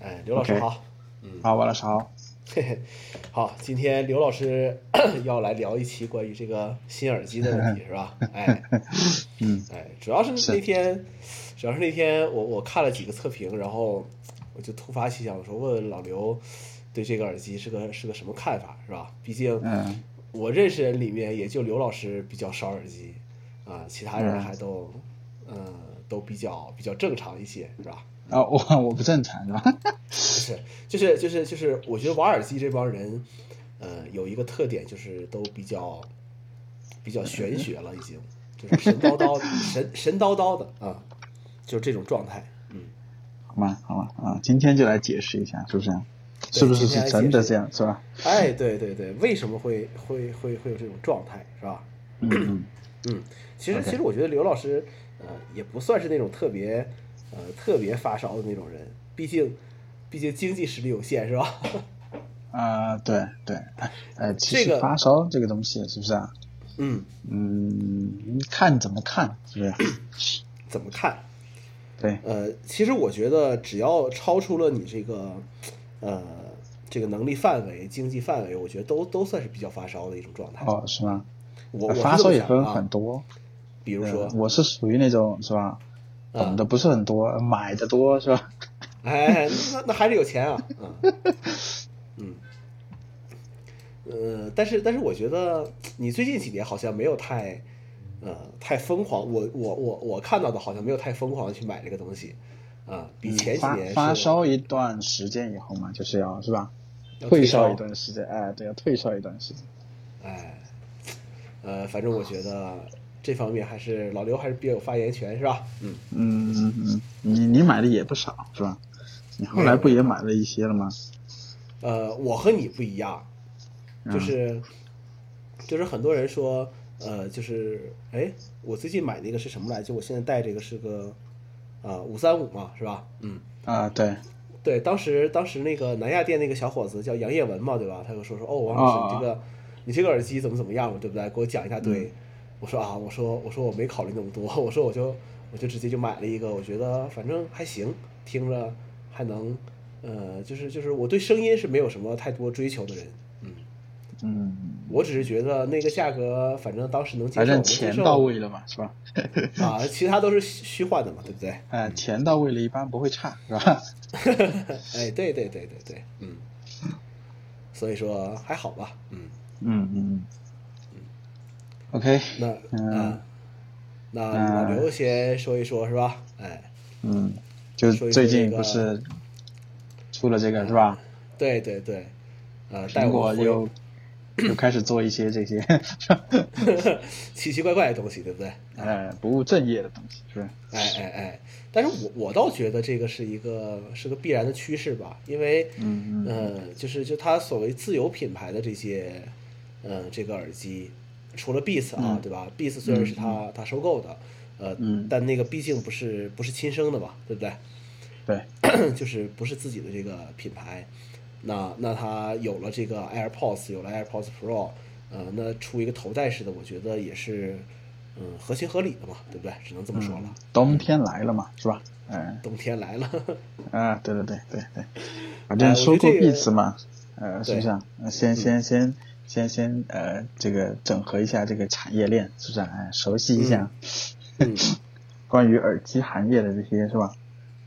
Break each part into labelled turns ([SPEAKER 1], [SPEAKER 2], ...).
[SPEAKER 1] 哎，刘老师
[SPEAKER 2] OK
[SPEAKER 1] 好，
[SPEAKER 2] 好，王老师好。
[SPEAKER 1] 嘿嘿，好，今天刘老师 要来聊一期关于这个新耳机的问 题，是吧？哎，
[SPEAKER 2] 嗯，
[SPEAKER 1] 哎，主要是
[SPEAKER 2] 是
[SPEAKER 1] 那天，主要是那天我我看了几个测评，然后我就突发奇想，我说问问老刘对这个耳机是个是个什么看法，是吧？毕竟
[SPEAKER 2] 嗯
[SPEAKER 1] 我认识人里面也就刘老师比较烧耳机，啊，其他人
[SPEAKER 2] 嗯
[SPEAKER 1] 还都，嗯，都比较比较正常一些，是吧？
[SPEAKER 2] 啊，我 我不正常是吧？
[SPEAKER 1] 是，就是就是就是，我觉得玩耳机这帮人，呃，有一个特点就是都比较比较玄学了，已经就是神叨叨神神叨叨的啊，就是这种状态。嗯，
[SPEAKER 2] 好吗？好吗？啊，今天就来解释一下，是不是？是不是
[SPEAKER 1] 今天来
[SPEAKER 2] 是真的
[SPEAKER 1] 解释
[SPEAKER 2] 这样是吧？
[SPEAKER 1] 哎，对对对，为什么会会会会有这种状态是吧？
[SPEAKER 2] 嗯嗯
[SPEAKER 1] 嗯，其实
[SPEAKER 2] OK
[SPEAKER 1] 其实我觉得刘老师呃也不算是那种特别呃特别发烧的那种人，毕竟毕竟经济实力有限是吧？
[SPEAKER 2] 啊，对对，呃，其
[SPEAKER 1] 这
[SPEAKER 2] 实
[SPEAKER 1] 个
[SPEAKER 2] 发烧这个东西是不是啊？
[SPEAKER 1] 嗯，
[SPEAKER 2] 嗯，看怎么看，是不 是？
[SPEAKER 1] 怎么看？
[SPEAKER 2] 对，
[SPEAKER 1] 呃，其实我觉得只要超出了你这个，呃，这个能力范围、经济范围，我觉得都都算是比较发烧的一种状态。
[SPEAKER 2] 哦，是吗？
[SPEAKER 1] 我我是
[SPEAKER 2] 发
[SPEAKER 1] 这么
[SPEAKER 2] 烧也
[SPEAKER 1] 想
[SPEAKER 2] 分
[SPEAKER 1] 啊
[SPEAKER 2] 很，多，
[SPEAKER 1] 比如
[SPEAKER 2] 呃
[SPEAKER 1] 说，
[SPEAKER 2] 我是属于那种是吧？
[SPEAKER 1] 啊
[SPEAKER 2] 懂的不是很多，买的多是吧？
[SPEAKER 1] 哎，那那还是有钱啊， 嗯，嗯，呃，但是但是我觉得你最近几年好像没有太，呃，太疯狂，我我我我看到的好像没有太疯狂的去买这个东西，啊、比前几
[SPEAKER 2] 嗯发
[SPEAKER 1] 年是
[SPEAKER 2] 发烧一段时间以后嘛，就是要是吧？
[SPEAKER 1] 要
[SPEAKER 2] 退
[SPEAKER 1] 退
[SPEAKER 2] 烧
[SPEAKER 1] 烧
[SPEAKER 2] 一段时间，哎，对，要退烧一段时间。
[SPEAKER 1] 哎，呃，反正我觉得这方面还是老刘还是比较有发言权，是吧？嗯，
[SPEAKER 2] 嗯嗯嗯，你你买的也不少是吧？你后来不也买了一些了吗？
[SPEAKER 1] 呃，我和你不一样，就
[SPEAKER 2] 嗯
[SPEAKER 1] 是、就是很多人说，呃，就是哎，我最近买那个是什么来着？我现在戴这个是个啊五三五嘛，是吧？嗯，
[SPEAKER 2] 啊，对，
[SPEAKER 1] 对，当时当时那个南亚店那个小伙子叫杨叶文嘛，对吧？他就说说哦，王
[SPEAKER 2] 啊
[SPEAKER 1] 老
[SPEAKER 2] 啊
[SPEAKER 1] 师，
[SPEAKER 2] 嗯
[SPEAKER 1] 你这个你这个耳机怎么怎么样了，对不对？给我讲一大堆。我说啊，我说我说我没考虑那么多， 我说我就我就直接就买了一个，我觉得反正还行，听着还能，呃，就是就是我对声音是没有什么太多追求的人，嗯，
[SPEAKER 2] 嗯，
[SPEAKER 1] 我只是觉得那个价格反正当时能接受，
[SPEAKER 2] 反正
[SPEAKER 1] 能接
[SPEAKER 2] 钱
[SPEAKER 1] 受
[SPEAKER 2] 到位了嘛，是吧？
[SPEAKER 1] 啊，其他都是虚虚幻的嘛，对不 对？
[SPEAKER 2] 哎，钱到位了，一般不会差，是吧？
[SPEAKER 1] 哎，对对对对对，嗯，所以说还好吧，嗯。
[SPEAKER 2] 嗯嗯嗯。OK，
[SPEAKER 1] 那
[SPEAKER 2] 嗯
[SPEAKER 1] 啊，那老
[SPEAKER 2] 嗯
[SPEAKER 1] 刘先说一说，是吧？哎，
[SPEAKER 2] 嗯，就
[SPEAKER 1] 说一说
[SPEAKER 2] 最近
[SPEAKER 1] 这个
[SPEAKER 2] 不是出了这个是吧？
[SPEAKER 1] 对对对，呃，带
[SPEAKER 2] 苹
[SPEAKER 1] 我
[SPEAKER 2] 果
[SPEAKER 1] 回
[SPEAKER 2] 又又开始做一些这些，
[SPEAKER 1] 奇奇怪怪的东西，对不对？
[SPEAKER 2] 哎，不务正业的东西，是不是？
[SPEAKER 1] 哎哎哎，但是我我倒觉得这个是一个是个必然的趋势吧，因为
[SPEAKER 2] 嗯嗯
[SPEAKER 1] 呃，就是就它所谓自有品牌的这些，呃，这个耳机，除了 Beats 啊，
[SPEAKER 2] 嗯
[SPEAKER 1] 对吧？Beats 虽然是它、它收购的，呃，
[SPEAKER 2] 嗯
[SPEAKER 1] 但那个毕竟不是不是亲生的嘛，对不对？
[SPEAKER 2] 对，
[SPEAKER 1] 就是不是自己的这个品牌，那那它有了这个 AirPods，有了 AirPods Pro，呃，那出一个头戴式的，我觉得也是，嗯，合情合理的嘛，对不对？只能这么说了。
[SPEAKER 2] 冬天来了嘛，是吧？哎。
[SPEAKER 1] 冬天来了，
[SPEAKER 2] 啊，对对对对对，
[SPEAKER 1] 哎
[SPEAKER 2] 反正
[SPEAKER 1] 我
[SPEAKER 2] 收
[SPEAKER 1] 觉
[SPEAKER 2] 购
[SPEAKER 1] 得这个嗯
[SPEAKER 2] Beats 嘛，呃，是不是啊？呃先先先先先呃，这个整合一下这个产业链，是不是啊？哎，熟悉一下
[SPEAKER 1] 嗯
[SPEAKER 2] 关于耳机行业的这些是吧？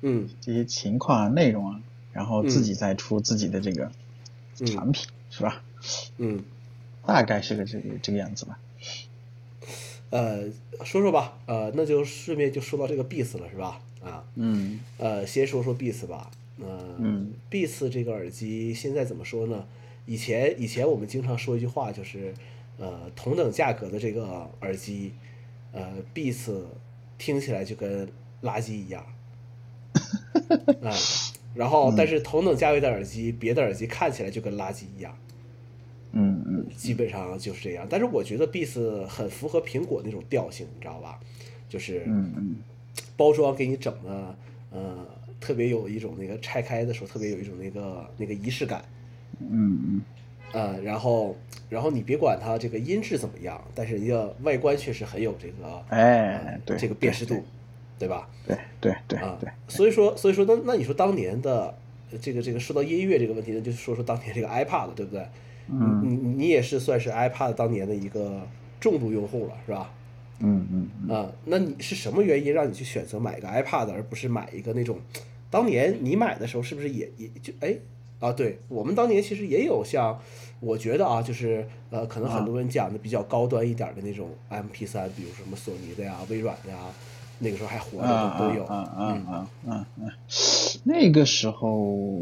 [SPEAKER 1] 嗯
[SPEAKER 2] 这些情况啊、内容啊，然后自己再出自己的这个
[SPEAKER 1] 嗯
[SPEAKER 2] 产品，是吧？
[SPEAKER 1] 嗯，
[SPEAKER 2] 大概是个这个这个样子吧。
[SPEAKER 1] 呃，说说吧，呃，那就顺便就说到这个 Beats 了，是吧？啊，
[SPEAKER 2] 嗯
[SPEAKER 1] 呃，先说说 Beats 吧，呃、
[SPEAKER 2] 嗯
[SPEAKER 1] ，Beats 这个耳机现在怎么说呢？以前以前我们经常说一句话，就是，呃，同等价格的这个耳机，呃，Beats 听起来就跟垃圾一 样，啊、然
[SPEAKER 2] 嗯
[SPEAKER 1] 后但是同等价位的耳机，别的耳机看起来就跟垃圾一样，
[SPEAKER 2] 嗯嗯
[SPEAKER 1] 基本上就是这样。但是我觉得 Beats 很符合苹果那种调性，你知道吧？就是
[SPEAKER 2] 嗯嗯，
[SPEAKER 1] 包装给你整的，呃，特别有一种那个拆开的时候特别有一种那个那个仪式感，
[SPEAKER 2] 嗯
[SPEAKER 1] 呃，然后然后你别管它这个音质怎么样，但是人家外观确实很有这个
[SPEAKER 2] 嗯，，哎，对，
[SPEAKER 1] 这个辨识度，对吧？
[SPEAKER 2] 对对对
[SPEAKER 1] 啊
[SPEAKER 2] 对，，
[SPEAKER 1] 所以说所以说那那你说当年的这个这个说到音乐这个问题呢，就是说说当年这个 iPad，对不对？
[SPEAKER 2] 嗯
[SPEAKER 1] 你你也是算是 iPad 当年的一个重度用户了，是吧？
[SPEAKER 2] 嗯嗯嗯，
[SPEAKER 1] 啊、那你是什么原因让你去选择买个 iPad，而不是买一个那种？当年你买的时候是不是也也就哎啊？对我们当年其实也有像，我觉得啊，就是呃，可能很
[SPEAKER 2] 啊
[SPEAKER 1] 多人讲的比较高端一点的那种 MP 3比如什么索尼的呀、微软的呀，那个时候还活着的都有。嗯
[SPEAKER 2] 啊啊啊啊啊！那个时候，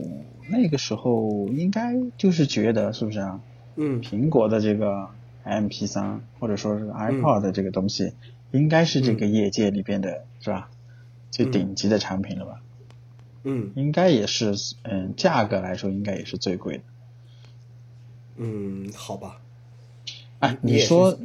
[SPEAKER 2] 那个时候应该就是觉得是不是啊？
[SPEAKER 1] 嗯
[SPEAKER 2] 苹果的这个 MP 3或者说是 iPod 的这个东西，应该是这
[SPEAKER 1] 嗯
[SPEAKER 2] 个业界里边的是吧？最顶级的产品了吧？
[SPEAKER 1] 嗯
[SPEAKER 2] 应该也是，嗯，价格来说应该也是最贵的。
[SPEAKER 1] 嗯，好吧，
[SPEAKER 2] 哎，
[SPEAKER 1] 你
[SPEAKER 2] 你
[SPEAKER 1] 也是
[SPEAKER 2] 说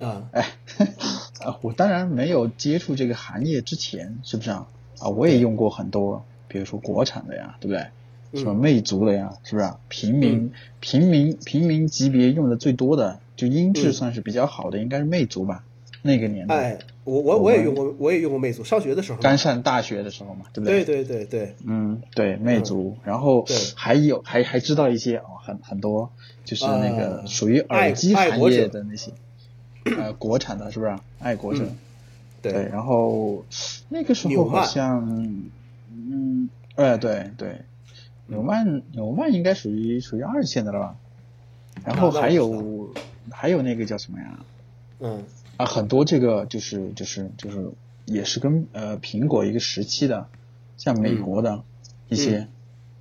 [SPEAKER 1] 啊，
[SPEAKER 2] 哎， 啊，我当然没有接触这个行业之前，是不是啊？啊，我也用过很多，比如说国产的呀，对不
[SPEAKER 1] 嗯
[SPEAKER 2] 对？什么魅族的呀，是不是、啊？平民、平民、平民级别用的最多的，就音质
[SPEAKER 1] 嗯
[SPEAKER 2] 算是比较好的，应该是魅族吧？那个年代，
[SPEAKER 1] 哎，我我我也用过，我也用过魅族，上学的时候嘛。
[SPEAKER 2] 刚上大学的时候嘛，对不
[SPEAKER 1] 对对对对，
[SPEAKER 2] 嗯，对，魅族，然后
[SPEAKER 1] 对
[SPEAKER 2] 还有还还知道一些哦，很很多就是那个
[SPEAKER 1] 呃
[SPEAKER 2] 属于耳机
[SPEAKER 1] 爱
[SPEAKER 2] 行业的那些，呃，国产的是不是啊？爱国者，
[SPEAKER 1] 嗯对
[SPEAKER 2] 然后 那个时候
[SPEAKER 1] 纽曼
[SPEAKER 2] 好像，嗯，哎，对对，
[SPEAKER 1] 嗯
[SPEAKER 2] 纽曼纽曼应该属于属于二线的了吧？然后
[SPEAKER 1] 那啊我
[SPEAKER 2] 还
[SPEAKER 1] 不
[SPEAKER 2] 有还有那个叫什么呀？
[SPEAKER 1] 嗯
[SPEAKER 2] 啊，很多这个就是就是就是也是跟呃苹果一个时期的，像美
[SPEAKER 1] 嗯
[SPEAKER 2] 国的一些、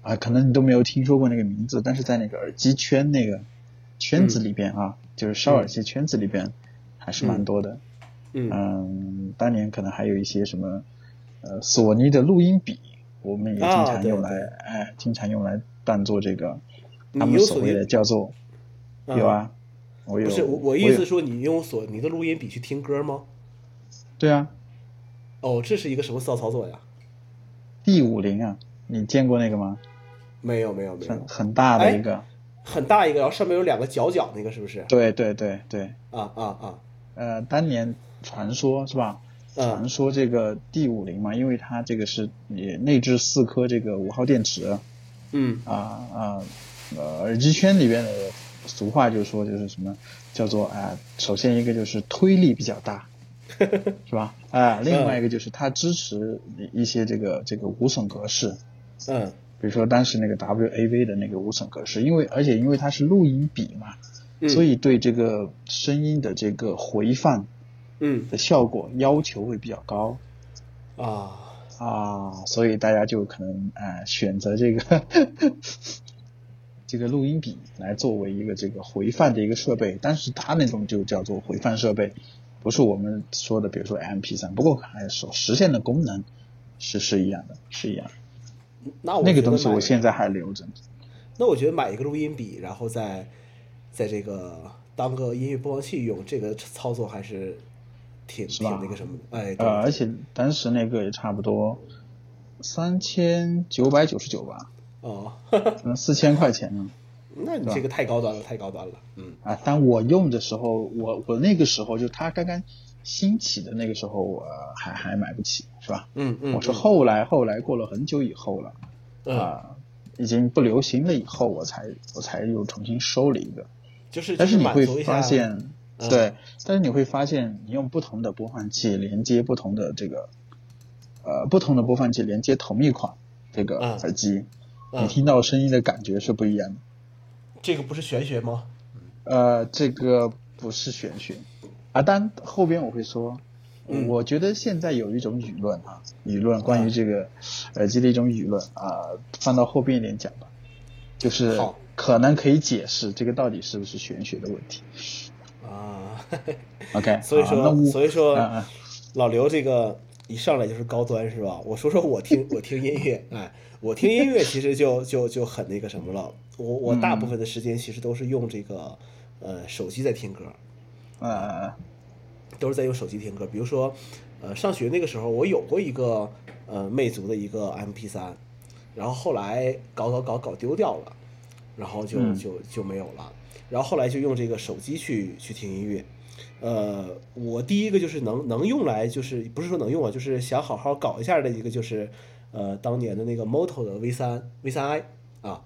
[SPEAKER 2] 啊，可能你都没有听说过那个名字，但是在那个耳机圈那个圈
[SPEAKER 1] 嗯
[SPEAKER 2] 子里边啊，就是烧耳机圈子里边还是蛮多的。
[SPEAKER 1] 嗯
[SPEAKER 2] 嗯当年可能还有一些什么呃索尼的录音笔，我们也经
[SPEAKER 1] 啊
[SPEAKER 2] 常
[SPEAKER 1] 对
[SPEAKER 2] 用来、
[SPEAKER 1] 对
[SPEAKER 2] 哎，经常用来当做这个
[SPEAKER 1] 你
[SPEAKER 2] 他们
[SPEAKER 1] 有
[SPEAKER 2] 所
[SPEAKER 1] 索
[SPEAKER 2] 谓
[SPEAKER 1] 尼
[SPEAKER 2] 的叫做
[SPEAKER 1] 嗯
[SPEAKER 2] 有啊，我有
[SPEAKER 1] 不是我我
[SPEAKER 2] 有
[SPEAKER 1] 意思说你用索尼的录音笔去听歌吗？
[SPEAKER 2] 对啊。
[SPEAKER 1] 哦，这是一个什么骚操作呀？
[SPEAKER 2] D 五零啊，你见过那个吗？
[SPEAKER 1] 没有没有没
[SPEAKER 2] 很
[SPEAKER 1] 有，
[SPEAKER 2] 很大
[SPEAKER 1] 哎
[SPEAKER 2] 的一个，
[SPEAKER 1] 很大一个，然后上面有两个角角，那个是不是？
[SPEAKER 2] 对对对对，
[SPEAKER 1] 啊啊啊，
[SPEAKER 2] 呃，当年传说是吧？传
[SPEAKER 1] 嗯
[SPEAKER 2] 说这个 D 五零嘛，因为它这个是也内置四颗这个五号电池啊
[SPEAKER 1] 嗯
[SPEAKER 2] 啊呃，耳机圈里边的俗话就说就是什么叫做啊、首先一个就是推力比较大，是吧？啊、另外一个就是它支持一些这个这个无损格式，
[SPEAKER 1] 嗯
[SPEAKER 2] 比如说当时那个 WAV 的那个无损格式，因为而且因为它是录音笔嘛，
[SPEAKER 1] 嗯
[SPEAKER 2] 所以对这个声音的这个回放
[SPEAKER 1] 嗯
[SPEAKER 2] 的效果要求会比较高
[SPEAKER 1] 啊，
[SPEAKER 2] 啊，所以大家就可能呃选择这个这个录音笔来作为一个这个回放的一个设备，但是它那种就叫做回放设备，不是我们说的比如说 MP3，不过还所实现的功能是是一样的，是一样的。
[SPEAKER 1] 那我
[SPEAKER 2] 那
[SPEAKER 1] 觉
[SPEAKER 2] 个
[SPEAKER 1] 得
[SPEAKER 2] 东西
[SPEAKER 1] 买
[SPEAKER 2] 我现在还留着呢。
[SPEAKER 1] 那我觉得买一个录音笔，然后再在这个当个音乐播放器用，这个操作还是挺
[SPEAKER 2] 是
[SPEAKER 1] 挺
[SPEAKER 2] 吧
[SPEAKER 1] 那个什么的，哎，对
[SPEAKER 2] 呃，而且当时那个也差不多三千九百九十九吧，
[SPEAKER 1] 哦，
[SPEAKER 2] 可能四千块钱呢。
[SPEAKER 1] 那你这个太高端了，太高端了，嗯
[SPEAKER 2] 啊，但我用的时候，我我那个时候就它刚刚兴起的那个时候，我、呃、还还买不起，是吧？
[SPEAKER 1] 嗯嗯，
[SPEAKER 2] 我是后来后来过了很久以后了，
[SPEAKER 1] 嗯
[SPEAKER 2] 啊、已经不流行了以后，我才我才又重新收了一个。
[SPEAKER 1] 就是
[SPEAKER 2] 但
[SPEAKER 1] 就是
[SPEAKER 2] 你
[SPEAKER 1] 满
[SPEAKER 2] 会
[SPEAKER 1] 足一
[SPEAKER 2] 发
[SPEAKER 1] 下，
[SPEAKER 2] 现，
[SPEAKER 1] 嗯
[SPEAKER 2] 对，但是你会发现，你用不同的播放器连接不同的这个，呃，不同的播放器连接同一款这个
[SPEAKER 1] 嗯
[SPEAKER 2] 耳机，
[SPEAKER 1] 嗯
[SPEAKER 2] 你听到声音的感觉是不一样的。
[SPEAKER 1] 这个不是玄学吗？
[SPEAKER 2] 呃，这个不是玄学啊，但后边我会说。
[SPEAKER 1] 嗯
[SPEAKER 2] 我觉得现在有一种舆论啊，舆论关于这
[SPEAKER 1] 啊
[SPEAKER 2] 个耳机的一种舆论啊，放到后边一点讲吧，就是
[SPEAKER 1] 好
[SPEAKER 2] 可能可以解释这个到底是不是玄学的问题。
[SPEAKER 1] 啊，
[SPEAKER 2] OK，啊
[SPEAKER 1] 所以
[SPEAKER 2] 好那我
[SPEAKER 1] 说，所以说
[SPEAKER 2] 嗯嗯，
[SPEAKER 1] 老刘这个一上来就是高端是吧？我说说我听我听音 乐，哎，我听音乐其实就就就很那个什么了。我我大
[SPEAKER 2] 嗯
[SPEAKER 1] 部分的时间其实都是用这个呃手机在听歌，
[SPEAKER 2] 呃，
[SPEAKER 1] 都是在用手机听歌。比如说，呃，上学那个时候，我有过一个呃魅族的一个 MP 3然后后来搞搞搞搞丢掉了，然后就
[SPEAKER 2] 嗯
[SPEAKER 1] 就就没有了。然后后来就用这个手机去去听音乐。呃，我第一个就是能能用来，就是不是说能用啊，就是想好好搞一下的一个就是呃当年的那个 Moto 的 V 三 V 三 i 啊，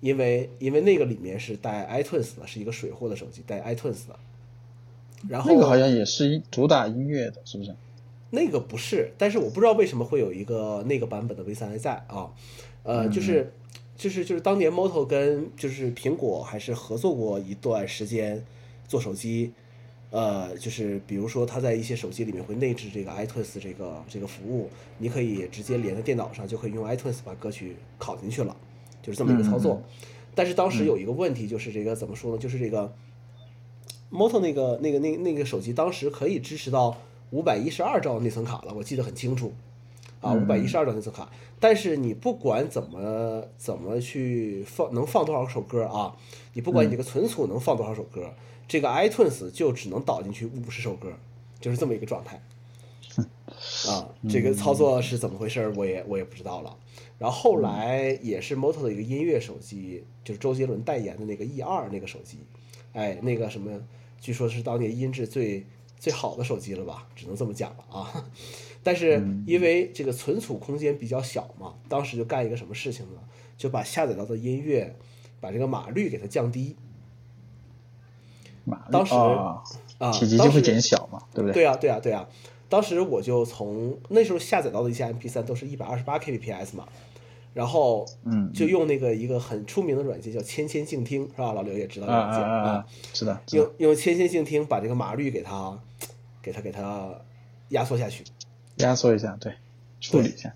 [SPEAKER 1] 因为因为那个里面是带 iTunes 的，是一个水货的手机，带 iTunes 的。然后
[SPEAKER 2] 那个好像也是一主打音乐的，是不是？
[SPEAKER 1] 那个不是，但是我不知道为什么会有一个那个版本的 V 三 i 在啊，呃，就是就是就是当年 Moto 跟就是苹果还是合作过一段时间做手机，呃，就是比如说它在一些手机里面会内置这个 iTunes 这个这个服务，你可以直接连在电脑上就可以用 iTunes 把歌曲拷进去了，就是这么一个操作。但是当时有一个问题就是这个怎么说呢？就是这个 Moto 那个那个那那个手机当时可以支持到五百一十二兆内存卡了，我记得很清楚，啊，五百一十二兆内存卡。但是你不管怎么怎么去放，能放多少首歌啊？你不管你这个存储能放多少首歌，这个 iTunes 就只能导进去五十首歌，就是这么一个状态。啊，这个操作是怎么回事儿，我也我也不知道了。然后后来也是 Moto 的一个音乐手机，就是周杰伦代言的那个 E 二那个手机，哎，那个什么，据说是当年音质最最好的手机了吧，只能这么讲了啊。 但是
[SPEAKER 2] 嗯
[SPEAKER 1] 因为这个存储空间比较小嘛，当时就干一个什么事情呢？就把下载到的音乐，把这个码率给它降低。
[SPEAKER 2] 马
[SPEAKER 1] 当时
[SPEAKER 2] 啊
[SPEAKER 1] 啊，
[SPEAKER 2] 体积
[SPEAKER 1] 当
[SPEAKER 2] 就会
[SPEAKER 1] 时
[SPEAKER 2] 减小嘛，对不对？
[SPEAKER 1] 对啊，对啊，对啊。当时我就从那时候下载到的一些 MP3 都是一百二十八 kbps 嘛，然后
[SPEAKER 2] 嗯
[SPEAKER 1] 就用那个一个很出名的软件叫千千静听，是吧？老刘也知道
[SPEAKER 2] 啊
[SPEAKER 1] 这个软
[SPEAKER 2] 啊
[SPEAKER 1] 件
[SPEAKER 2] 啊啊！是的，是
[SPEAKER 1] 用
[SPEAKER 2] 的，
[SPEAKER 1] 用千千静听把这个码率给它，给它给它压缩下去。
[SPEAKER 2] 压缩一下，对，处理一下，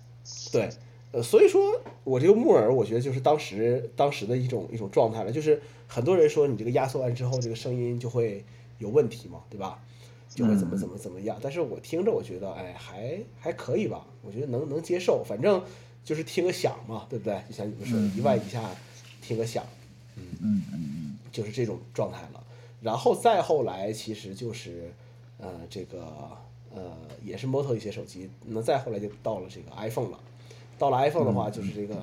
[SPEAKER 1] 对，呃，所以说我这个木耳，我觉得就是当时当时的一种一种状态了，就是很多人说你这个压缩完之后，这个声音就会有问题嘛，对吧？就会怎么怎么怎么样，但是我听着我觉得，哎，还还可以吧，我觉得能能接受，反正就是听个响嘛，对不对？就像你们说的，一万以下听个响，
[SPEAKER 2] 嗯嗯嗯，
[SPEAKER 1] 就是这种状态了。然后再后来，其实就是呃，这个呃，也是 Moto 一些手机。那再后来就到了这个 iPhone 了。到了 iPhone 的话，就是这个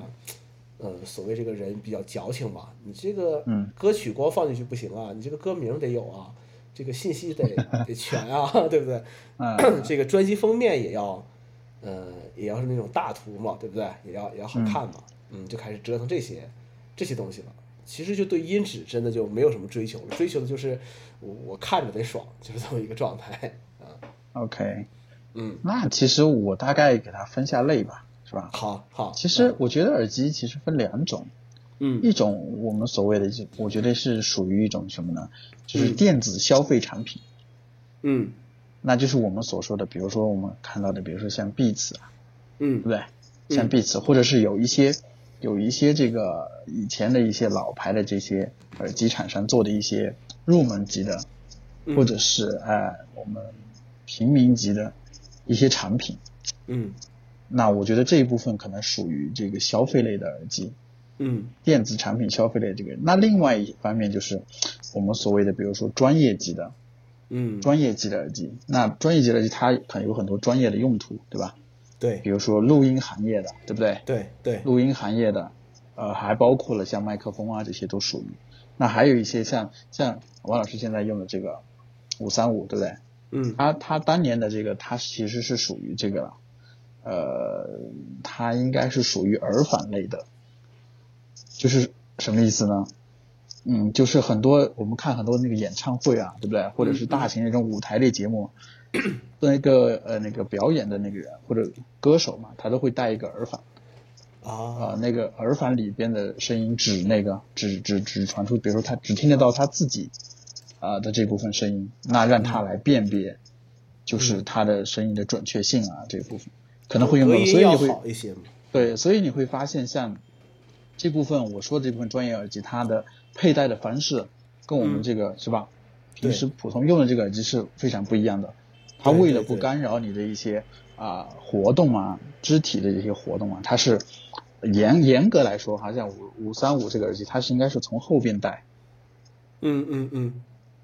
[SPEAKER 1] 呃，所谓这个人比较矫情吧，你这个
[SPEAKER 2] 嗯
[SPEAKER 1] 歌曲光放进去不行啊，你这个歌名得有啊，这个信息得得全啊， 对不对？
[SPEAKER 2] 啊
[SPEAKER 1] 这个专辑封面也要呃，也要是那种大图嘛，对不对？也要也要好看嘛，嗯，就开始折腾这些这些东西了。其实就对音质真的就没有什么追求了，追求的就是我我看着得爽，就是这么一个状态啊。
[SPEAKER 2] ，OK，
[SPEAKER 1] 嗯，
[SPEAKER 2] 那其实我大概给它分下类吧，是吧？
[SPEAKER 1] 好好，
[SPEAKER 2] 其实我觉得耳机其实分两种，
[SPEAKER 1] 嗯
[SPEAKER 2] 一种我们所谓的就，我觉得是属于一种什么呢？就是
[SPEAKER 1] 嗯
[SPEAKER 2] 电子消费产品，
[SPEAKER 1] 嗯
[SPEAKER 2] 那就是我们所说的，比如说我们看到的，比如说像 Beats 啊，对
[SPEAKER 1] 嗯
[SPEAKER 2] 不对？像 Beats，或者是有一些有一些这个以前的一些老牌的这些耳机厂商做的一些入门级的，
[SPEAKER 1] 嗯
[SPEAKER 2] 或者是呃我们平民级的一些产品。
[SPEAKER 1] 嗯
[SPEAKER 2] 那我觉得这一部分可能属于这个消费类的耳机，
[SPEAKER 1] 嗯
[SPEAKER 2] 电子产品消费类这个。那另外一方面就是我们所谓的，比如说专业级的
[SPEAKER 1] 嗯，
[SPEAKER 2] 专业级的耳机。那专业级的耳机它可能有很多专业的用途，对吧？
[SPEAKER 1] 对
[SPEAKER 2] 比如说录音行业的，对不对？
[SPEAKER 1] 对对，
[SPEAKER 2] 录音行业的，呃，还包括了像麦克风啊这些都属于。那还有一些像像王老师现在用的这个五三五，对不对？
[SPEAKER 1] 嗯
[SPEAKER 2] 他他当年的这个，他其实是属于这个，呃，他应该是属于耳返类的，就是什么意思呢？嗯，就是很多我们看很多那个演唱会啊，对不对？或者是大型那种舞台类节目，那个呃那个表演的那个人或者歌手嘛，他都会带一个耳返。
[SPEAKER 1] 啊
[SPEAKER 2] 啊，那个耳返里边的声音只那个只只只传出，比如说他只听得到他自己啊、的这部分声音，那让他来辨别，就是他的声音的准确性啊这部分可能会
[SPEAKER 1] 嗯
[SPEAKER 2] 用
[SPEAKER 1] 隔
[SPEAKER 2] 到，
[SPEAKER 1] 音
[SPEAKER 2] 所以你
[SPEAKER 1] 要
[SPEAKER 2] 会
[SPEAKER 1] 好一些嘛。
[SPEAKER 2] 对，所以你会发现像这部分我说的这部分专业耳机，它的佩戴的方式跟我们
[SPEAKER 1] 嗯
[SPEAKER 2] 这个、是吧，
[SPEAKER 1] 对
[SPEAKER 2] 平时普通用的这个耳机是非常不一样的。它
[SPEAKER 1] 对
[SPEAKER 2] 为
[SPEAKER 1] 对
[SPEAKER 2] 了不
[SPEAKER 1] 对
[SPEAKER 2] 干扰你的一些啊、活动啊、肢体的一些活动啊，它是严严格来说，好像五五三五这个耳机，它是应该是从后边戴，
[SPEAKER 1] 嗯嗯嗯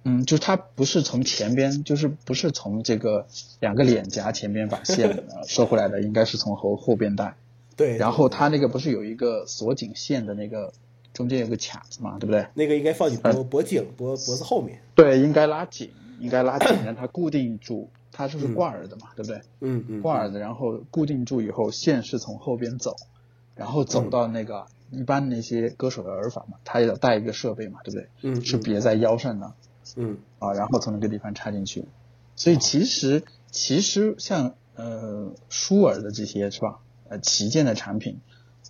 [SPEAKER 2] 嗯，就是它不是从前边，就是不是从这个两个脸颊前边把线 呃收回来的，应该是从后后边戴。
[SPEAKER 1] 对，
[SPEAKER 2] 然后它那个不是有一个锁颈线的那个中间有个卡子嘛，对不对？
[SPEAKER 1] 那个应该
[SPEAKER 2] 呃
[SPEAKER 1] 放你脖脖颈脖脖子后面。
[SPEAKER 2] 对，应该拉紧，应该拉紧，让它固定住它就是挂耳的嘛，对不对？
[SPEAKER 1] 嗯嗯，
[SPEAKER 2] 挂耳的，然后固定住以后，线是从后边走，然后走到那个、一般那些歌手的耳返嘛，他也要带一个设备嘛，对不对？
[SPEAKER 1] 嗯
[SPEAKER 2] 是别在腰上的
[SPEAKER 1] 嗯
[SPEAKER 2] 啊，然后从那个地方插进去。所以其实其实像呃舒尔的这些是吧？呃旗舰的产品，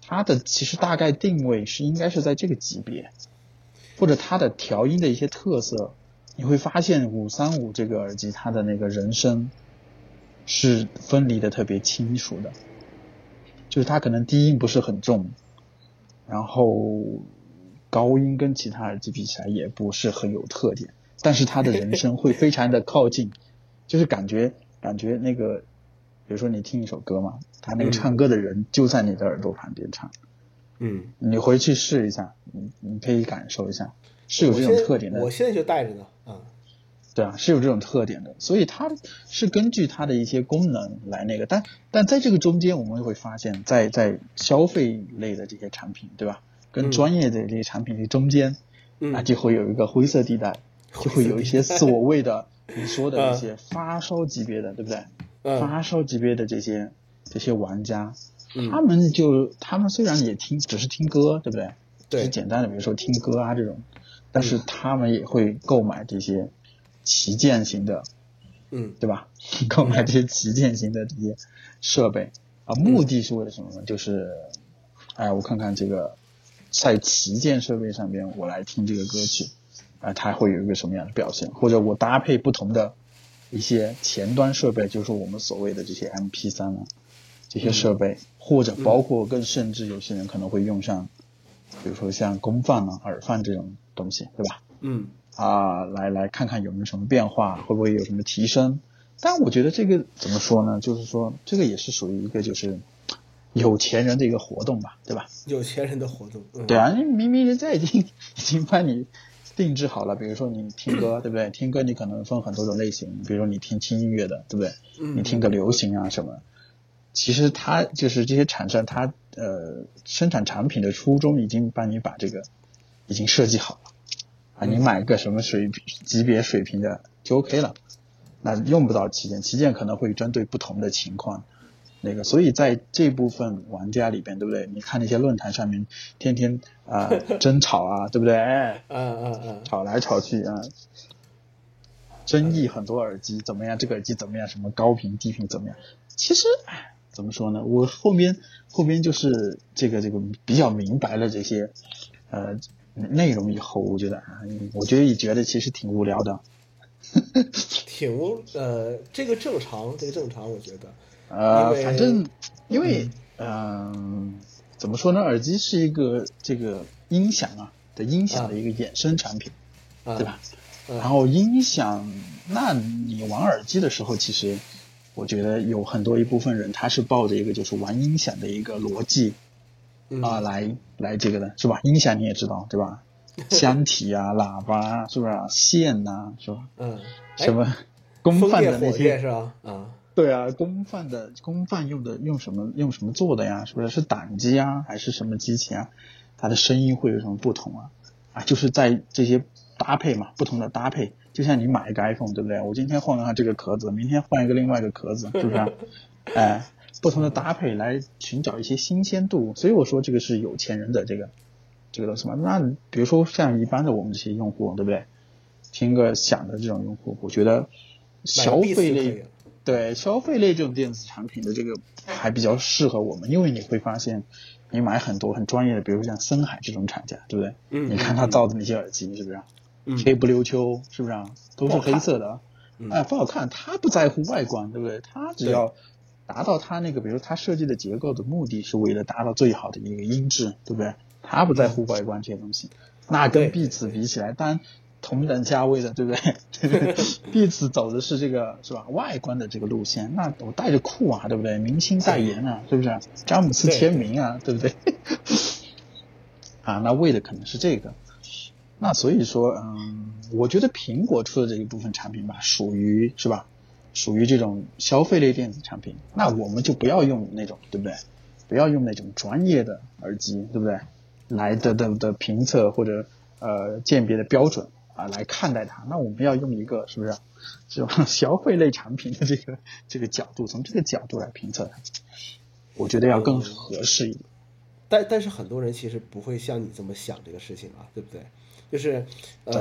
[SPEAKER 2] 它的其实大概定位是应该是在这个级别，或者它的调音的一些特色，你会发现五三五这个耳机它的那个人声是分离的特别清楚的，就是它可能低音不是很重，然后高音跟其他耳机比起来也不是很有特点，但是它的人声会非常的靠近， 就是感觉感觉那个，比如说你听一首歌嘛，他那个唱歌的人就在你的耳朵旁边唱，
[SPEAKER 1] 嗯，
[SPEAKER 2] 你回去试一下，你你可以感受一下，是有
[SPEAKER 1] 我
[SPEAKER 2] 这
[SPEAKER 1] 现
[SPEAKER 2] 种
[SPEAKER 1] 在
[SPEAKER 2] 特点的
[SPEAKER 1] 我现在就带着呢，啊，
[SPEAKER 2] 对啊，是有这种特点的，所以它是根据它的一些功能来那个，但但在这个中间，我们会发现在，在消费类的这些产品，对吧？跟
[SPEAKER 1] 嗯
[SPEAKER 2] 专业的这些产品的中间，
[SPEAKER 1] 嗯
[SPEAKER 2] 啊，就会有一个灰色地带，就会有一些所谓的 你说的那些发烧级别的，对不对？
[SPEAKER 1] 嗯
[SPEAKER 2] 发烧级别的这些这些玩家，他
[SPEAKER 1] 嗯，
[SPEAKER 2] 们就他们虽然也听，只是听歌，对不对？只是
[SPEAKER 1] 对，嗯
[SPEAKER 2] 简单的，比如说听歌啊这种，但是他们也会购买这些旗舰型的，
[SPEAKER 1] 嗯
[SPEAKER 2] 对吧？ 购买这些旗舰型的这些设备啊，目的是为了什么呢？就是，哎，我看看这个在旗舰设备上边，我来听这个歌曲，啊，它会有一个什么样的表现？或者我搭配不同的一些前端设备，就是我们所谓的这些 MP 3啊，这些设备，或者包括更甚至有些人可能会用上，比如说像功放啊、耳放这种东西，对吧？
[SPEAKER 1] 嗯
[SPEAKER 2] 啊，来来看看有没有什么变化，会不会有什么提升？但我觉得这个怎么说呢？就是说这个也是属于一个就是有钱人的一个活动吧，对吧？
[SPEAKER 1] 有钱人的活动，嗯
[SPEAKER 2] 对啊，因为明明人家已经已经帮你定制好了，比如说你听歌，对不对？听歌你可能分很多种类型，比如说你听轻音乐的，对不对？
[SPEAKER 1] 嗯
[SPEAKER 2] 你听个流行啊什么。其实它就是这些厂商，它呃生产产品的初衷已经帮你把这个已经设计好了啊，
[SPEAKER 1] 嗯
[SPEAKER 2] 你买个什么水平级别水平的就 OK 了。那用不到旗舰，旗舰可能会针对不同的情况，那个，所以在这部分玩家里边，对不对？你看那些论坛上面天天 啊、争吵啊，对不对？哎，
[SPEAKER 1] 嗯嗯嗯，
[SPEAKER 2] 吵来吵去啊，争议很多耳机怎么样，这个耳机怎么样，什么高频低频怎么样？其实，哎，怎么说呢？我后面后边就是这个这个比较明白了这些呃内容以后，我觉得啊，我觉得也觉得其实挺无聊的，
[SPEAKER 1] 挺无呃，这个正常，这个正常，我觉得，
[SPEAKER 2] 呃，
[SPEAKER 1] 因为
[SPEAKER 2] 反正因为嗯、怎么说呢？耳机是一个这个音响啊的音响的一个衍生产品，
[SPEAKER 1] 啊，
[SPEAKER 2] 对吧？？
[SPEAKER 1] 嗯
[SPEAKER 2] 然后音响，那你玩耳机的时候，其实我觉得有很多一部分人他是抱着一个就是玩音响的一个逻辑
[SPEAKER 1] 嗯
[SPEAKER 2] 啊、来来这个的，是吧？音响你也知道，对吧？箱体啊，喇叭啊，是不是、啊？线呐、是吧？
[SPEAKER 1] 嗯，哎
[SPEAKER 2] 什么功
[SPEAKER 1] 风
[SPEAKER 2] 放
[SPEAKER 1] 电
[SPEAKER 2] 的那
[SPEAKER 1] 火
[SPEAKER 2] 些
[SPEAKER 1] 箭是吧？啊，
[SPEAKER 2] 对啊，公贩的公贩用的用什么用什么做的呀？是不是是胆机啊，还是什么机器啊？它的声音会有什么不同啊？啊，就是在这些搭配嘛，不同的搭配，就像你买一个 iPhone，对不对？我今天换了它这个壳子，明天换一个另外一个壳子，是不是、啊？哎，不同的搭配来寻找一些新鲜度，所以我说这个是有钱人的这个这个东西嘛。那比如说像一般的我们这些用户，对不对？听个响的这种用户，我觉得消费类
[SPEAKER 1] 类，
[SPEAKER 2] 对消费类这种电子产品的这个还比较适合我们，因为你会发现，你买很多很专业的，比如像森海这种厂家，对不对？
[SPEAKER 1] 嗯，
[SPEAKER 2] 你看他造的那些耳机，是不是啊、
[SPEAKER 1] 嗯
[SPEAKER 2] 黑不溜秋，是不是啊？都是
[SPEAKER 1] 不好看
[SPEAKER 2] 黑色的，
[SPEAKER 1] 嗯
[SPEAKER 2] 哎，不好看。他不在乎外观，对不对？他只
[SPEAKER 1] 对
[SPEAKER 2] 要达到他那个，比如他设计的结构的目的是为了达到最好的一个音质，对不对？他不在乎外观这些东西。那
[SPEAKER 1] 对
[SPEAKER 2] 跟 Beats 比起来，当然同等价位的，对不对 对不对？Beats 走的是这个是吧？外观的这个路线，那我带着酷啊，对不对？明星代言啊，对不对？詹姆斯
[SPEAKER 1] 对
[SPEAKER 2] 签名啊，对不 对？啊，那为的可能是这个。那所以说，嗯，我觉得苹果出的这一部分产品吧，属于是吧？属于这种消费类电子产品，那我们就不要用那种，对不对？不要用那种专业的耳机，对不对？来的的的评测或者呃鉴别的标准啊来看待它。那我们要用一个是不是这种 消费类产品的这个这个角度，从这个角度来评测它，我觉得要更合适一点。
[SPEAKER 1] 但但是很多人其实不会像你这么想这个事情啊，对不对？就是，呃，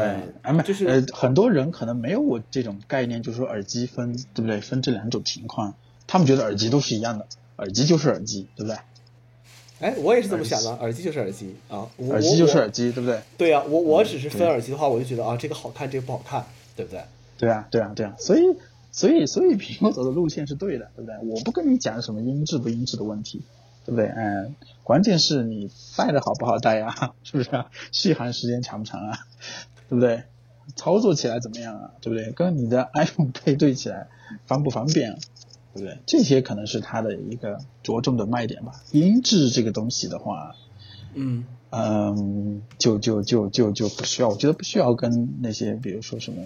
[SPEAKER 2] 对，
[SPEAKER 1] 就是
[SPEAKER 2] 呃，很多人可能没有我这种概念，就是说耳机分，对不对？分这两种情况，他们觉得耳机都是一样的，耳机就是耳机，对不对？
[SPEAKER 1] 哎，我也是这么想的，耳机就是耳机啊，我
[SPEAKER 2] 耳机就是
[SPEAKER 1] 我
[SPEAKER 2] 耳机，对不对？
[SPEAKER 1] 对呀、我我只是
[SPEAKER 2] 嗯对
[SPEAKER 1] 分耳机的话，我就觉得啊，这个好看，这个不好看，对不对？
[SPEAKER 2] 对啊，对啊，对啊，所以，所以，所以苹果走的路线是对的，对不对？我不跟你讲什么音质不音质的问题，对不对？嗯，关键是你戴的好不好戴啊，是不是、啊？续航时间长不长啊，对不对？操作起来怎么样啊，对不对？跟你的 iPhone 配对起来方不方便啊，对不对？这些可能是它的一个着重的卖点吧。音质这个东西的话，
[SPEAKER 1] 嗯，
[SPEAKER 2] 嗯，就就就就就不需要，我觉得不需要跟那些比如说什么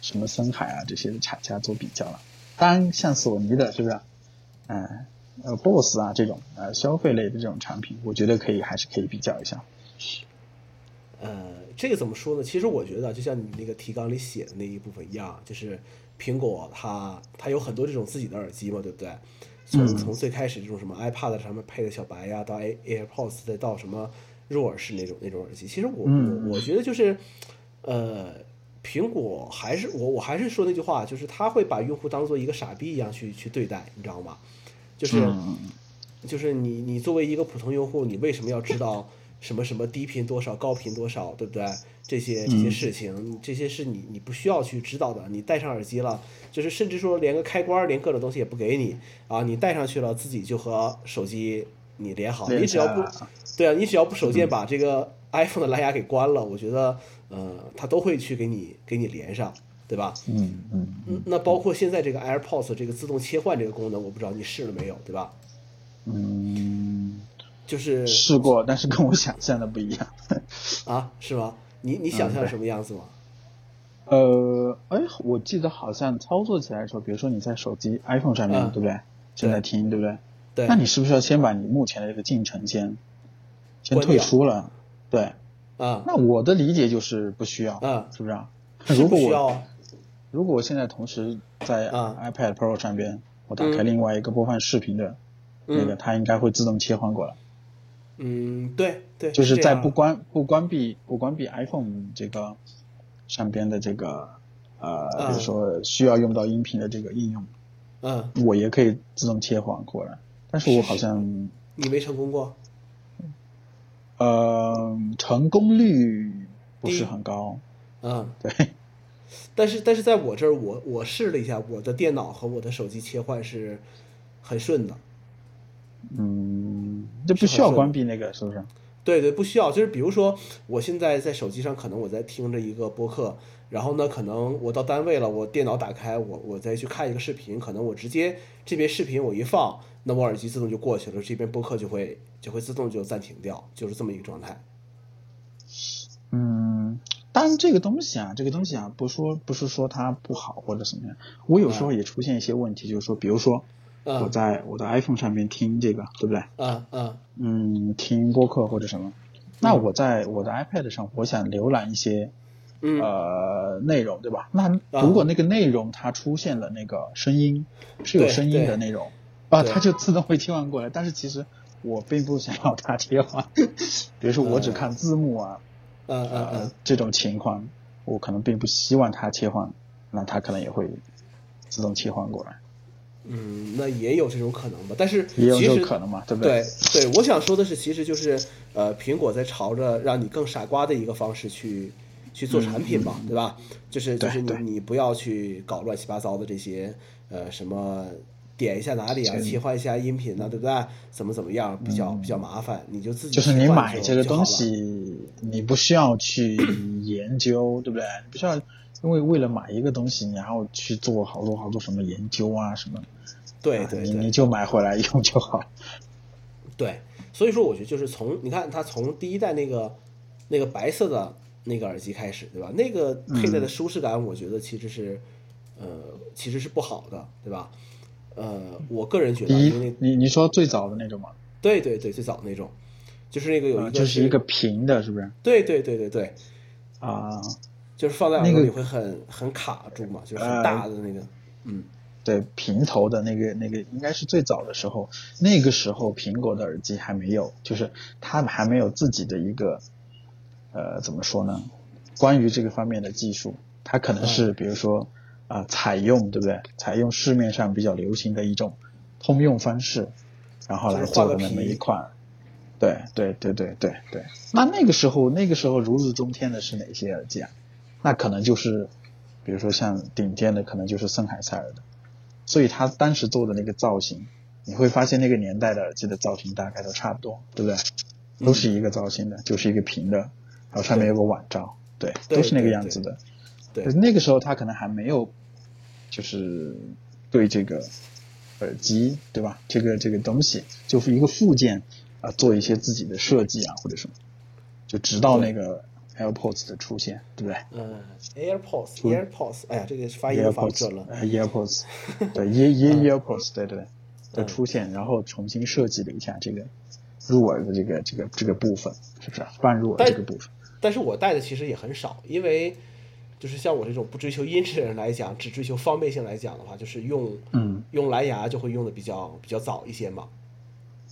[SPEAKER 2] 什么森海啊这些厂家做比较了。当然，像索尼的是不是？嗯，呃，BOSS 啊这种呃消费类的这种产品，我觉得可以还是可以比较一下。
[SPEAKER 1] 呃，这个怎么说呢？其实我觉得啊，就像你那个提纲里写的那一部分一样，就是苹果它它有很多这种自己的耳机嘛，对不对？从
[SPEAKER 2] 嗯
[SPEAKER 1] 从最开始这种什么 iPad 上面配的小白呀，到 A AirPods，再到什么入耳式那种那种耳机，其实我
[SPEAKER 2] 嗯
[SPEAKER 1] 我我觉得就是，呃，苹果还是我我还是说那句话，就是他会把用户当做一个傻逼一样去去对待，你知道吗？就是。
[SPEAKER 2] 嗯，
[SPEAKER 1] 就是你你作为一个普通用户，你为什么要知道什么什么低频多少、高频多少，对不对？这些这些事情，这些是你你不需要去知道的。你戴上耳机了，就是甚至说连个开关儿、连各种东西也不给你啊，你戴上去了，自己就和手机你连好，
[SPEAKER 2] 连
[SPEAKER 1] 你只要
[SPEAKER 2] 上
[SPEAKER 1] 不
[SPEAKER 2] 了
[SPEAKER 1] 对啊，你只要不手贱把这个 iPhone 的蓝牙给关了，我觉得呃，它都会去给你给你连上，对吧？
[SPEAKER 2] 嗯嗯
[SPEAKER 1] 嗯，那包括现在这个 AirPods 这个自动切换这个功能，我不知道你试了没有，对吧？
[SPEAKER 2] 嗯，
[SPEAKER 1] 就是
[SPEAKER 2] 试过，但是跟我想象的不一样。
[SPEAKER 1] 啊，是吗？你你想象
[SPEAKER 2] 嗯对
[SPEAKER 1] 什么样子吗？
[SPEAKER 2] 呃，哎，我记得好像操作起来的时候，比如说你在手机 iPhone 上面，
[SPEAKER 1] 嗯
[SPEAKER 2] 对不对？正在听，对不对？
[SPEAKER 1] 对，
[SPEAKER 2] 那你是不是要先把你目前的这个进程先先
[SPEAKER 1] 关
[SPEAKER 2] 退
[SPEAKER 1] 掉
[SPEAKER 2] 出了？对，
[SPEAKER 1] 啊
[SPEAKER 2] 那我的理解就是不需要，
[SPEAKER 1] 嗯
[SPEAKER 2] 是不是啊？
[SPEAKER 1] 是
[SPEAKER 2] 如
[SPEAKER 1] 不
[SPEAKER 2] 果
[SPEAKER 1] 需
[SPEAKER 2] 我
[SPEAKER 1] 要啊
[SPEAKER 2] 如果我现在同时在
[SPEAKER 1] 嗯
[SPEAKER 2] iPad Pro 上边，我打开
[SPEAKER 1] 嗯
[SPEAKER 2] 另外一个播放视频的那个，
[SPEAKER 1] 嗯
[SPEAKER 2] 它应该会自动切换过来，
[SPEAKER 1] 嗯，对对，
[SPEAKER 2] 就是
[SPEAKER 1] 这
[SPEAKER 2] 在
[SPEAKER 1] 样
[SPEAKER 2] 不关不关闭不关闭 iPhone 这个上边的这个呃，
[SPEAKER 1] 嗯
[SPEAKER 2] 比如说需要用到音频的这个应用，
[SPEAKER 1] 嗯，
[SPEAKER 2] 我也可以自动切换过来，但是我好像
[SPEAKER 1] 你没成功过，
[SPEAKER 2] 呃，成功率不是很高。
[SPEAKER 1] 嗯，
[SPEAKER 2] 对，
[SPEAKER 1] 但是但是在我这儿，我我试了一下，我的电脑和我的手机切换是很顺的，
[SPEAKER 2] 嗯，就不需要关闭那个，是不是？
[SPEAKER 1] 对对，不需要。就是比如说，我现在在手机上，可能我在听着一个播客，然后呢，可能我到单位了，我电脑打开，我我再去看一个视频，可能我直接这边视频我一放，那我耳机自动就过去了，这边播客就会就会自动就暂停掉，就是这么一个状态。
[SPEAKER 2] 嗯，当然这个东西啊，这个东西啊，不说不是说它不好或者什么样，我有时候也出现一些问题，就是说，比如说我
[SPEAKER 1] 嗯
[SPEAKER 2] 在我的 iPhone 上面听这个，对不对？
[SPEAKER 1] 嗯嗯
[SPEAKER 2] 嗯，听播客或者什么。那我在我的 iPad 上，我想浏览一些
[SPEAKER 1] 嗯
[SPEAKER 2] 呃内容，对吧？那
[SPEAKER 1] 啊
[SPEAKER 2] 如果那个内容它出现了那个声音，是有
[SPEAKER 1] 对
[SPEAKER 2] 声音
[SPEAKER 1] 对
[SPEAKER 2] 的内容啊，
[SPEAKER 1] 对
[SPEAKER 2] 它就自动会切换过来。但是其实我并不想要它切换， 比如说我只看字幕啊，
[SPEAKER 1] 嗯嗯
[SPEAKER 2] 呃
[SPEAKER 1] 嗯，
[SPEAKER 2] 这种情况，我可能并不希望它切换，那它可能也会自动切换过来，
[SPEAKER 1] 嗯，那也有这种可能吧。但是
[SPEAKER 2] 也有
[SPEAKER 1] 其
[SPEAKER 2] 这
[SPEAKER 1] 实
[SPEAKER 2] 种可能嘛，对不
[SPEAKER 1] 对对，我想说的是，其实就是呃，苹果在朝着让你更傻瓜的一个方式去去做产品嘛，对吧？就是就
[SPEAKER 2] 嗯对
[SPEAKER 1] 是你
[SPEAKER 2] 对
[SPEAKER 1] 你不要去搞乱七八糟的这些呃什么点一下哪里啊，切换一下音频啊呐、对不对？怎么怎么样比较、比较麻烦，你就自己
[SPEAKER 2] 就是你
[SPEAKER 1] 切换
[SPEAKER 2] 买
[SPEAKER 1] 就
[SPEAKER 2] 这个
[SPEAKER 1] 就好了
[SPEAKER 2] 东西，你不需要去研究，对不对？你不需要因为为了买一个东西，你然后去做好多好多什么研究啊什么，
[SPEAKER 1] 对
[SPEAKER 2] 啊
[SPEAKER 1] 对
[SPEAKER 2] 你
[SPEAKER 1] 对
[SPEAKER 2] 你就买回来用就好。
[SPEAKER 1] 对，所以说我觉得就是从你看它从第一代那个那个白色的那个耳机开始，对吧？那个
[SPEAKER 2] 嗯
[SPEAKER 1] 佩戴的舒适感，我觉得其实是、呃其实是不好的，对吧？呃，我个人觉得啊，
[SPEAKER 2] 第一
[SPEAKER 1] 因为，那
[SPEAKER 2] 你你说最早的那种嘛，
[SPEAKER 1] 对对对，最早那种就是那个有一
[SPEAKER 2] 啊
[SPEAKER 1] 个
[SPEAKER 2] 就是一个平的，是不是？
[SPEAKER 1] 对对对对对，
[SPEAKER 2] 啊，
[SPEAKER 1] 就是放在耳
[SPEAKER 2] 那
[SPEAKER 1] 朵
[SPEAKER 2] 个啊
[SPEAKER 1] 里会很很卡住嘛，就是很大的那个，嗯，
[SPEAKER 2] 对平头的那个那个应该是最早的时候，那个时候苹果的耳机还没有，就是他们还没有自己的一个，呃，怎么说呢？关于这个方面的技术，它可能
[SPEAKER 1] 嗯
[SPEAKER 2] 是比如说啊、采用对不对？采用市面上比较流行的一种通用方式，然后来
[SPEAKER 1] 就是画
[SPEAKER 2] 做
[SPEAKER 1] 个
[SPEAKER 2] 的那么
[SPEAKER 1] 皮
[SPEAKER 2] 一款。对对对对对对，那那个时候那个时候如日中天的是哪些耳机啊？那可能就是，比如说像顶尖的，可能就是森海塞尔的，所以他当时做的那个造型，你会发现那个年代的耳机的造型大概都差不多，对不
[SPEAKER 1] 嗯
[SPEAKER 2] 对？都是一个造型的，就是一个平的，然后上面有个碗罩，对，
[SPEAKER 1] 对
[SPEAKER 2] 都是那个
[SPEAKER 1] 对
[SPEAKER 2] 样子的。
[SPEAKER 1] 对
[SPEAKER 2] 可是那个时候他可能还没有，就是对这个耳机，对吧？这个这个东西就是一个附件啊、做一些自己的设计啊或者什么，就直到那个 AirPods 的出现，对不对？
[SPEAKER 1] 嗯，AirPods
[SPEAKER 2] 嗯
[SPEAKER 1] AirPods，哎呀，这个发音又发不准了，
[SPEAKER 2] 呃，AirPods，对，Ear Ear AirPods，对对对的
[SPEAKER 1] 嗯
[SPEAKER 2] 出现，然后重新设计了一下这个入耳的这个这个这个部分，是不是啊半入耳
[SPEAKER 1] 但
[SPEAKER 2] 这个部分？
[SPEAKER 1] 但是我戴的其实也很少，因为就是像我这种不追求音质的人来讲，只追求方便性来讲的话，就是用
[SPEAKER 2] 嗯
[SPEAKER 1] 用蓝牙就会用的比较比较早一些嘛，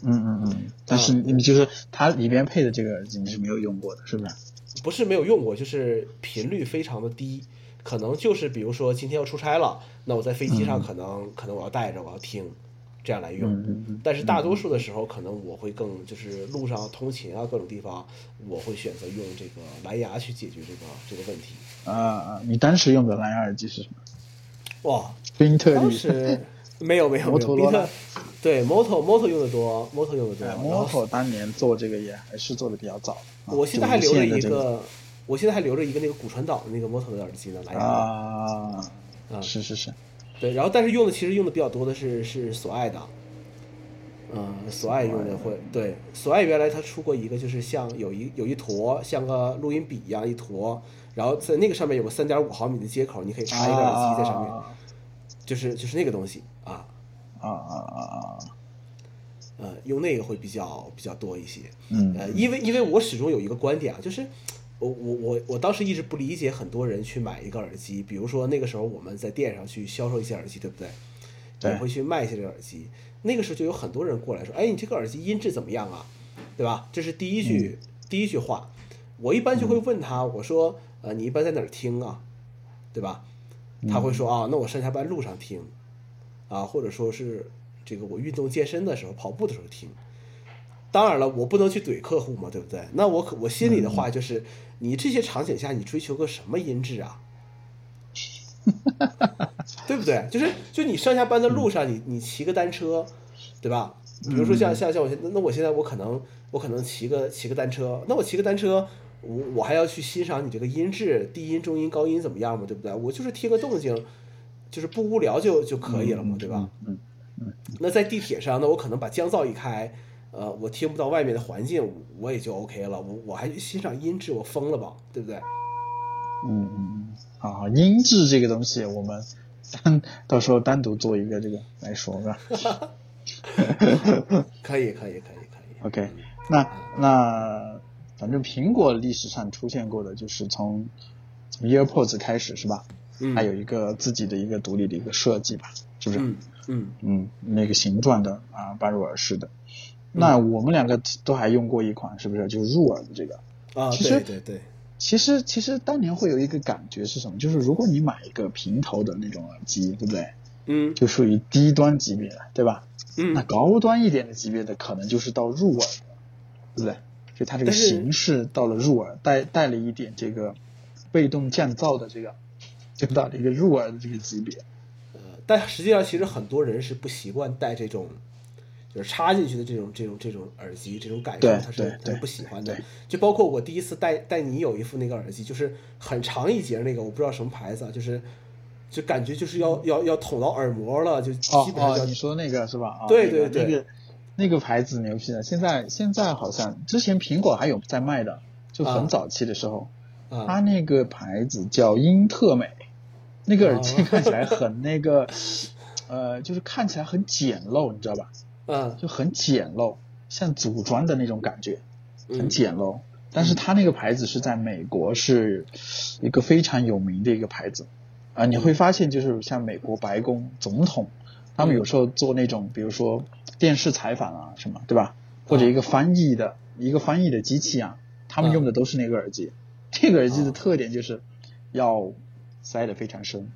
[SPEAKER 2] 嗯嗯嗯。但是你你就是它里边配的这个耳机你是没有用过的，是不是啊？
[SPEAKER 1] 不是没有用过，就是频率非常的低，可能就是比如说今天要出差了，那我在飞机上可能、可能我要带着我要听，这样来用。
[SPEAKER 2] 嗯嗯嗯。
[SPEAKER 1] 但是大多数的时候，可能我会更就是路上通勤啊各种地方，我会选择用这个蓝牙去解决这个这个问题。
[SPEAKER 2] 啊啊！你当时用的蓝牙耳机是什么？
[SPEAKER 1] 哇，
[SPEAKER 2] 宾特
[SPEAKER 1] 当
[SPEAKER 2] 利。
[SPEAKER 1] 时 没有没有
[SPEAKER 2] 摩
[SPEAKER 1] 没
[SPEAKER 2] 托
[SPEAKER 1] 有，
[SPEAKER 2] 罗
[SPEAKER 1] 比
[SPEAKER 2] 拉
[SPEAKER 1] 特对 Moto Moto 用的多，Moto 用的多。
[SPEAKER 2] 呃
[SPEAKER 1] 然后
[SPEAKER 2] Moto 当年做这个也还是做的比较早的啊
[SPEAKER 1] 我现在还留着
[SPEAKER 2] 就无线的
[SPEAKER 1] 一
[SPEAKER 2] 这个
[SPEAKER 1] 个，我现在还留着一个那个骨传导的那个 Moto 的耳机呢，蓝牙的。
[SPEAKER 2] 啊，
[SPEAKER 1] 嗯
[SPEAKER 2] 是是是，
[SPEAKER 1] 对，然后但是用的其实用的比较多的是是索爱的，嗯，索爱用的会对，索爱原来它出过一个就是像有一有一坨像个录音笔一样一坨，然后在那个上面有个三点五毫米的接口，你可以插一个耳机在上面，
[SPEAKER 2] 啊
[SPEAKER 1] 就是就是那个东西啊，
[SPEAKER 2] 啊啊啊！啊
[SPEAKER 1] 呃，用那个会比较比较多一些，
[SPEAKER 2] 嗯
[SPEAKER 1] 呃，因为因为我始终有一个观点啊，就是我我我我当时一直不理解很多人去买一个耳机，比如说那个时候我们在店上去销售一些耳机，对不对？
[SPEAKER 2] 对
[SPEAKER 1] 也会去卖一些这个耳机。那个时候就有很多人过来说：“哎，你这个耳机音质怎么样啊？”对吧？这是第一句、
[SPEAKER 2] 嗯
[SPEAKER 1] 第一句话。我一般就会问他，我说：“呃，你一般在哪儿听啊？”对吧？他
[SPEAKER 2] 嗯
[SPEAKER 1] 会说：“啊，那我上下班路上听，啊，或者说是这个我运动健身的时候、跑步的时候听。”当然了，我不能去怼客户嘛，对不对？那我可我心里的话就是，你这些场景下你追求个什么音质啊？ 对不对？就是就你上下班的路上，你你骑个单车，对吧？比如说像像像我现那我现在我可能我可能骑个骑个单车，那我骑个单车，我我还要去欣赏你这个音质，低音、中音、高音怎么样嘛，对不对？我就是听个动静，就是不无聊就就可以了嘛，对吧？
[SPEAKER 2] 嗯
[SPEAKER 1] 那在地铁上，那我可能把降噪一开，呃，我听不到外面的环境，我也就 OK 了。我我还欣赏音质，我疯了吧，对不对？
[SPEAKER 2] 嗯嗯嗯，啊，音质这个东西，我们单到时候单独做一个这个来说 吧。
[SPEAKER 1] 可以，可以，可以，可以。
[SPEAKER 2] OK，那那反正苹果历史上出现过的就是从从 AirPods 开始是吧？
[SPEAKER 1] 嗯
[SPEAKER 2] 它有一个自己的一个独立的一个设计吧，是不是？
[SPEAKER 1] 嗯嗯，
[SPEAKER 2] 嗯，那个形状的啊，半入耳式的。
[SPEAKER 1] 嗯
[SPEAKER 2] 那我们两个都还用过一款，是不是？就是入耳的这个。
[SPEAKER 1] 啊，
[SPEAKER 2] 其实
[SPEAKER 1] 对对对，
[SPEAKER 2] 其实其实当年会有一个感觉是什么？就是如果你买一个平头的那种耳机，对不对？
[SPEAKER 1] 嗯
[SPEAKER 2] 就属于低端级别了，对吧？
[SPEAKER 1] 嗯
[SPEAKER 2] 那高端一点的级别的，可能就是到入耳了，对不对？就它这个
[SPEAKER 1] 但是
[SPEAKER 2] 形式到了入耳，带带了一点这个被动降噪的这个，就到了一个入耳的这个级别。
[SPEAKER 1] 呃，但实际上其实很多人是不习惯戴这种，就是插进去的这种这种这种耳机，这种感受
[SPEAKER 2] 对
[SPEAKER 1] 他是
[SPEAKER 2] 对
[SPEAKER 1] 他
[SPEAKER 2] 对
[SPEAKER 1] 是不喜欢的
[SPEAKER 2] 对。
[SPEAKER 1] 就包括我第一次戴戴你有一副那个耳机，就是很长一节那个，我不知道什么牌子啊，就是就感觉就是
[SPEAKER 2] 嗯
[SPEAKER 1] 要要要捅到耳膜了，就
[SPEAKER 2] 哦
[SPEAKER 1] 基本上
[SPEAKER 2] 哦
[SPEAKER 1] 要，
[SPEAKER 2] 你说那个是吧？啊，
[SPEAKER 1] 对
[SPEAKER 2] 那个
[SPEAKER 1] 对对
[SPEAKER 2] 那个那个牌子牛逼的，现在现在好像之前苹果还有在卖的，就很
[SPEAKER 1] 啊
[SPEAKER 2] 早期的时候，它
[SPEAKER 1] 啊
[SPEAKER 2] 那个牌子叫英特美，那个耳机
[SPEAKER 1] 哦
[SPEAKER 2] 看起来很那个， 呃，就是看起来很简陋，你知道吧？
[SPEAKER 1] 嗯
[SPEAKER 2] 就很简陋，像组装的那种感觉，
[SPEAKER 1] 嗯
[SPEAKER 2] 很简陋。但是它那个牌子是在美国是一个非常有名的一个牌子啊，你会发现就是像美国白宫总统，他们有时候做那种比如说电视采访啊什么，对吧？或者一个翻译的一个翻译的机器啊，他们用的都是那个耳机。这个耳机的特点就是要塞得非常深，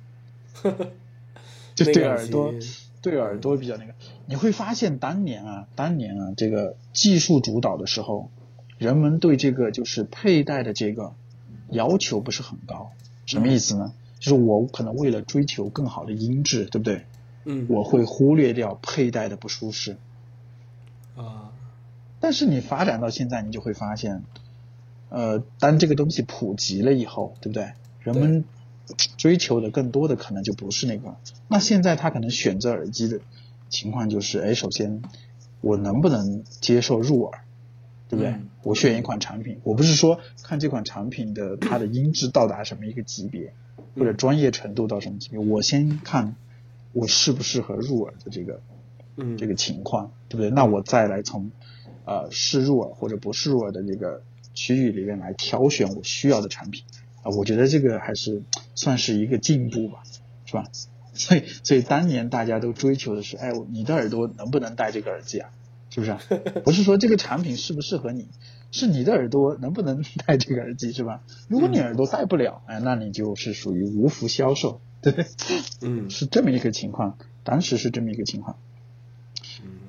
[SPEAKER 2] 就
[SPEAKER 1] 那
[SPEAKER 2] 对
[SPEAKER 1] 个
[SPEAKER 2] 耳朵
[SPEAKER 1] 耳机
[SPEAKER 2] 对耳朵比较那个。你会发现当年啊，当年啊，这个技术主导的时候，人们对这个就是佩戴的这个要求不是很高。什么意思呢？就是我可能为了追求更好的音质，对不对？
[SPEAKER 1] 嗯
[SPEAKER 2] 我会忽略掉佩戴的不舒适。
[SPEAKER 1] 啊
[SPEAKER 2] 但是你发展到现在，你就会发现，呃，当这个东西普及了以后，对不对？人们追求的更多的可能就不是那个。那现在他可能选择耳机的情况就是，哎，首先我能不能接受入耳，对不对？
[SPEAKER 1] 嗯
[SPEAKER 2] 我选一款产品，我不是说看这款产品的它的音质到达什么一个级别，或者专业程度到什么级别，我先看我适不适合入耳的这个
[SPEAKER 1] 嗯
[SPEAKER 2] 这个情况，对不对？那我再来从呃试入耳或者不试入耳的这个区域里面来挑选我需要的产品啊、我觉得这个还是算是一个进步吧，是吧？ 所以所以当年大家都追求的是，哎，我你的耳朵能不能戴这个耳机啊？是不是啊、不是说这个产品适不适合你，是你的耳朵能不能 戴这个耳机，是吧？如果你耳朵戴不了，哎，那你就是属于无福消受，对不对？
[SPEAKER 1] 嗯
[SPEAKER 2] 是这么一个情况，当时是这么一个情况。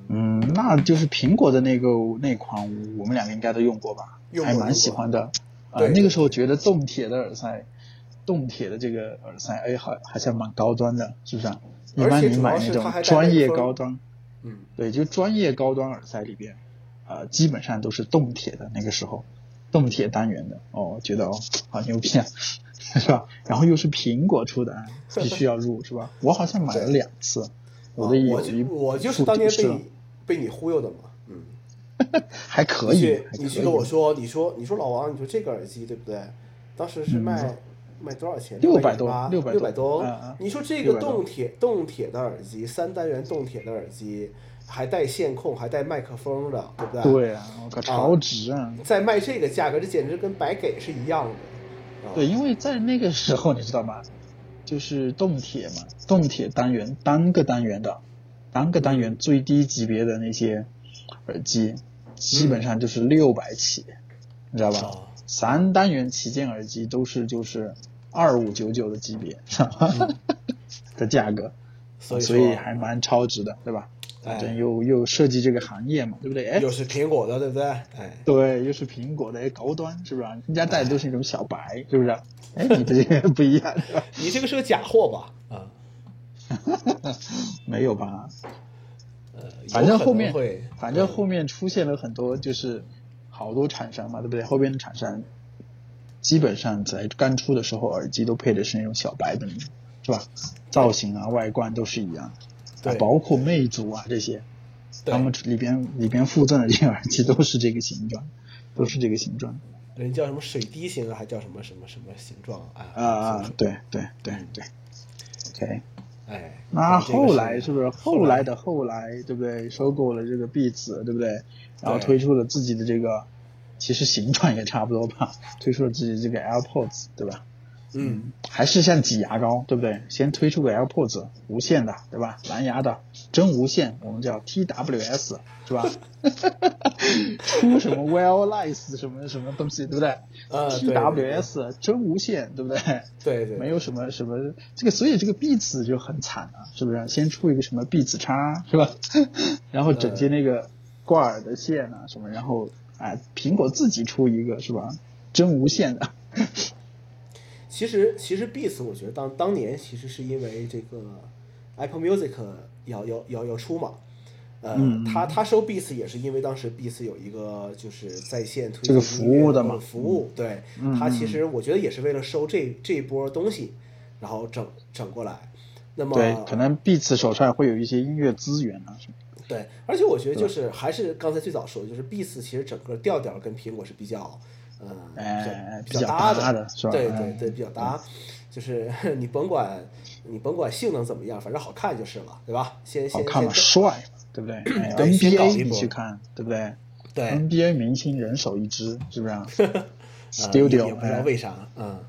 [SPEAKER 1] 嗯
[SPEAKER 2] 嗯，那就是苹果的那个那款，我们两个应该都用过吧？
[SPEAKER 1] 用过
[SPEAKER 2] 还蛮喜欢的。啊、
[SPEAKER 1] 对
[SPEAKER 2] 那个时候觉得动铁的耳塞，动铁的这个耳塞，哎，好还像蛮高端的，是不是、啊？一
[SPEAKER 1] 而
[SPEAKER 2] 般
[SPEAKER 1] 且
[SPEAKER 2] 你
[SPEAKER 1] 主要
[SPEAKER 2] 买
[SPEAKER 1] 是
[SPEAKER 2] 那
[SPEAKER 1] 它还带
[SPEAKER 2] 种专
[SPEAKER 1] 麦
[SPEAKER 2] 业
[SPEAKER 1] 克风
[SPEAKER 2] 高端，
[SPEAKER 1] 嗯
[SPEAKER 2] 对，就专业高端耳塞里边，呃，基本上都是动铁的。那个时候，动铁单元的，哦，觉得哦，好牛逼啊，是吧？然后又是苹果出的，啊必须要入，是吧？我好像买了
[SPEAKER 1] 对
[SPEAKER 2] 两次，我
[SPEAKER 1] 啊
[SPEAKER 2] 的有
[SPEAKER 1] 我
[SPEAKER 2] 一
[SPEAKER 1] 就我就
[SPEAKER 2] 部
[SPEAKER 1] 是当年
[SPEAKER 2] 就是
[SPEAKER 1] 被
[SPEAKER 2] 了
[SPEAKER 1] 你被你忽悠的嘛，嗯。
[SPEAKER 2] 还可
[SPEAKER 1] 你
[SPEAKER 2] 以
[SPEAKER 1] 去，
[SPEAKER 2] 还可
[SPEAKER 1] 你去
[SPEAKER 2] 以
[SPEAKER 1] 跟我说，你说你说老王，你说这个耳机对不对？当时是卖、卖多少钱？
[SPEAKER 2] 600
[SPEAKER 1] 多
[SPEAKER 2] 嗯多，
[SPEAKER 1] 六
[SPEAKER 2] 600多
[SPEAKER 1] 多。
[SPEAKER 2] 嗯嗯
[SPEAKER 1] 你说这个
[SPEAKER 2] 600多
[SPEAKER 1] 动铁动铁的耳机，三单元动铁的耳机，还带线控，还带麦克风的，对不对？
[SPEAKER 2] 对啊，我靠，超值啊！
[SPEAKER 1] 再卖这个价格，这简直跟白给是一样的。啊、
[SPEAKER 2] 对，，因为在那个时候，你知道吗？就是动铁嘛，动铁单元单个单元的，单个单元最低级别的那些耳机，基本上就是六百起，你知道吧
[SPEAKER 1] 哦？
[SPEAKER 2] 三单元旗舰耳机都是就是二五九九的级别 的价格，
[SPEAKER 1] 嗯所以
[SPEAKER 2] 所
[SPEAKER 1] 说
[SPEAKER 2] 以还蛮超值的，对吧？
[SPEAKER 1] 哎
[SPEAKER 2] 反正又又涉及这个行业嘛，对不对？哎，
[SPEAKER 1] 又是苹果的，对不对？哎，
[SPEAKER 2] 对，又是苹果的高端，是不是啊？人家带的都是那种小白，是不是啊？哎，你这个不一样，是吧
[SPEAKER 1] 你这个是个假货吧？啊，
[SPEAKER 2] 没有吧？
[SPEAKER 1] 呃，有
[SPEAKER 2] 反正
[SPEAKER 1] 可
[SPEAKER 2] 后
[SPEAKER 1] 能
[SPEAKER 2] 面
[SPEAKER 1] 会，
[SPEAKER 2] 反正后面出现了很多，就是好多厂商嘛，对不对？后边的厂商基本上在刚出的时候，耳机都配的是那种小白的那种，是吧？造型啊、外观都是一样的，
[SPEAKER 1] 对
[SPEAKER 2] 啊包括魅族啊这些，
[SPEAKER 1] 对
[SPEAKER 2] 他们里边里边附赠的这个耳机都是这个形状，都是这个形状。
[SPEAKER 1] 人叫什么水滴形啊，还叫什么什么什么形状啊？
[SPEAKER 2] 啊啊，对对对对，OK。
[SPEAKER 1] 哎，
[SPEAKER 2] 那
[SPEAKER 1] 这个
[SPEAKER 2] 后来啊是不是
[SPEAKER 1] 后
[SPEAKER 2] 后来的后来，对不对？收购了这个 Beats，对不对？然后
[SPEAKER 1] 对
[SPEAKER 2] 推出了自己的这个，其实形状也差不多吧，推出了自己的这个 AirPods，对吧？
[SPEAKER 1] 嗯，
[SPEAKER 2] 还是像挤牙膏，对不对？先推出个 AirPods 无线的，对吧？蓝牙的，真无线，我们叫 TWS，是吧？ 出什么 Well Nice 什么什么东西，对啊不对
[SPEAKER 1] 呃，对
[SPEAKER 2] ？TWS 真无线，对不对？
[SPEAKER 1] 对对，
[SPEAKER 2] 没有什么什么这个，所以这个 B 子就很惨啊，是不是？先出一个什么 B 子叉是吧？ 然后整些那个挂耳的线啊什么，然后哎，苹果自己出一个是吧？真无线的，
[SPEAKER 1] 其实其实 Beats 我觉得当当年其实是因为这个 Apple Music 要要要要出嘛，呃，
[SPEAKER 2] 嗯
[SPEAKER 1] 他他收 Beats 也是因为当时 Beats 有一个就是在线推
[SPEAKER 2] 这个
[SPEAKER 1] 荐
[SPEAKER 2] 服
[SPEAKER 1] 音乐
[SPEAKER 2] 务的嘛
[SPEAKER 1] 呃服务，对，
[SPEAKER 2] 嗯
[SPEAKER 1] 他其
[SPEAKER 2] 嗯
[SPEAKER 1] 实我觉得也是为了收这这一波东西，然后整整过来。那么
[SPEAKER 2] 对，可能 B 子手上会有一些音乐资源啊什么。
[SPEAKER 1] 对，而且我觉得就是还是刚才最早说的，就是 Beats 其实整个调调跟苹果是比较，呃，
[SPEAKER 2] 哎
[SPEAKER 1] 比较
[SPEAKER 2] 比较
[SPEAKER 1] 搭
[SPEAKER 2] 搭的是吧
[SPEAKER 1] 对
[SPEAKER 2] 哎
[SPEAKER 1] 对对，比较搭，就是 你甭管你甭管性能怎么样，反正好看就是了，对吧？先
[SPEAKER 2] 好
[SPEAKER 1] 先
[SPEAKER 2] 看嘛，
[SPEAKER 1] 先
[SPEAKER 2] 帅嘛，对不对？哎
[SPEAKER 1] 对先搞一
[SPEAKER 2] NBA
[SPEAKER 1] 波
[SPEAKER 2] 你去看，对不对？
[SPEAKER 1] 对，
[SPEAKER 2] NBA 明星人手一支，是不是啊
[SPEAKER 1] 呃也
[SPEAKER 2] ？Studio，
[SPEAKER 1] 也不知道
[SPEAKER 2] 哎
[SPEAKER 1] 为啥，嗯。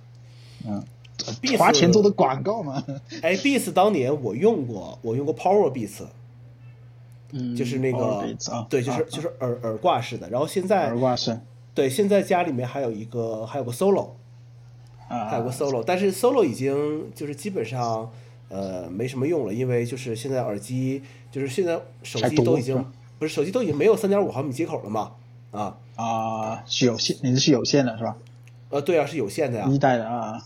[SPEAKER 2] 嗯，
[SPEAKER 1] Beats-
[SPEAKER 2] 花钱做的广告嘛，
[SPEAKER 1] 哎，Beats 当年我用过，我用过 Power Beats，
[SPEAKER 2] 嗯
[SPEAKER 1] 就是那个
[SPEAKER 2] Orbitz，啊，
[SPEAKER 1] 对，就是
[SPEAKER 2] 啊
[SPEAKER 1] 就是耳耳挂式的。然后现在
[SPEAKER 2] 耳挂式
[SPEAKER 1] 对，现在家里面还有一个，还有个 Solo，还有
[SPEAKER 2] 啊
[SPEAKER 1] 个，Solo，但是 Solo 已经就是基本上呃没什么用了，因为就是现在耳机就是现在手
[SPEAKER 2] 太
[SPEAKER 1] 机
[SPEAKER 2] 多
[SPEAKER 1] 都
[SPEAKER 2] 了
[SPEAKER 1] 已
[SPEAKER 2] 是
[SPEAKER 1] 经
[SPEAKER 2] 吧
[SPEAKER 1] 不是手机都已经没有三点五毫米接口了嘛啊
[SPEAKER 2] 啊，是有线，你是有线的是吧？
[SPEAKER 1] 呃对啊是有线的呀、
[SPEAKER 2] 一代的啊，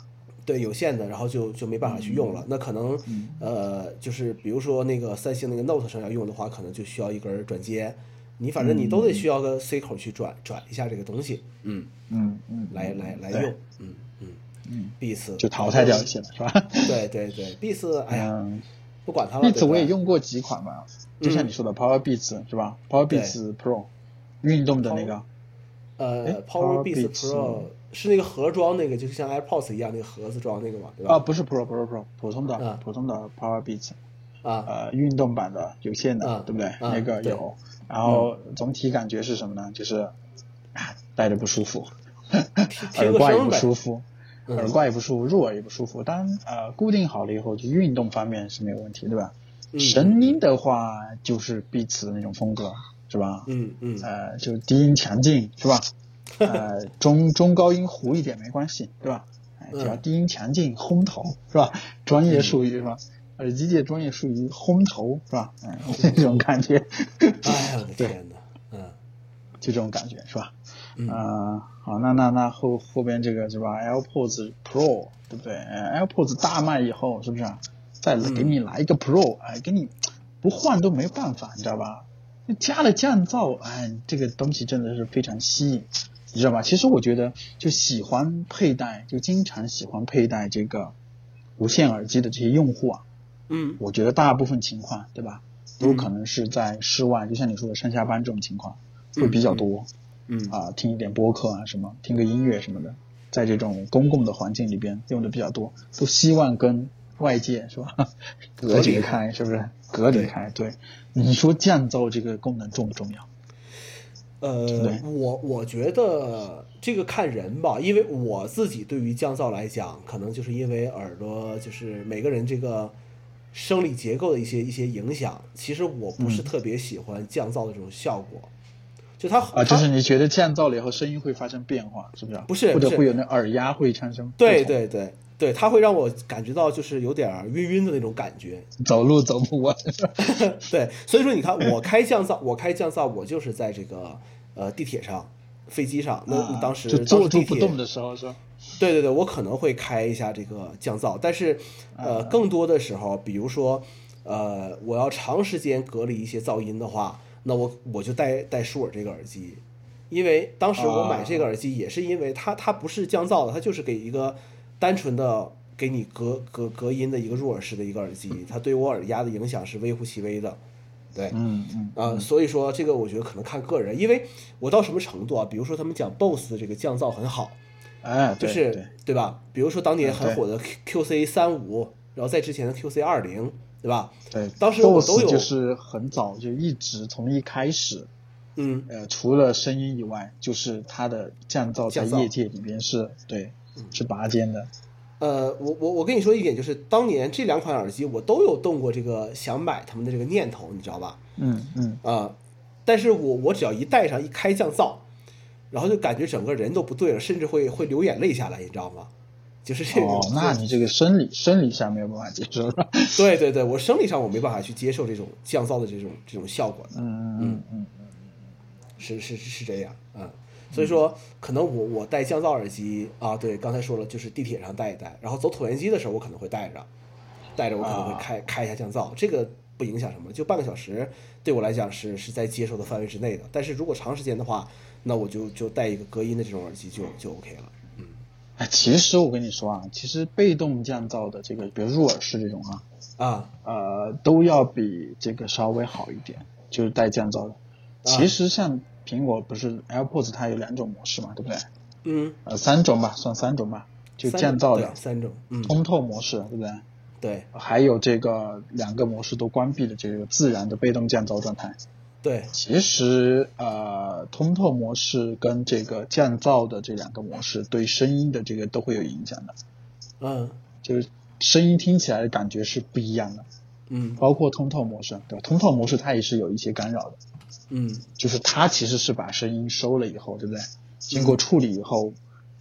[SPEAKER 1] 对有线的，然后就就没办法去用了。
[SPEAKER 2] 嗯
[SPEAKER 1] 那可能呃，就是比如说那个三星那个 Note 上要用的话，可能就需要一根转接。你反正你都得需要个 C 口去转转一下这个东西，嗯，
[SPEAKER 2] 嗯嗯，
[SPEAKER 1] 来来来
[SPEAKER 2] 对
[SPEAKER 1] 用，嗯嗯
[SPEAKER 2] 嗯，
[SPEAKER 1] ，Beats
[SPEAKER 2] 就淘汰掉一些了是 吧？
[SPEAKER 1] 对对对，Beats，哎呀，
[SPEAKER 2] 嗯
[SPEAKER 1] 不管它了。对
[SPEAKER 2] ，Beats
[SPEAKER 1] 吧
[SPEAKER 2] 我也用过几款嘛，就像你说的 Power Beats 是吧？Power
[SPEAKER 1] 对
[SPEAKER 2] Beats Pro，运动的那个
[SPEAKER 1] 呃
[SPEAKER 2] 哎
[SPEAKER 1] ，Power
[SPEAKER 2] Power
[SPEAKER 1] Beats
[SPEAKER 2] Beats 嗯
[SPEAKER 1] Pro 是那个盒装那个，就是像 AirPods 一样那个盒子装那个嘛，对
[SPEAKER 2] 啊，
[SPEAKER 1] 吧？
[SPEAKER 2] 不是 Pro 不是 Pro，普通的
[SPEAKER 1] 嗯
[SPEAKER 2] 普通的 Power Beats，
[SPEAKER 1] 啊，
[SPEAKER 2] 呃运动版的有线的，
[SPEAKER 1] 嗯
[SPEAKER 2] 对不对？嗯
[SPEAKER 1] 嗯
[SPEAKER 2] 那个有，然后总体感觉是什么呢？就是啊戴着不舒服，
[SPEAKER 1] 听
[SPEAKER 2] 耳
[SPEAKER 1] 个
[SPEAKER 2] 挂也
[SPEAKER 1] 声
[SPEAKER 2] 不
[SPEAKER 1] 呗，
[SPEAKER 2] 舒服，
[SPEAKER 1] 嗯
[SPEAKER 2] 耳挂也不舒服，入耳也不舒服。当然呃固定好了以后，就运动方面是没有问题，对吧？
[SPEAKER 1] 嗯
[SPEAKER 2] 声音的话就是 Beats 的那种风格，是吧？
[SPEAKER 1] 嗯嗯，
[SPEAKER 2] 呃，就低音强劲 是吧？呃，中中高音糊一点没关系，对吧？哎，
[SPEAKER 1] 嗯
[SPEAKER 2] 只要低音强劲，轰头是吧？专业术语是
[SPEAKER 1] 嗯
[SPEAKER 2] 吧？耳机界专业术语，轰头是吧？ 嗯，这种感觉，
[SPEAKER 1] 哎呀，我的天哪，嗯
[SPEAKER 2] 就这种感觉是吧？
[SPEAKER 1] 嗯
[SPEAKER 2] 呃，好，那那那后后边这个是吧？AirPods Pro 对不对、呃、？AirPods 大卖以后是不是啊、再给你来
[SPEAKER 1] 嗯
[SPEAKER 2] 一个 Pro，哎、给你不换都没办法，你知道吧？加了降噪，哎，这个东西真的是非常吸引，你知道吧？其实我觉得就喜欢佩戴，就经常喜欢佩戴这个无线耳机的这些用户啊，
[SPEAKER 1] 嗯
[SPEAKER 2] 我觉得大部分情况，对吧？都
[SPEAKER 1] 嗯
[SPEAKER 2] 可能是在室外，就像你说的上下班这种情况会
[SPEAKER 1] 嗯
[SPEAKER 2] 比较
[SPEAKER 1] 嗯
[SPEAKER 2] 多。
[SPEAKER 1] 嗯
[SPEAKER 2] 啊，听一点播客啊，什么听个音乐什么的，在这种公共的环境里边用的比较多，都希望跟外界 是吧隔
[SPEAKER 1] 离
[SPEAKER 2] 绝开，是不是？隔离开，对。你说降噪这个功能重不重要？
[SPEAKER 1] 呃
[SPEAKER 2] 对，
[SPEAKER 1] 我我觉得这个看人吧，因为我自己对于降噪来讲，可能就是因为耳朵就是每个人这个生理结构的一些一些影响。其实我不是
[SPEAKER 2] 嗯
[SPEAKER 1] 特别喜欢降噪的这种效果，就它
[SPEAKER 2] 啊，
[SPEAKER 1] 它
[SPEAKER 2] 就是你觉得降噪了以后声音会发生变化，是不是？
[SPEAKER 1] 不是
[SPEAKER 2] 或
[SPEAKER 1] 不
[SPEAKER 2] 者
[SPEAKER 1] 是
[SPEAKER 2] 会有那耳压会产生不
[SPEAKER 1] 对
[SPEAKER 2] 同，
[SPEAKER 1] 对对对，它会让我感觉到就是有点儿晕晕的那种感觉。
[SPEAKER 2] 走路走不稳，
[SPEAKER 1] 对，所以说你看，我开降噪，我开降噪，我就是在这个呃地铁上、飞机上，那那
[SPEAKER 2] 啊
[SPEAKER 1] 当时
[SPEAKER 2] 就
[SPEAKER 1] 当时
[SPEAKER 2] 坐住
[SPEAKER 1] 地
[SPEAKER 2] 不
[SPEAKER 1] 铁
[SPEAKER 2] 动的时候是吧？
[SPEAKER 1] 对对对，我可能会开一下这个降噪，但是呃，
[SPEAKER 2] 啊
[SPEAKER 1] 更多的时候，比如说呃，我要长时间隔离一些噪音的话，那我我就戴戴舒尔这个耳机，因为当时我买这个耳机也是因为它它不是降噪的，它就是给一个单纯的给你隔隔隔音的一个入耳式的一个耳机，它对我耳压的影响是微乎其微的，对，
[SPEAKER 2] 嗯嗯
[SPEAKER 1] 啊，所以说这个我觉得可能看个人，因为我到什么程度啊？比如说他们讲 BOSS 的这个降噪很好，
[SPEAKER 2] 哎，
[SPEAKER 1] 就
[SPEAKER 2] 对
[SPEAKER 1] 是
[SPEAKER 2] 对
[SPEAKER 1] 对吧？比如说当年
[SPEAKER 2] 嗯
[SPEAKER 1] 很
[SPEAKER 2] 对
[SPEAKER 1] 火的 QC 三五，然后在之前的 QC 二零，对吧？
[SPEAKER 2] 对，
[SPEAKER 1] 当时我
[SPEAKER 2] Bose
[SPEAKER 1] 都有
[SPEAKER 2] 就是很早就一直从一开始
[SPEAKER 1] 嗯，
[SPEAKER 2] 呃，除了声音以外，就是它的降噪在
[SPEAKER 1] 降噪嗯
[SPEAKER 2] 业界里边是对是拔尖的。
[SPEAKER 1] 呃，我我我跟你说一点，就是当年这两款耳机我都有动过这个想买他们的这个念头，你知道吧？
[SPEAKER 2] 嗯嗯，
[SPEAKER 1] 啊、但是我我只要一戴上，一开降噪，然后就感觉整个人都不对了，甚至会会流眼泪下来，你知道吗？就是这个，
[SPEAKER 2] 哦，那你这个生理生理上没有办法接受是吧？
[SPEAKER 1] 对对对，我生理上我没办法去接受这种降噪的这种这种效果的。
[SPEAKER 2] 嗯嗯嗯
[SPEAKER 1] 是是是是这样，嗯，所以说可能我我戴降噪耳机啊，对，刚才说了，就是地铁上戴一戴，然后走椭圆机的时候我可能会戴着，戴着我可能
[SPEAKER 2] 啊
[SPEAKER 1] 会开、开一下降噪，这个不影响什么，就半个小时对我来讲是是在接受的范围之内的，但是如果长时间的话，那我就就戴一个隔音的这种耳机就就 OK 了，
[SPEAKER 2] 哎，其实我跟你说啊，其实被动降噪的这个，比如入耳式这种啊，
[SPEAKER 1] 啊，
[SPEAKER 2] 呃，都要比这个稍微好一点，就是带降
[SPEAKER 1] 啊
[SPEAKER 2] 噪的。其实像苹果不是 AirPods 它有两种模式嘛，对不对？
[SPEAKER 1] 嗯，
[SPEAKER 2] 呃，三种吧，算三种吧，就
[SPEAKER 1] 三
[SPEAKER 2] 降噪哦
[SPEAKER 1] 种对、
[SPEAKER 2] 的
[SPEAKER 1] 三种，嗯，
[SPEAKER 2] 通透模式，对不对？
[SPEAKER 1] 对，
[SPEAKER 2] 还有这个两个模式都关闭的这个自然的被动降噪状态，
[SPEAKER 1] 对，
[SPEAKER 2] 其实呃，通透模式跟这个降噪的这两个模式对声音的这个都会有影响的，
[SPEAKER 1] 嗯
[SPEAKER 2] 就是声音听起来的感觉是不一样的，
[SPEAKER 1] 嗯
[SPEAKER 2] 包括通透模式，对吧？通透模式它也是有一些干扰的，
[SPEAKER 1] 嗯
[SPEAKER 2] 就是它其实是把声音收了以后，对不对？经过处理以后，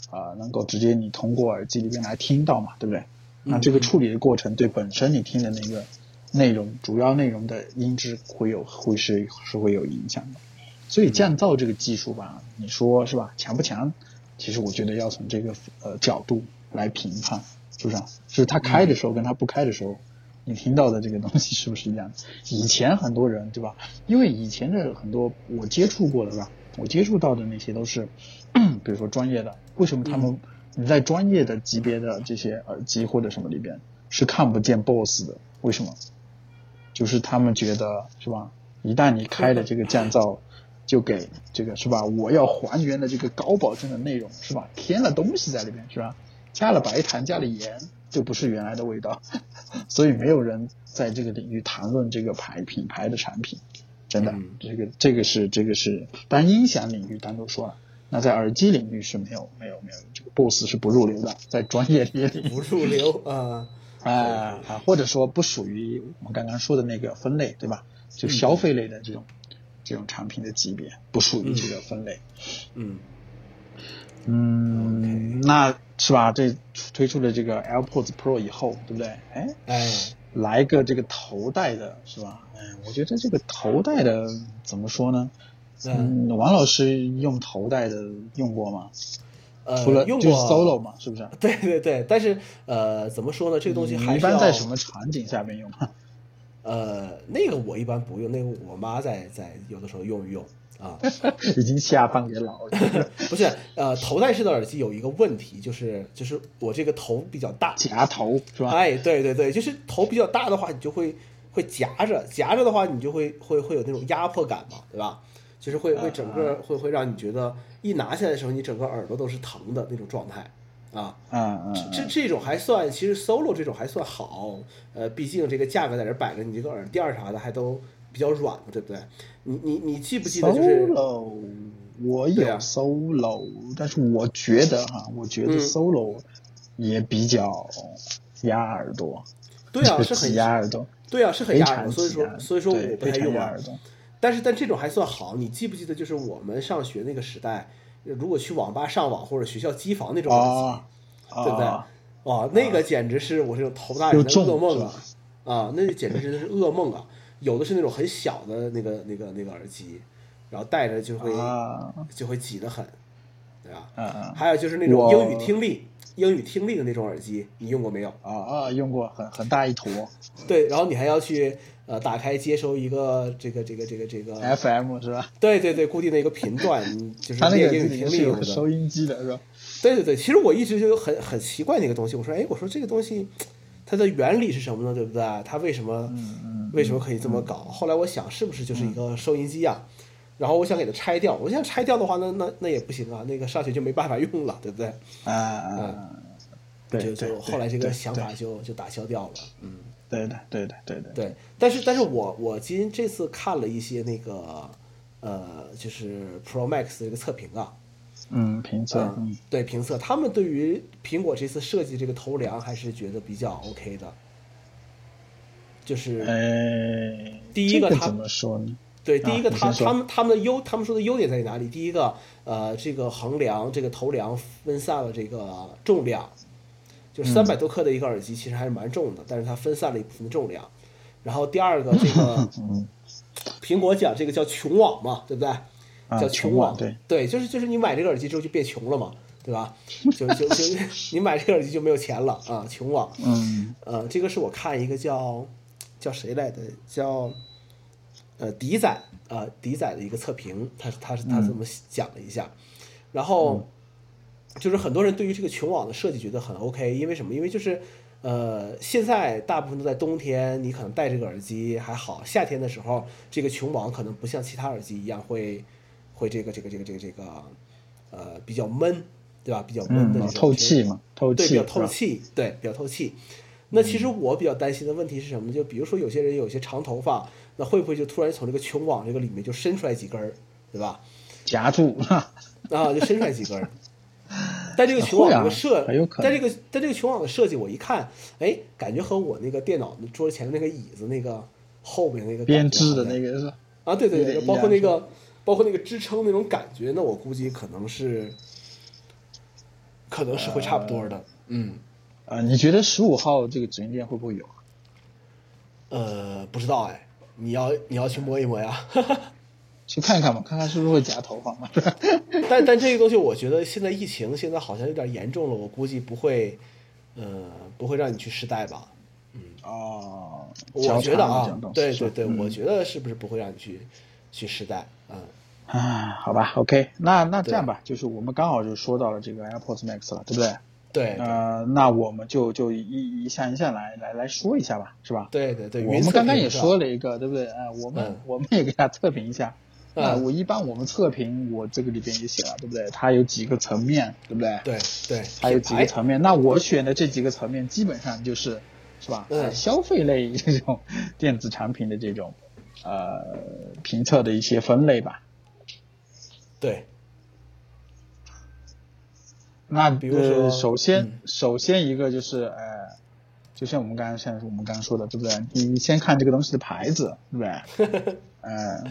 [SPEAKER 2] 呃，能够直接你通过耳机里面来听到嘛，对不对？那
[SPEAKER 1] 嗯
[SPEAKER 2] 这个处理的过程对本身你听的那个内容，主要内容的音质会有会是是会有影响的。所以降噪这个技术吧，你说是吧？强不强？其实我觉得要从这个呃角度来评判，是不是啊？就是它开的时候跟它不开的时候，你听到的这个东西是不是一样的？以前很多人对吧？因为以前的很多我接触过的吧，我接触到的那些都是，比如说专业的，为什么他们你在专业的级别的这些耳机或者什么里边是看不见 BOSS 的？为什么？就是他们觉得是吧？一旦你开了这个降噪，就给这个是吧？我要还原的这个高保证的内容是吧？添了东西在里面是吧？加了白糖，加了盐，就不是原来的味道， 所以没有人在这个领域谈论这个牌品牌的产品，真的，
[SPEAKER 1] 嗯
[SPEAKER 2] 这个这个是这个是，但音响领域单独说了，那在耳机领域是没有没有没有这个 BOSS 是不入流的，在专业领域
[SPEAKER 1] 不入流啊，
[SPEAKER 2] 啊啊，或者说不属于我们刚刚说的那个分类，对吧？就消费类的这种、这种产品的级别，不属于这个分类。
[SPEAKER 1] 嗯
[SPEAKER 2] 嗯，那是吧？这推出了这个 AirPods Pro 以后，对不对？哎，
[SPEAKER 1] 哎
[SPEAKER 2] 来个这个头戴的，是吧？嗯，我觉得这个头戴的怎么说呢？
[SPEAKER 1] 嗯
[SPEAKER 2] 嗯，王老师用头戴的用过吗？
[SPEAKER 1] 呃
[SPEAKER 2] 除了
[SPEAKER 1] 用
[SPEAKER 2] 就是
[SPEAKER 1] 过
[SPEAKER 2] solo 嘛，是不是？
[SPEAKER 1] 对对对，但是呃怎么说呢？这个东西
[SPEAKER 2] 你
[SPEAKER 1] 还
[SPEAKER 2] 一
[SPEAKER 1] 是
[SPEAKER 2] 般
[SPEAKER 1] 要
[SPEAKER 2] 在什么场景下面用？
[SPEAKER 1] 呃那个我一般不用，那个我妈在在有的时候用一用啊。
[SPEAKER 2] 已经下放给老 人，
[SPEAKER 1] 不是，呃，头戴式的耳机有一个问题，就是就是我这个头比较大，
[SPEAKER 2] 夹头是吧？
[SPEAKER 1] 哎，对对对，就是头比较大的话，你就会会夹着，夹着的话，你就会会会有那种压迫感嘛，对吧？就是会会整
[SPEAKER 2] 嗯
[SPEAKER 1] 个会会让你觉得一拿下来的时候，你整个耳朵都是疼的那种状态啊。
[SPEAKER 2] 嗯嗯，
[SPEAKER 1] 这这种还算，其实 solo 这种还算好，呃，毕竟这个价格在这儿摆着，你这个耳垫儿啥的还都比较软嘛，对不对？你你你记不记得就是？
[SPEAKER 2] solo，我有
[SPEAKER 1] 对啊
[SPEAKER 2] solo，、但是我觉得哈，我觉得
[SPEAKER 1] 嗯
[SPEAKER 2] solo 也比较压耳朵，
[SPEAKER 1] 对啊，
[SPEAKER 2] 就是
[SPEAKER 1] 很
[SPEAKER 2] 挤压耳朵，
[SPEAKER 1] 对啊，是很
[SPEAKER 2] 非
[SPEAKER 1] 压耳朵，
[SPEAKER 2] 常
[SPEAKER 1] 所以
[SPEAKER 2] 挤
[SPEAKER 1] 说
[SPEAKER 2] 压，
[SPEAKER 1] 所以说
[SPEAKER 2] 对
[SPEAKER 1] 我不
[SPEAKER 2] 非
[SPEAKER 1] 太
[SPEAKER 2] 常
[SPEAKER 1] 用
[SPEAKER 2] 压
[SPEAKER 1] 啊
[SPEAKER 2] 耳。朵。
[SPEAKER 1] 但是但这种还算好，你记不记得就是我们上学那个时代，如果去网吧上网或者学校机房那种耳机，
[SPEAKER 2] 啊啊，
[SPEAKER 1] 对不对？哦，那个简直是我这种头大
[SPEAKER 2] 又
[SPEAKER 1] 人的
[SPEAKER 2] 重
[SPEAKER 1] 噩梦啊
[SPEAKER 2] 是！
[SPEAKER 1] 啊，那简直真的是噩梦啊！有的是那种很小的那个那个那个耳机，然后戴着就会、
[SPEAKER 2] 啊，
[SPEAKER 1] 就会挤得很，对吧？
[SPEAKER 2] 嗯嗯
[SPEAKER 1] 还有就是那种
[SPEAKER 2] 我
[SPEAKER 1] 英语听力，英语听力的那种耳机，你用过没有？
[SPEAKER 2] 啊啊，用过很很大一坨
[SPEAKER 1] 对，然后你还要去呃打开接收一个这个这个这个这个
[SPEAKER 2] FM 是吧？
[SPEAKER 1] 对对对，固定的一个频段，你就是
[SPEAKER 2] 它那
[SPEAKER 1] 练
[SPEAKER 2] 个
[SPEAKER 1] 英语
[SPEAKER 2] 里面
[SPEAKER 1] 听力
[SPEAKER 2] 是有
[SPEAKER 1] 用
[SPEAKER 2] 个
[SPEAKER 1] 的。
[SPEAKER 2] 收音机的是吧？
[SPEAKER 1] 对对对，其实我一直就很很奇怪那个东西，我说哎，我说这个东西它的原理是什么呢？对不对？它为什
[SPEAKER 2] 嗯
[SPEAKER 1] 么为什么可以这么搞？后来我想是不是就是一个收音机啊？然后我想给它拆掉，我想拆掉的话，那那那也不行啊，那个上学就没办法用了，对不对？
[SPEAKER 2] 啊啊啊，对
[SPEAKER 1] 就
[SPEAKER 2] 对
[SPEAKER 1] 就
[SPEAKER 2] 对，
[SPEAKER 1] 后来这个
[SPEAKER 2] 对
[SPEAKER 1] 想法就就打消掉了。嗯。
[SPEAKER 2] 对的对的对的，
[SPEAKER 1] 对，但是但是我我今这次看了一些那个呃，就是 Pro Max 的这个测评啊，
[SPEAKER 2] 嗯，评测嗯
[SPEAKER 1] 对评测，他们对于苹果这次设计这个头梁还是觉得比较 OK 的，就是
[SPEAKER 2] 哎，
[SPEAKER 1] 第一个
[SPEAKER 2] 这
[SPEAKER 1] 它
[SPEAKER 2] 怎么说呢？
[SPEAKER 1] 对第一个
[SPEAKER 2] 啊你
[SPEAKER 1] 他、
[SPEAKER 2] 先说
[SPEAKER 1] 他们他们的优他们说的优点在哪里？第一个呃，这个横梁这个头梁分散了这个重量，就是三
[SPEAKER 2] 嗯
[SPEAKER 1] 百多克的一个耳机其实还是蛮重的，但是它分散了一部分的重量。然后第二个这个
[SPEAKER 2] 嗯
[SPEAKER 1] 苹果讲这个叫穷网嘛，对不对？
[SPEAKER 2] 啊
[SPEAKER 1] 叫
[SPEAKER 2] 穷
[SPEAKER 1] 网，
[SPEAKER 2] 网对
[SPEAKER 1] 就是就是你买这个耳机之后就变穷了嘛，对 吧？就就就你买这个耳机就没有钱了啊，穷网。
[SPEAKER 2] 嗯
[SPEAKER 1] 呃，这个是我看一个叫叫谁来的，叫呃迪仔呃迪仔的一个测评，他是他是他
[SPEAKER 2] 嗯
[SPEAKER 1] 这么讲了一下，然后就是很多人对于这个琼网的设计觉得很 OK，因为什么？因为就是呃现在大部分都在冬天，你可能戴这个耳机还好，夏天的时候这个琼网可能不像其他耳机一样会会这个这个这个这个这个呃比较闷，对吧？比较闷的这
[SPEAKER 2] 嗯，
[SPEAKER 1] 种
[SPEAKER 2] 透
[SPEAKER 1] 听
[SPEAKER 2] 气嘛，透
[SPEAKER 1] 对，
[SPEAKER 2] 气
[SPEAKER 1] 比较
[SPEAKER 2] 是
[SPEAKER 1] 透
[SPEAKER 2] 吧嗯
[SPEAKER 1] 气，对，比较透气。那其实我比较担心的问题是什么呢？就比如说有些人有些长头发，那会不会就突然从这个穹网这个里面就伸出来几根儿，对吧？
[SPEAKER 2] 夹住 哈，
[SPEAKER 1] 啊，就伸出来几根儿。但这个球
[SPEAKER 2] 会
[SPEAKER 1] 网
[SPEAKER 2] 啊
[SPEAKER 1] 这个设，
[SPEAKER 2] 很有可能
[SPEAKER 1] 但这个但这个球网的设计，我一看，哎，感觉和我那个电脑桌前面那个椅子那个后面那个
[SPEAKER 2] 编织的
[SPEAKER 1] 个
[SPEAKER 2] 那个是吧？
[SPEAKER 1] 啊，对对
[SPEAKER 2] 有
[SPEAKER 1] 对，
[SPEAKER 2] 点
[SPEAKER 1] 包括
[SPEAKER 2] 依赖
[SPEAKER 1] 那个包括那个支撑那种感觉，那我估计可能是可能是会差不多
[SPEAKER 2] 呃
[SPEAKER 1] 的，嗯。
[SPEAKER 2] 啊、你觉得十五号这个直营店会不会有？啊
[SPEAKER 1] 呃，不知道哎，你要你要去摸一摸呀。
[SPEAKER 2] 去看看吧，看看是不是会夹头发嘛？
[SPEAKER 1] 但 但这个东西，我觉得现在疫情现在好像有点严重了，我估计不会，呃，不会让你去试戴吧？
[SPEAKER 2] 哦，
[SPEAKER 1] 我觉得啊，对对对，
[SPEAKER 2] 我。
[SPEAKER 1] 我觉得是不是不会让你去去试戴？嗯，
[SPEAKER 2] 啊，好吧，OK，那那这
[SPEAKER 1] 对
[SPEAKER 2] 样吧，就是我们刚好就说到了这个 AirPods Max 了，对不对？
[SPEAKER 1] 对
[SPEAKER 2] 呃，那我们就就一一项一项来来来说一下吧，是吧？
[SPEAKER 1] 对对对，
[SPEAKER 2] 我
[SPEAKER 1] 云
[SPEAKER 2] 们
[SPEAKER 1] 测
[SPEAKER 2] 刚刚
[SPEAKER 1] 评
[SPEAKER 2] 也
[SPEAKER 1] 是吧
[SPEAKER 2] 说了一个，对不对？啊、我们、
[SPEAKER 1] 嗯
[SPEAKER 2] 我们也给大家测评一下。
[SPEAKER 1] 嗯
[SPEAKER 2] 啊，我一般我们测评，我这个里边也写了，对不对？它有几个层面，对不对？
[SPEAKER 1] 对对，
[SPEAKER 2] 它有
[SPEAKER 1] 品
[SPEAKER 2] 几
[SPEAKER 1] 牌
[SPEAKER 2] 个层面。那我选的这几个层面，基本上就是，是吧？
[SPEAKER 1] 嗯
[SPEAKER 2] 呃消费类 这种电子产品的这种，呃，评测的一些分类吧。
[SPEAKER 1] 对
[SPEAKER 2] 那
[SPEAKER 1] 比如说
[SPEAKER 2] 呃、首先、
[SPEAKER 1] 嗯
[SPEAKER 2] 首先一个就是呃，就像我们刚刚像我们刚刚说的，对不对？你先看这个东西的牌子，对不对？ 呃，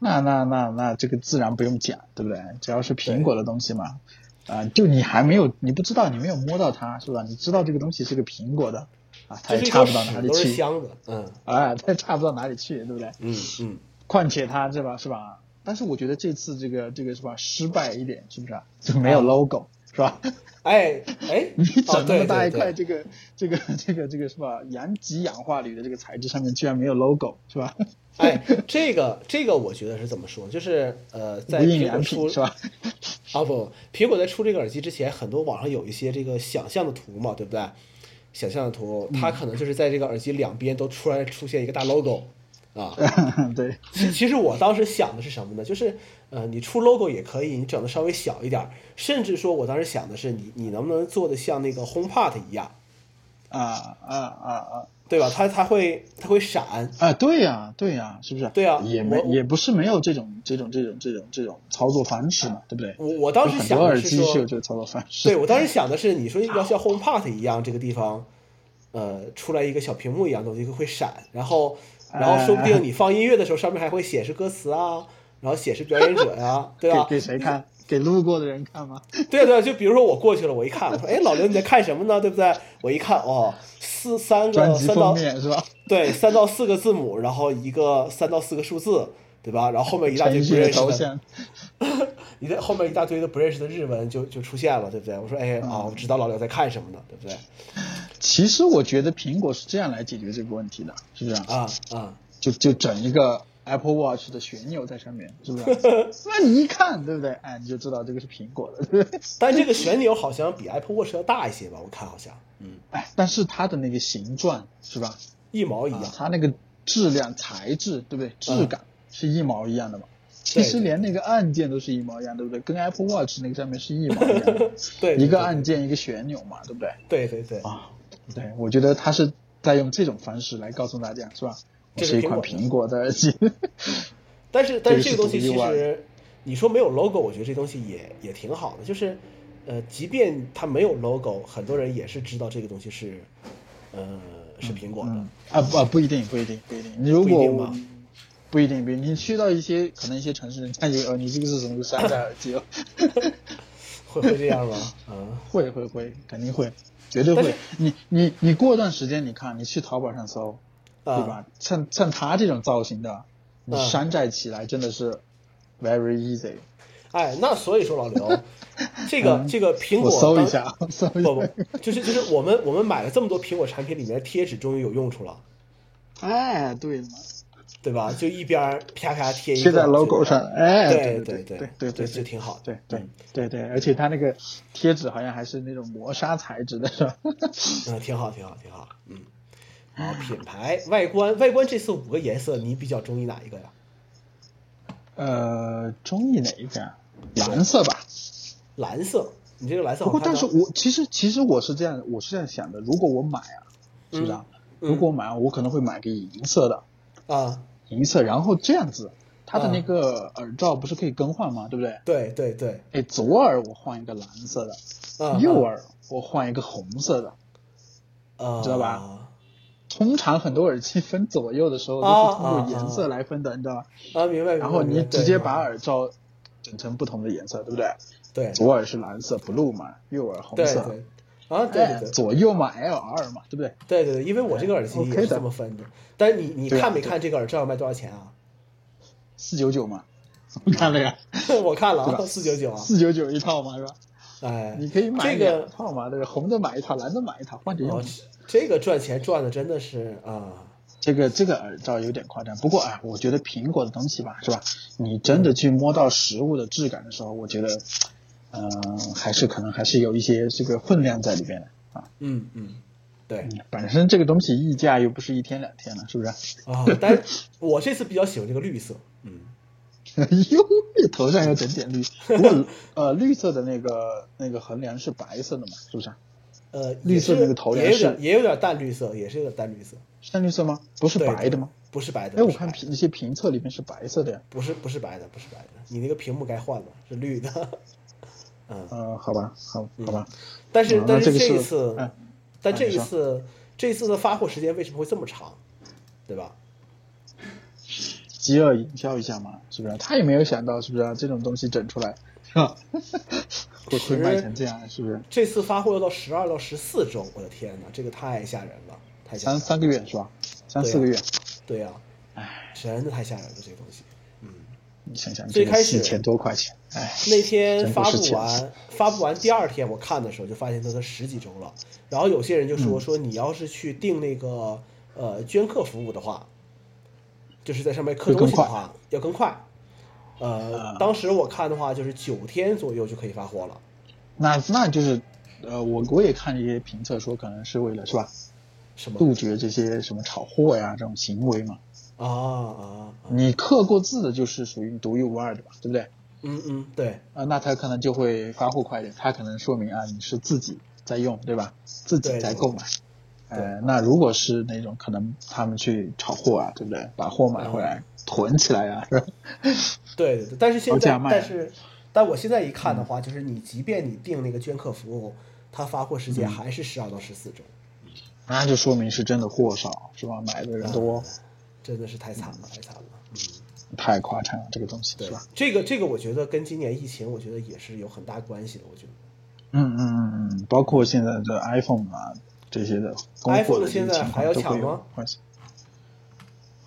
[SPEAKER 2] 那那那那这个自然不用讲，对不对？只要是苹果的东西嘛，啊、就你还没有，你不知道，你没有摸到它，是吧？你知道这个东西是个苹果的，啊，它
[SPEAKER 1] 就
[SPEAKER 2] 也
[SPEAKER 1] 是一
[SPEAKER 2] 差
[SPEAKER 1] 坨
[SPEAKER 2] 不到哪
[SPEAKER 1] 屎
[SPEAKER 2] 里
[SPEAKER 1] 都是
[SPEAKER 2] 去，
[SPEAKER 1] 香的，嗯
[SPEAKER 2] 啊，它也差不到哪里去，对不对？
[SPEAKER 1] 嗯嗯，
[SPEAKER 2] 况且它这吧是吧？但是我觉得这次这个这个是吧失败一点，是不是啊？就没有
[SPEAKER 1] 啊
[SPEAKER 2] logo、是吧？
[SPEAKER 1] 哎哎，
[SPEAKER 2] 你
[SPEAKER 1] 哦
[SPEAKER 2] 整那
[SPEAKER 1] 对
[SPEAKER 2] 么大
[SPEAKER 1] 对
[SPEAKER 2] 一
[SPEAKER 1] 对
[SPEAKER 2] 块这个、这个这个这个是吧？阳极氧化铝的这个材质上面居然没有 logo 是吧？
[SPEAKER 1] 哎，这个这个我觉得是怎么说？就是呃，在
[SPEAKER 2] 无印
[SPEAKER 1] 苹
[SPEAKER 2] 良
[SPEAKER 1] 果
[SPEAKER 2] 品
[SPEAKER 1] 出
[SPEAKER 2] 是吧？
[SPEAKER 1] 啊不，苹果在出这个耳机之前，很多网上有一些这个想象的图嘛，对不对？想象的图，
[SPEAKER 2] 嗯
[SPEAKER 1] 它可能就是在这个耳机两边都突然出现一个大 logo 啊。
[SPEAKER 2] 对，
[SPEAKER 1] 其其实我当时想的是什么呢？就是呃，你出 logo 也可以，你整的稍微小一点儿，甚至说我当时想的是你，你能不能做的像那个 HomePod 一样，
[SPEAKER 2] 啊啊啊啊
[SPEAKER 1] 对吧？它它会它会闪，
[SPEAKER 2] 啊！对呀、对呀、是不是？
[SPEAKER 1] 对啊呀
[SPEAKER 2] 也
[SPEAKER 1] 我
[SPEAKER 2] 没也不是没有这种这种这种这种这种操作方式嘛，对不对？
[SPEAKER 1] 我我嗯当时
[SPEAKER 2] 就很
[SPEAKER 1] 想
[SPEAKER 2] 多
[SPEAKER 1] 的
[SPEAKER 2] 耳
[SPEAKER 1] 是
[SPEAKER 2] 机
[SPEAKER 1] 说，
[SPEAKER 2] 是有这个操作方式。
[SPEAKER 1] 对我当时想的是，你说要像 HomePod 一样，这个地方，呃，出来一个小屏幕一样东西会闪，然后，
[SPEAKER 2] 哎
[SPEAKER 1] 然后说不定你放音乐的时候，上面还会显示歌词啊，然后显示表演者呀、 对吧
[SPEAKER 2] 给？给谁看？给路过的人看吗？
[SPEAKER 1] 对啊对啊，就比如说我过去了，我一看，我说，哎，老刘你在看什么呢？对不对？我一看，哦，四三
[SPEAKER 2] 专
[SPEAKER 1] 个
[SPEAKER 2] 辑
[SPEAKER 1] 三到
[SPEAKER 2] 封面是吧？
[SPEAKER 1] 对三到四个字母，然后一个三到四个数字，对吧？然后后面一大堆
[SPEAKER 2] 陈
[SPEAKER 1] 不
[SPEAKER 2] 奕
[SPEAKER 1] 认
[SPEAKER 2] 的
[SPEAKER 1] 识
[SPEAKER 2] 头
[SPEAKER 1] 的，
[SPEAKER 2] 像，
[SPEAKER 1] 一在后面一大堆的不认识的日文就就出现了，对不对？我说，哎，
[SPEAKER 2] 嗯
[SPEAKER 1] 哦，我知道老刘在看什么呢，对不对？
[SPEAKER 2] 其实我觉得苹果是这样来解决这个问题的，是不是啊？
[SPEAKER 1] 啊啊。
[SPEAKER 2] 就就整一个 Apple Watch 的旋钮在上面，是 不是？那你一看，对不对？哎，你就知道这个是苹果的， 对不对？
[SPEAKER 1] 但这个旋钮好像比 Apple Watch 要大一些吧？我看好像，嗯，
[SPEAKER 2] 哎，但是它的那个形状是吧？
[SPEAKER 1] 一毛一样嗯
[SPEAKER 2] 啊，。它那个质量、材质，对不对？质感是一毛一样的嘛？其
[SPEAKER 1] 对
[SPEAKER 2] 实
[SPEAKER 1] 对
[SPEAKER 2] 连那个按键都是一毛一样，对不对？跟 Apple Watch 那个上面是一毛一样的，
[SPEAKER 1] 对，对
[SPEAKER 2] 一个，按键一个旋钮嘛，对不对？
[SPEAKER 1] 对对对，
[SPEAKER 2] 啊，对，我觉得它是在用这种方式来告诉大家，是吧？我
[SPEAKER 1] 这是
[SPEAKER 2] 是一款苹
[SPEAKER 1] 苹
[SPEAKER 2] 果的耳机。
[SPEAKER 1] 但是但是这
[SPEAKER 2] 这个是
[SPEAKER 1] 个东西
[SPEAKER 2] 独
[SPEAKER 1] 其
[SPEAKER 2] 立外
[SPEAKER 1] 实，你说没有 logo，我觉得这东西也也挺好的，就是，呃，即便它没有 logo，很多人也是知道这个东西是，呃，是苹果的
[SPEAKER 2] 嗯，啊不啊不一定不一定不一定，你如
[SPEAKER 1] 不一
[SPEAKER 2] 果
[SPEAKER 1] 定吧
[SPEAKER 2] 不一定不一定，你去到一些可能一些城市，人家以为哦你这个是什么山寨耳机哦，
[SPEAKER 1] 会会这样 吗？啊，
[SPEAKER 2] 会会会肯定会，绝对
[SPEAKER 1] 但
[SPEAKER 2] 会
[SPEAKER 1] 是。
[SPEAKER 2] 你你你过段时间你看你去淘宝上搜，对
[SPEAKER 1] 啊
[SPEAKER 2] 吧？像像他这种造型的，你
[SPEAKER 1] 嗯
[SPEAKER 2] 山寨起来真的是 very easy。
[SPEAKER 1] 哎，那所以说老 刘，这个这个苹
[SPEAKER 2] 嗯我
[SPEAKER 1] 果
[SPEAKER 2] 搜一
[SPEAKER 1] 当
[SPEAKER 2] 下，啊，搜一
[SPEAKER 1] 不
[SPEAKER 2] 下。
[SPEAKER 1] 不，就是就是我们我们买了这么多苹果产品里面的贴纸，终于有用处了。
[SPEAKER 2] 哎，对了嘛，
[SPEAKER 1] 对吧？就一边儿啪啪贴一个
[SPEAKER 2] 贴在 logo 上，哎，
[SPEAKER 1] 对对
[SPEAKER 2] 对对
[SPEAKER 1] 对
[SPEAKER 2] 对对，
[SPEAKER 1] 就挺好的。嗯
[SPEAKER 2] 对对对对，而且它那个贴纸好像还是那种磨砂材质的，是吧？
[SPEAKER 1] 嗯，挺好，挺好，挺好。嗯，好，品牌、外观、外观这次五个颜色，你比较中意哪一个呀？
[SPEAKER 2] 呃，中意哪一个啊？蓝色吧。
[SPEAKER 1] 蓝色，你这个蓝色好
[SPEAKER 2] 不过，
[SPEAKER 1] 看
[SPEAKER 2] 但
[SPEAKER 1] 吗
[SPEAKER 2] 是我其实其实我是这样，我是这样想的，如果我买啊，是吧？
[SPEAKER 1] 嗯
[SPEAKER 2] 如果买，啊我可能会买个银色的，
[SPEAKER 1] 啊，
[SPEAKER 2] 银色，然后这样子，它的那个耳罩不是可以更换吗？对不对？
[SPEAKER 1] 对对对，
[SPEAKER 2] 哎，左耳我换一个蓝色的，
[SPEAKER 1] 啊，
[SPEAKER 2] 右耳我换一个红色的。
[SPEAKER 1] 啊，
[SPEAKER 2] 知道吧通常很多耳机分左右的时候
[SPEAKER 1] 啊
[SPEAKER 2] 都是通
[SPEAKER 1] 啊
[SPEAKER 2] 过
[SPEAKER 1] 啊
[SPEAKER 2] 颜色来分的，你知道吧？
[SPEAKER 1] 啊，明白。明白
[SPEAKER 2] 然后
[SPEAKER 1] 明白
[SPEAKER 2] 你直接把耳罩整成不同的颜色，对不对？
[SPEAKER 1] 对
[SPEAKER 2] 左耳是蓝色 blue 嘛，右耳红
[SPEAKER 1] 对对
[SPEAKER 2] 色，
[SPEAKER 1] 对啊，对
[SPEAKER 2] 哎
[SPEAKER 1] 对对
[SPEAKER 2] 左右嘛 L R 嘛，对不对？
[SPEAKER 1] 对对对，因为我这个耳机也
[SPEAKER 2] OK
[SPEAKER 1] 是
[SPEAKER 2] 的
[SPEAKER 1] 这么分的。但你你
[SPEAKER 2] 对啊
[SPEAKER 1] 看没
[SPEAKER 2] 对
[SPEAKER 1] 看这个耳罩卖多少钱啊？
[SPEAKER 2] 四九九嘛，我看了呀，
[SPEAKER 1] 我看了
[SPEAKER 2] 对吧
[SPEAKER 1] 啊，四九九啊，
[SPEAKER 2] 四九九一套嘛，是吧？
[SPEAKER 1] 哎，
[SPEAKER 2] 你可以买
[SPEAKER 1] 这个
[SPEAKER 2] 两套嘛，对吧？红的买一套，蓝的买一套，换着用
[SPEAKER 1] 哦。，这这个赚钱赚的真的是啊，
[SPEAKER 2] 这个这个耳罩有点夸张，不过哎，我觉得苹果的东西吧，是吧？你真的去摸到实物的质感的时候，我觉得，嗯、还是可能还是有一些这个分量在里边的啊。
[SPEAKER 1] 嗯嗯，对
[SPEAKER 2] 嗯本身这个东西溢价又不是一天两天了，是不是？
[SPEAKER 1] 啊，但我这次比较喜欢这个绿色，嗯
[SPEAKER 2] 哟，头上要整点绿。不过呃，绿色的那个那个横梁是白色的嘛，是不是？
[SPEAKER 1] 呃，
[SPEAKER 2] 绿
[SPEAKER 1] 也
[SPEAKER 2] 色
[SPEAKER 1] 是
[SPEAKER 2] 那个头
[SPEAKER 1] 也
[SPEAKER 2] 梁
[SPEAKER 1] 有
[SPEAKER 2] 是
[SPEAKER 1] 点也有点淡绿色，也是有点淡绿色，
[SPEAKER 2] 深绿色吗？不是
[SPEAKER 1] 对
[SPEAKER 2] 白的吗？？
[SPEAKER 1] 不是白的，
[SPEAKER 2] 哎，我
[SPEAKER 1] 不是
[SPEAKER 2] 看
[SPEAKER 1] 白的
[SPEAKER 2] 评那些评测里面是白色的呀。
[SPEAKER 1] 不是不是白的，不是白的，你那个屏幕该换了，是绿的，嗯，
[SPEAKER 2] 嗯、好吧，好，好吧。
[SPEAKER 1] 但是
[SPEAKER 2] 啊
[SPEAKER 1] 但
[SPEAKER 2] 那这
[SPEAKER 1] 是
[SPEAKER 2] 个
[SPEAKER 1] 这一
[SPEAKER 2] 是
[SPEAKER 1] 次
[SPEAKER 2] 哎，
[SPEAKER 1] 但
[SPEAKER 2] 啊
[SPEAKER 1] 这
[SPEAKER 2] 你
[SPEAKER 1] 一
[SPEAKER 2] 说
[SPEAKER 1] 次这一次的发货时间为什么会这么长，对吧？
[SPEAKER 2] 饥饿营销一下嘛，是不是？他也没有想到，是不是、啊、这种东西整出来，是吧？ 会会卖成这样，是不是？
[SPEAKER 1] 这次发货要到十二到十四周，我的天哪，这个太吓人了，太吓
[SPEAKER 2] 三
[SPEAKER 1] 人了，
[SPEAKER 2] 三个月是吧？三
[SPEAKER 1] 对啊
[SPEAKER 2] 四个月，
[SPEAKER 1] 对呀、
[SPEAKER 2] 哎，
[SPEAKER 1] 真的太吓人了，这个东西。
[SPEAKER 2] 你想想，
[SPEAKER 1] 最
[SPEAKER 2] 这
[SPEAKER 1] 开
[SPEAKER 2] 个
[SPEAKER 1] 始
[SPEAKER 2] 四千多块钱，哎，
[SPEAKER 1] 那天
[SPEAKER 2] 真
[SPEAKER 1] 发
[SPEAKER 2] 不是
[SPEAKER 1] 布
[SPEAKER 2] 钱
[SPEAKER 1] 完，发布完第二天，我看的时候就发现它都十几周了。然后有些人就
[SPEAKER 2] 嗯
[SPEAKER 1] 说、说你要是去订那个呃捐客服务的话，就是在上面刻
[SPEAKER 2] 会
[SPEAKER 1] 东
[SPEAKER 2] 更
[SPEAKER 1] 西的
[SPEAKER 2] 快
[SPEAKER 1] 话要更快。呃
[SPEAKER 2] 啊，
[SPEAKER 1] 当时我看的话就是九天左右就可以发货了。
[SPEAKER 2] 那那就是，呃，我我也看一些评测说，可能是为了是吧，
[SPEAKER 1] 什么
[SPEAKER 2] 杜绝这些什么炒货呀这种行为嘛。
[SPEAKER 1] 啊啊？啊
[SPEAKER 2] 你刻过字的，就是属于独一无二的吧，对不对？
[SPEAKER 1] 嗯嗯，对
[SPEAKER 2] 啊、那他可能就会发货快一点，他可能说明啊你是自己在用，对吧？自己
[SPEAKER 1] 对
[SPEAKER 2] 在
[SPEAKER 1] 对
[SPEAKER 2] 购买。呃，那如果是那种可能他们去炒货啊，对不对？把货买回来、囤起来啊，是吧？
[SPEAKER 1] 对对对。但是现
[SPEAKER 2] 高价
[SPEAKER 1] 在，
[SPEAKER 2] 卖啊
[SPEAKER 1] 但是但我现在一
[SPEAKER 2] 嗯
[SPEAKER 1] 看的话，就是你即便你订那个捐客服务，它发货时
[SPEAKER 2] 嗯
[SPEAKER 1] 间还是十二到十四周。
[SPEAKER 2] 那就说明是真的货少，是吧？买的人多，
[SPEAKER 1] 真的是太惨了，太惨了。嗯，
[SPEAKER 2] 太夸张了，这个东西
[SPEAKER 1] 对
[SPEAKER 2] 是吧？，
[SPEAKER 1] 这个这个，我觉得跟今年疫情，我觉得也是有很大关系的。我觉得
[SPEAKER 2] 嗯嗯嗯嗯，包括现在的 iPhone 啊这些的供货
[SPEAKER 1] iPhone
[SPEAKER 2] 的
[SPEAKER 1] 现在
[SPEAKER 2] 情况
[SPEAKER 1] 还要
[SPEAKER 2] 都
[SPEAKER 1] 抢
[SPEAKER 2] 会有
[SPEAKER 1] 吗
[SPEAKER 2] 关系。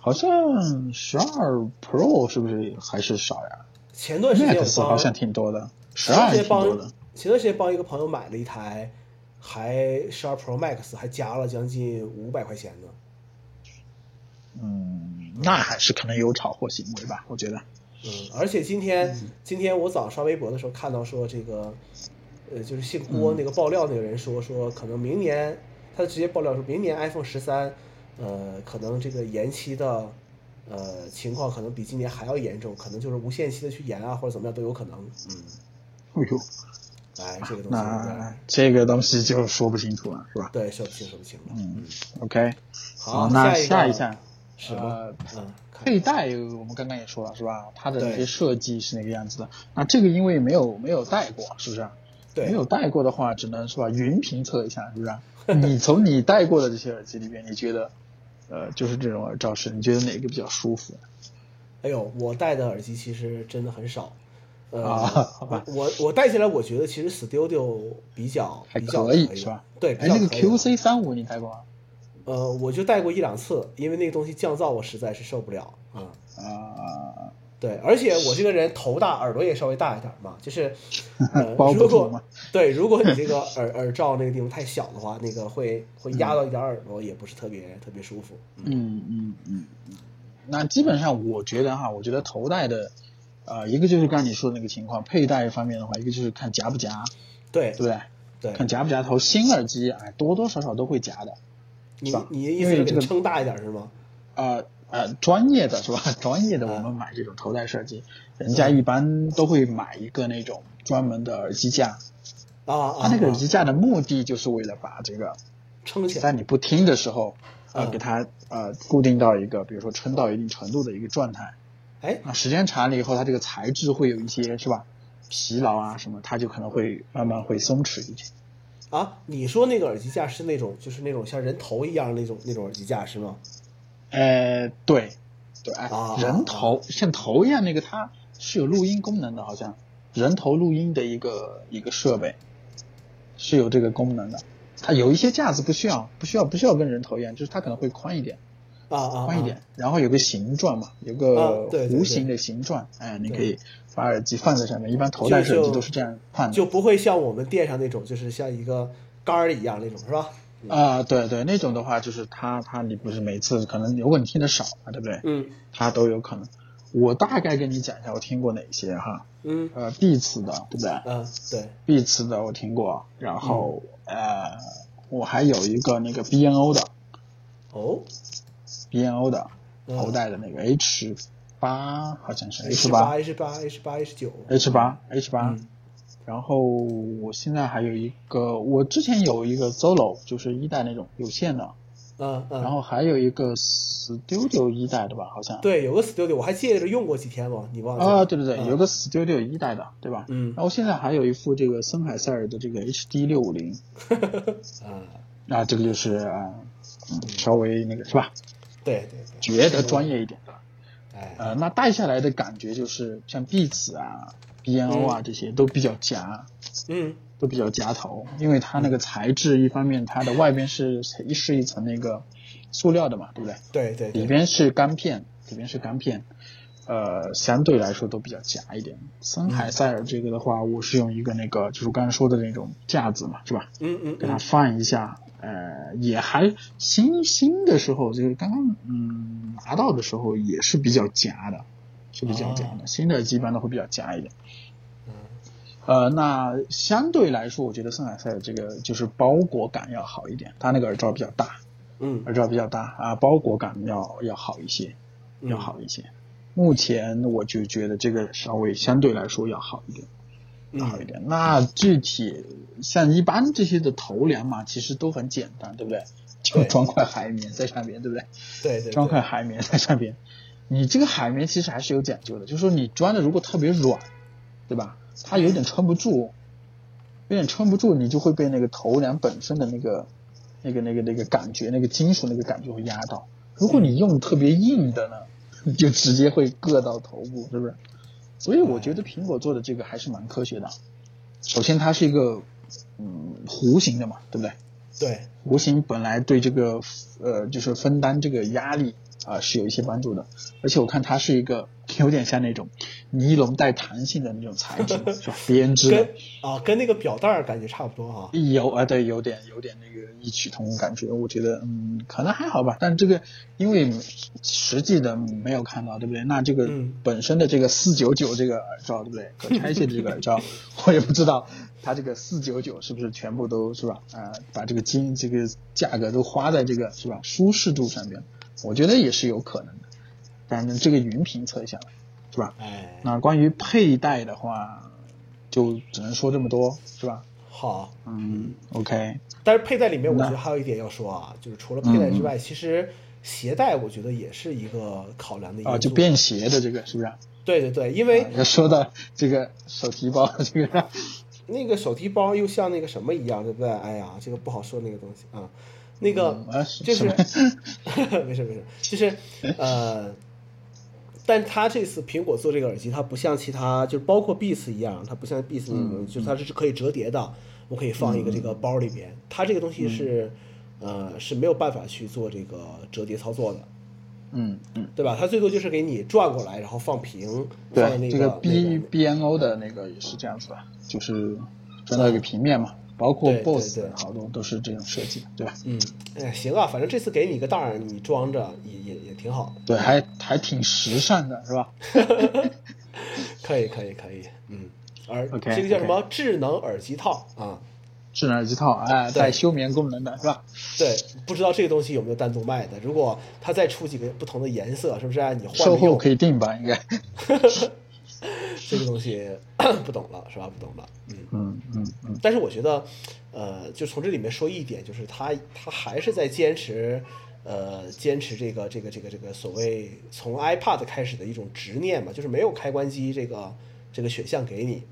[SPEAKER 2] 好像十二 Pro 是不是还是少呀？
[SPEAKER 1] 前段时间我
[SPEAKER 2] Max
[SPEAKER 1] 帮
[SPEAKER 2] 好像挺多的，十
[SPEAKER 1] 前段
[SPEAKER 2] 二
[SPEAKER 1] 时
[SPEAKER 2] 挺
[SPEAKER 1] 间帮
[SPEAKER 2] 多的。
[SPEAKER 1] 前段时间帮一个朋友买了一台，还十二 Pro Max，还加了将近五百块钱呢。
[SPEAKER 2] 嗯，那还是可能有炒货行为吧，我觉得。哎
[SPEAKER 1] 嗯，而且今天今天我早上刷微博的时候看到说这个，呃，就是姓
[SPEAKER 2] 嗯
[SPEAKER 1] 郭那个爆料那个人说说可能明年他直接爆料说明年 iPhone 十三，呃，可能这个延期的呃情况可能比今年还要严重，可能就是无限期的去延啊或者怎么样都有可能。嗯，
[SPEAKER 2] 哎呦，
[SPEAKER 1] 哎，这个东西有
[SPEAKER 2] 那
[SPEAKER 1] 点
[SPEAKER 2] 这个东西就说不清楚了，是吧
[SPEAKER 1] 对说不清说不清了。
[SPEAKER 2] 嗯？OK，
[SPEAKER 1] 好，
[SPEAKER 2] 那
[SPEAKER 1] 下
[SPEAKER 2] 下
[SPEAKER 1] 一
[SPEAKER 2] 一
[SPEAKER 1] 个
[SPEAKER 2] 下
[SPEAKER 1] 什么？
[SPEAKER 2] 呃
[SPEAKER 1] 嗯，看
[SPEAKER 2] 佩戴我们刚刚也说了是吧？它的那
[SPEAKER 1] 对
[SPEAKER 2] 些设计是那个样子的。那这个因为没有没有戴过，是不啊是？
[SPEAKER 1] 对
[SPEAKER 2] 没有戴过的话，只能是吧云评测一下，是不是？ 你从你戴过的这些耳机里边，你觉得，呃，就是这种耳罩式，你觉得哪个比较舒服？
[SPEAKER 1] 哎呦，我戴的耳机其实真的很少。呃，
[SPEAKER 2] 啊好吧
[SPEAKER 1] 我我戴起来，我觉得其实 Studio 比较
[SPEAKER 2] 还
[SPEAKER 1] 比较
[SPEAKER 2] 可以
[SPEAKER 1] 以
[SPEAKER 2] 是吧？
[SPEAKER 1] 对，
[SPEAKER 2] 哎，
[SPEAKER 1] 比较
[SPEAKER 2] 那个
[SPEAKER 1] 可以了
[SPEAKER 2] QC 三五你戴过吗？
[SPEAKER 1] 呃，我就戴过一两次，因为那个东西降噪我实在是受不了啊、嗯
[SPEAKER 2] 啊、，
[SPEAKER 1] 对，而且我这个人头大，耳朵也稍微大一点嘛，就是，呃
[SPEAKER 2] 包不
[SPEAKER 1] 如
[SPEAKER 2] 住
[SPEAKER 1] 果
[SPEAKER 2] 嘛
[SPEAKER 1] 对，如果你这个耳耳罩那个地方太小的话，那个会会压到一点耳朵，也不是特别特别舒服。嗯
[SPEAKER 2] 嗯嗯嗯嗯，那基本上我觉得哈，我觉得头戴的，呃，一个就是刚才你说的那个情况，佩戴方面的话，一个就是看夹不夹，
[SPEAKER 1] 对
[SPEAKER 2] 对不对？
[SPEAKER 1] 对，
[SPEAKER 2] 看夹不夹头，新耳机哎，多多少少都会夹的，
[SPEAKER 1] 你
[SPEAKER 2] 是吧
[SPEAKER 1] 你的意
[SPEAKER 2] 因
[SPEAKER 1] 思
[SPEAKER 2] 为
[SPEAKER 1] 是给
[SPEAKER 2] 这
[SPEAKER 1] 它
[SPEAKER 2] 个
[SPEAKER 1] 撑大一点是吗？
[SPEAKER 2] 呃呃，专业的是吧？ 专业的我们买这种头戴设计，
[SPEAKER 1] 嗯
[SPEAKER 2] 人家一般都会买一个那种专门的耳机架，
[SPEAKER 1] 啊啊，
[SPEAKER 2] 它那个
[SPEAKER 1] 啊
[SPEAKER 2] 耳机架的目的就是为了把这个
[SPEAKER 1] 撑起
[SPEAKER 2] 在
[SPEAKER 1] 来。
[SPEAKER 2] 你不听的时候，呃，
[SPEAKER 1] 嗯
[SPEAKER 2] 给它呃固定到一个，比如说撑到一定程度的一个状态。
[SPEAKER 1] 哎，
[SPEAKER 2] 那时间长了以后，它这个材质会有一些是吧疲劳啊什么，它就可能会慢慢会松弛一些。
[SPEAKER 1] 啊，你说那个耳机架是那种，就是那种像人头一样的那种那种耳机架是吗？
[SPEAKER 2] 呃，对，对，哎
[SPEAKER 1] 啊
[SPEAKER 2] 人头像头一样那个，它是有录音功能的，好像人头录音的一个一个设备是有这个功能的。它有一些架子不需要，不需要，不需要跟人头一样，就是它可能会宽一点，
[SPEAKER 1] 啊啊，
[SPEAKER 2] 宽一点
[SPEAKER 1] 啊，，
[SPEAKER 2] 然后有个形状嘛，有
[SPEAKER 1] 啊
[SPEAKER 2] 个
[SPEAKER 1] 对对对
[SPEAKER 2] 弧形的形状，哎，你
[SPEAKER 1] 对
[SPEAKER 2] 可以把耳机放在上面。一般头戴式耳机都是这样放的
[SPEAKER 1] 就不会像我们店上那种，就是像一个杆儿一样那种是吧？
[SPEAKER 2] 啊、对对，那种的话就是它它你不是每次可能如果你听的少嘛，对不对？
[SPEAKER 1] 嗯
[SPEAKER 2] 它都有可能。我大概跟你讲一下，我听过哪些哈。
[SPEAKER 1] 嗯
[SPEAKER 2] 呃，Beats 的，对不对
[SPEAKER 1] 嗯，对，
[SPEAKER 2] ？Beats 的我听过，然后、
[SPEAKER 1] 嗯
[SPEAKER 2] 呃，我还有一个那个 BNO 的
[SPEAKER 1] 哦
[SPEAKER 2] ，BNO 的
[SPEAKER 1] 嗯
[SPEAKER 2] 头戴的那个 H 八，好像是
[SPEAKER 1] ，H
[SPEAKER 2] H 八
[SPEAKER 1] 八 H 八 H 八 H 九，
[SPEAKER 2] ，H 八，H 八
[SPEAKER 1] 嗯。
[SPEAKER 2] 然后我现在还有一个，我之前有一个 Solo，就是一代那种有线的，
[SPEAKER 1] 嗯嗯，
[SPEAKER 2] 然后还有一个 Studio 一代的吧，好像。
[SPEAKER 1] 对，有个 Studio 我还借着用过几天嘛，你忘记
[SPEAKER 2] 啊，
[SPEAKER 1] 了？
[SPEAKER 2] 对对对，
[SPEAKER 1] 嗯
[SPEAKER 2] 有个 Studio 一代的，对吧？
[SPEAKER 1] 嗯
[SPEAKER 2] 然后现在还有一副这个森海塞尔的这个 HD 六五零，
[SPEAKER 1] 啊，
[SPEAKER 2] 那这个就是啊、嗯，稍微那个是吧？
[SPEAKER 1] 对对对，
[SPEAKER 2] 觉得专业一点的。
[SPEAKER 1] 哎，
[SPEAKER 2] 呃，那戴下来的感觉就是像 Beats 啊、BNO 啊这些都比较夹，
[SPEAKER 1] 嗯
[SPEAKER 2] 都比较夹头，因为它那个材质一方面它的外边是一是一层那个塑料的嘛，对不对？
[SPEAKER 1] 对对
[SPEAKER 2] 里
[SPEAKER 1] 对，
[SPEAKER 2] 边是钢片，里边是钢片，呃，相对来说都比较夹一点。森海塞尔这个的话，我是用一个那个就是我刚才说的那种架子嘛，是吧？
[SPEAKER 1] 嗯嗯
[SPEAKER 2] 给它
[SPEAKER 1] 嗯
[SPEAKER 2] 放一下，呃，也还新新的时候，就是刚刚嗯拿到的时候也是比较夹的，是比较夹的。新的耳机一般都会比较夹一点。
[SPEAKER 1] 嗯
[SPEAKER 2] 呃，那相对来说，我觉得森海塞尔这个就是包裹感要好一点，它那个耳罩比较大，
[SPEAKER 1] 嗯
[SPEAKER 2] 耳罩比较大啊，包裹感要要好一些。
[SPEAKER 1] 嗯，
[SPEAKER 2] 要好一些。目前我就觉得这个稍微相对来说要好一点，要好一
[SPEAKER 1] 嗯
[SPEAKER 2] 点。那具体像一般这些的头梁嘛，其实都很简单，对不对？就
[SPEAKER 1] 对
[SPEAKER 2] 装块海绵在上面，对不对？
[SPEAKER 1] 嗯对对，
[SPEAKER 2] 装
[SPEAKER 1] 对
[SPEAKER 2] 块海绵在上面。你这个海绵其实还是有讲究的，就是说你装的如果特别软，对吧？它有点撑不住，有点撑不住，你就会被那个头梁本身的那个、那个、那个、那个感觉，那个金属那个感觉会压到。如果你用特别硬的呢，你就直接会硌到头部，是不是？所以我觉得苹果做的这个还是蛮科学的。啊首先，它是一个嗯弧形的嘛，对不对？
[SPEAKER 1] 对，
[SPEAKER 2] 弧形本来对这个呃，就是分担这个压力啊、是有一些帮助的，而且我看它是一个有点像那种尼龙带弹性的那种材质，是吧？编织的
[SPEAKER 1] 跟啊跟那个表带儿感觉差不多哈，
[SPEAKER 2] 有啊，对，有点有点那个异曲同工感觉，我觉得嗯，可能还好吧，但这个因为实际的没有看到，对不对？那这个
[SPEAKER 1] 嗯
[SPEAKER 2] 本身的这个四九九这个耳罩，对不对？可拆卸的这个耳罩，我也不知道它这个四九九是不是全部都是吧？啊、把这个金这个价格都花在这个是吧舒适度上面，我觉得也是有可能的。反正这个云评测下来，是吧？
[SPEAKER 1] 哎，
[SPEAKER 2] 那关于佩戴的话，就只能说这么多，是吧？
[SPEAKER 1] 好。
[SPEAKER 2] 嗯，OK，
[SPEAKER 1] 但是佩戴里面，我觉得还有一点要说啊，就是除了佩戴
[SPEAKER 2] 嗯
[SPEAKER 1] 之外，其实携带我觉得也是一个考量的因素。
[SPEAKER 2] 啊，就啊便携的这个是不是？啊
[SPEAKER 1] 对对对，因为
[SPEAKER 2] 要说到这个手提包的这个，
[SPEAKER 1] 那个手提包又像那个什么一样，对不对？哎呀，这个不好说那个东西啊，那个、
[SPEAKER 2] 啊，
[SPEAKER 1] 就是
[SPEAKER 2] 什么
[SPEAKER 1] 没事没事，就是呃，但它这次苹果做这个耳机，它不像其他，就是包括 Beats 一样，它不像 Beats 那
[SPEAKER 2] 嗯
[SPEAKER 1] 种，就是它是可以折叠的，我可以放一个这个包里面，它这个东西是、呃是没有办法去做这个折叠操作的，
[SPEAKER 2] 嗯嗯，
[SPEAKER 1] 对吧？它最多就是给你转过来，然后放平，放在
[SPEAKER 2] 对，
[SPEAKER 1] 那
[SPEAKER 2] 这
[SPEAKER 1] 个
[SPEAKER 2] B
[SPEAKER 1] 那个
[SPEAKER 2] B N O 的那个也是这样子的，就是转到一个平面嘛，包括
[SPEAKER 1] 对对
[SPEAKER 2] BOSS
[SPEAKER 1] 对
[SPEAKER 2] 好多都是这种设计的，对吧？
[SPEAKER 1] 嗯，哎，行啊，反正这次给你一个袋儿，你装着也也也挺好的。
[SPEAKER 2] 对，还还挺时尚的，是吧？
[SPEAKER 1] 可以，可以，可以，嗯，耳
[SPEAKER 2] OK，
[SPEAKER 1] 这个叫什么智能耳机套啊？
[SPEAKER 2] 智能耳机套，哎，
[SPEAKER 1] 对
[SPEAKER 2] 带休眠功能的是吧？
[SPEAKER 1] 对，不知道这个东西有没有单独卖的？如果它再出几个不同的颜色，是不是、啊、你换着
[SPEAKER 2] 售后
[SPEAKER 1] 用？
[SPEAKER 2] 可以定吧，应该。
[SPEAKER 1] 这个东西 不懂了，是吧？不懂了，嗯。
[SPEAKER 2] 嗯嗯嗯，
[SPEAKER 1] 但是我觉得，呃，就从这里面说一点，就是他他还是在坚持，呃，坚持这个这个这个这个所谓从 iPad 开始的一种执念嘛，就是没有开关机这个这个选项给你。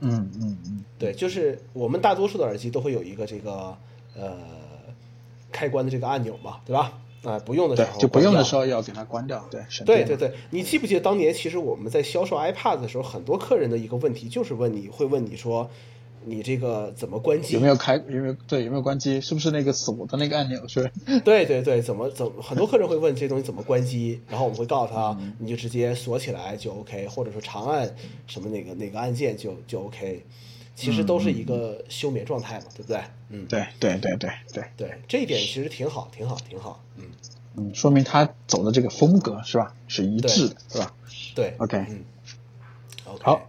[SPEAKER 2] 嗯嗯嗯，
[SPEAKER 1] 对，就是我们大多数的耳机都会有一个这个呃开关的这个按钮嘛，对吧？啊、不用的时
[SPEAKER 2] 对
[SPEAKER 1] 候，
[SPEAKER 2] 就不用的
[SPEAKER 1] 关掉
[SPEAKER 2] 时候要给它关掉，对，省
[SPEAKER 1] 对
[SPEAKER 2] 电
[SPEAKER 1] 对
[SPEAKER 2] 嘛，
[SPEAKER 1] 对，你记不记得当年其实我们在销售 iPad 的时候，很多客人的一个问题就是问你会问你说，你这个怎么关机
[SPEAKER 2] 有没？有开有没有对有没有关机？是不是那个锁的那个按钮是？
[SPEAKER 1] 对对对，怎么怎么很多客人会问这东西怎么关机，然后我们会告诉他，
[SPEAKER 2] 嗯
[SPEAKER 1] 你就直接锁起来就 OK，或者说长按什么哪个哪个按键就就 OK，其实都是一
[SPEAKER 2] 嗯
[SPEAKER 1] 个休眠状态嘛，对不对？嗯，
[SPEAKER 2] 对对对对对，
[SPEAKER 1] 对，这一点其实挺好，挺好，挺好。嗯，
[SPEAKER 2] 嗯，说明他走的这个风格是吧，是一致的，是吧？
[SPEAKER 1] 对
[SPEAKER 2] OK
[SPEAKER 1] 嗯，OK。
[SPEAKER 2] 好，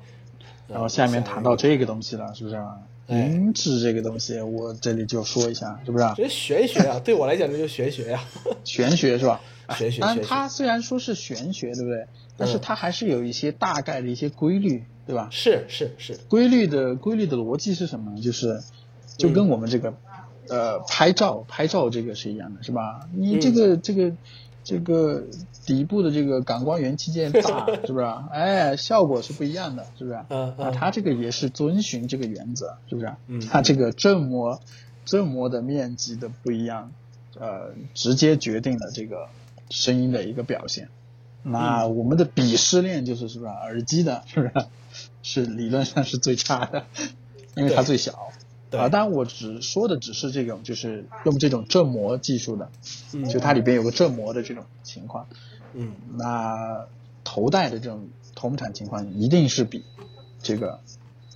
[SPEAKER 2] 然后下面
[SPEAKER 1] 一
[SPEAKER 2] 谈
[SPEAKER 1] 个
[SPEAKER 2] 到这个东西了，是不是啊？
[SPEAKER 1] 哎
[SPEAKER 2] 音质这个东西，我这里就说一下，是不是啊？
[SPEAKER 1] 这玄学啊，对我来讲这就是玄学啊呀、
[SPEAKER 2] 玄学是吧？
[SPEAKER 1] 玄啊学玄
[SPEAKER 2] 当然，
[SPEAKER 1] 学嗯
[SPEAKER 2] 它虽然说是玄学，对不对？但是它还是有一些大概的一些规律，对吧？
[SPEAKER 1] 是是是，
[SPEAKER 2] 规律的规律的逻辑是什么呢？就是就跟我们这个、呃拍照拍照这个是一样的，是吧？你这个、这个这个底部的这个感光元器件大，是不是啊？哎，效果是不一样的，是不是啊？
[SPEAKER 1] 嗯
[SPEAKER 2] 啊，
[SPEAKER 1] 嗯
[SPEAKER 2] 它这个也是遵循这个原则，是不是啊？
[SPEAKER 1] 嗯
[SPEAKER 2] 它这个振膜振膜的面积的不一样，呃，直接决定了这个声音的一个表现。那
[SPEAKER 1] 嗯
[SPEAKER 2] 我们的鄙视链就是是吧？啊耳机的是不是是理论上是最差的，因为它
[SPEAKER 1] 对
[SPEAKER 2] 最小。
[SPEAKER 1] 对
[SPEAKER 2] 啊，当然我只说的只是这种，就是用这种振膜技术的，
[SPEAKER 1] 嗯
[SPEAKER 2] 就它里边有个振膜的这种情况。
[SPEAKER 1] 嗯
[SPEAKER 2] 那头戴的这种同产情况，一定是比这个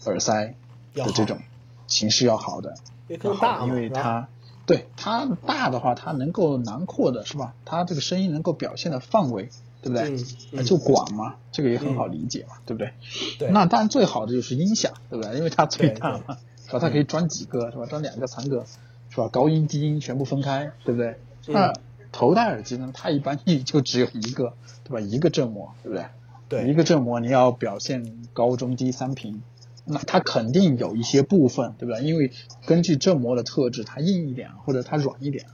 [SPEAKER 2] 耳塞
[SPEAKER 1] 要好
[SPEAKER 2] 的这种形式要好的，
[SPEAKER 1] 也更大嘛，
[SPEAKER 2] 因
[SPEAKER 1] 是
[SPEAKER 2] 为
[SPEAKER 1] 吧
[SPEAKER 2] 它对它大的话，它能够囊括的是吧？它这个声音能够表现的范围，对不对？
[SPEAKER 1] 嗯
[SPEAKER 2] 那
[SPEAKER 1] 嗯
[SPEAKER 2] 就广嘛，这个也很好理解嘛，对不对？
[SPEAKER 1] 对
[SPEAKER 2] 那当然最好的就是音响，对不对？因为它最大
[SPEAKER 1] 对
[SPEAKER 2] 嘛，是吧？它可以装几个，是吧？装两个、三个，是吧？高音、低音全部分开，对不对？
[SPEAKER 1] 嗯
[SPEAKER 2] 那头戴耳机呢，它一般也就只有一个，对吧？一个振膜，对不对？一
[SPEAKER 1] 对
[SPEAKER 2] 个振膜你要表现高中低三频，那它肯定有一些部分，对吧？因为根据振膜的特质，它硬一点或者它软一点，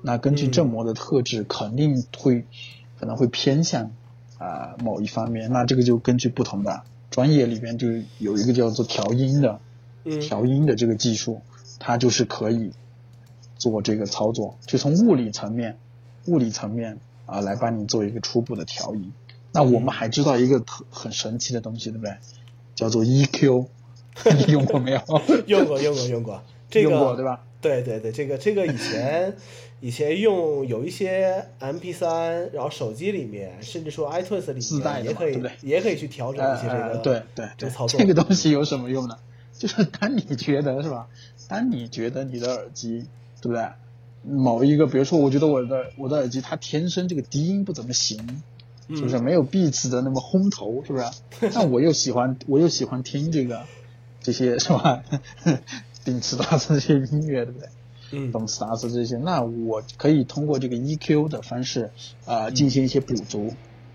[SPEAKER 2] 那根据
[SPEAKER 1] 嗯
[SPEAKER 2] 振膜的特质肯定会、可能会偏向啊、某一方面，那这个就根据不同的专业里边就有一个叫做调音的
[SPEAKER 1] 嗯
[SPEAKER 2] 调音的这个技术，它就是可以做这个操作，就从物理层面、物理层面啊、来帮你做一个初步的调音。那我们还知道一个特很神奇的东西，对不对？叫做 EQ，你用过 没有？
[SPEAKER 1] 用过用过用过，这个
[SPEAKER 2] 用过对吧？
[SPEAKER 1] 对对对，这个这个以前以前用有一些 MP 三，然后手机里面，甚至说 iTunes 里面
[SPEAKER 2] 自带的嘛
[SPEAKER 1] 也可以
[SPEAKER 2] 对不对
[SPEAKER 1] 也可以去调整
[SPEAKER 2] 呃
[SPEAKER 1] 一些这个、
[SPEAKER 2] 呃对对
[SPEAKER 1] 这
[SPEAKER 2] 对
[SPEAKER 1] 个操，作
[SPEAKER 2] 这个东西有什么用呢？ 就是当你觉得是吧？当你觉得你的耳机对不对？某一个，比如说，我觉得我的我的耳机它天生这个低音不怎么行，是不是
[SPEAKER 1] 嗯
[SPEAKER 2] 没有 Beats 的那么烘头， 是不是？但我又喜欢，我又喜欢听这个这些是吧？ 顶次大次这些音乐，对不对？
[SPEAKER 1] 嗯
[SPEAKER 2] 动次打次这些，那我可以通过这个 EQ 的方式，呃，进行一些补足，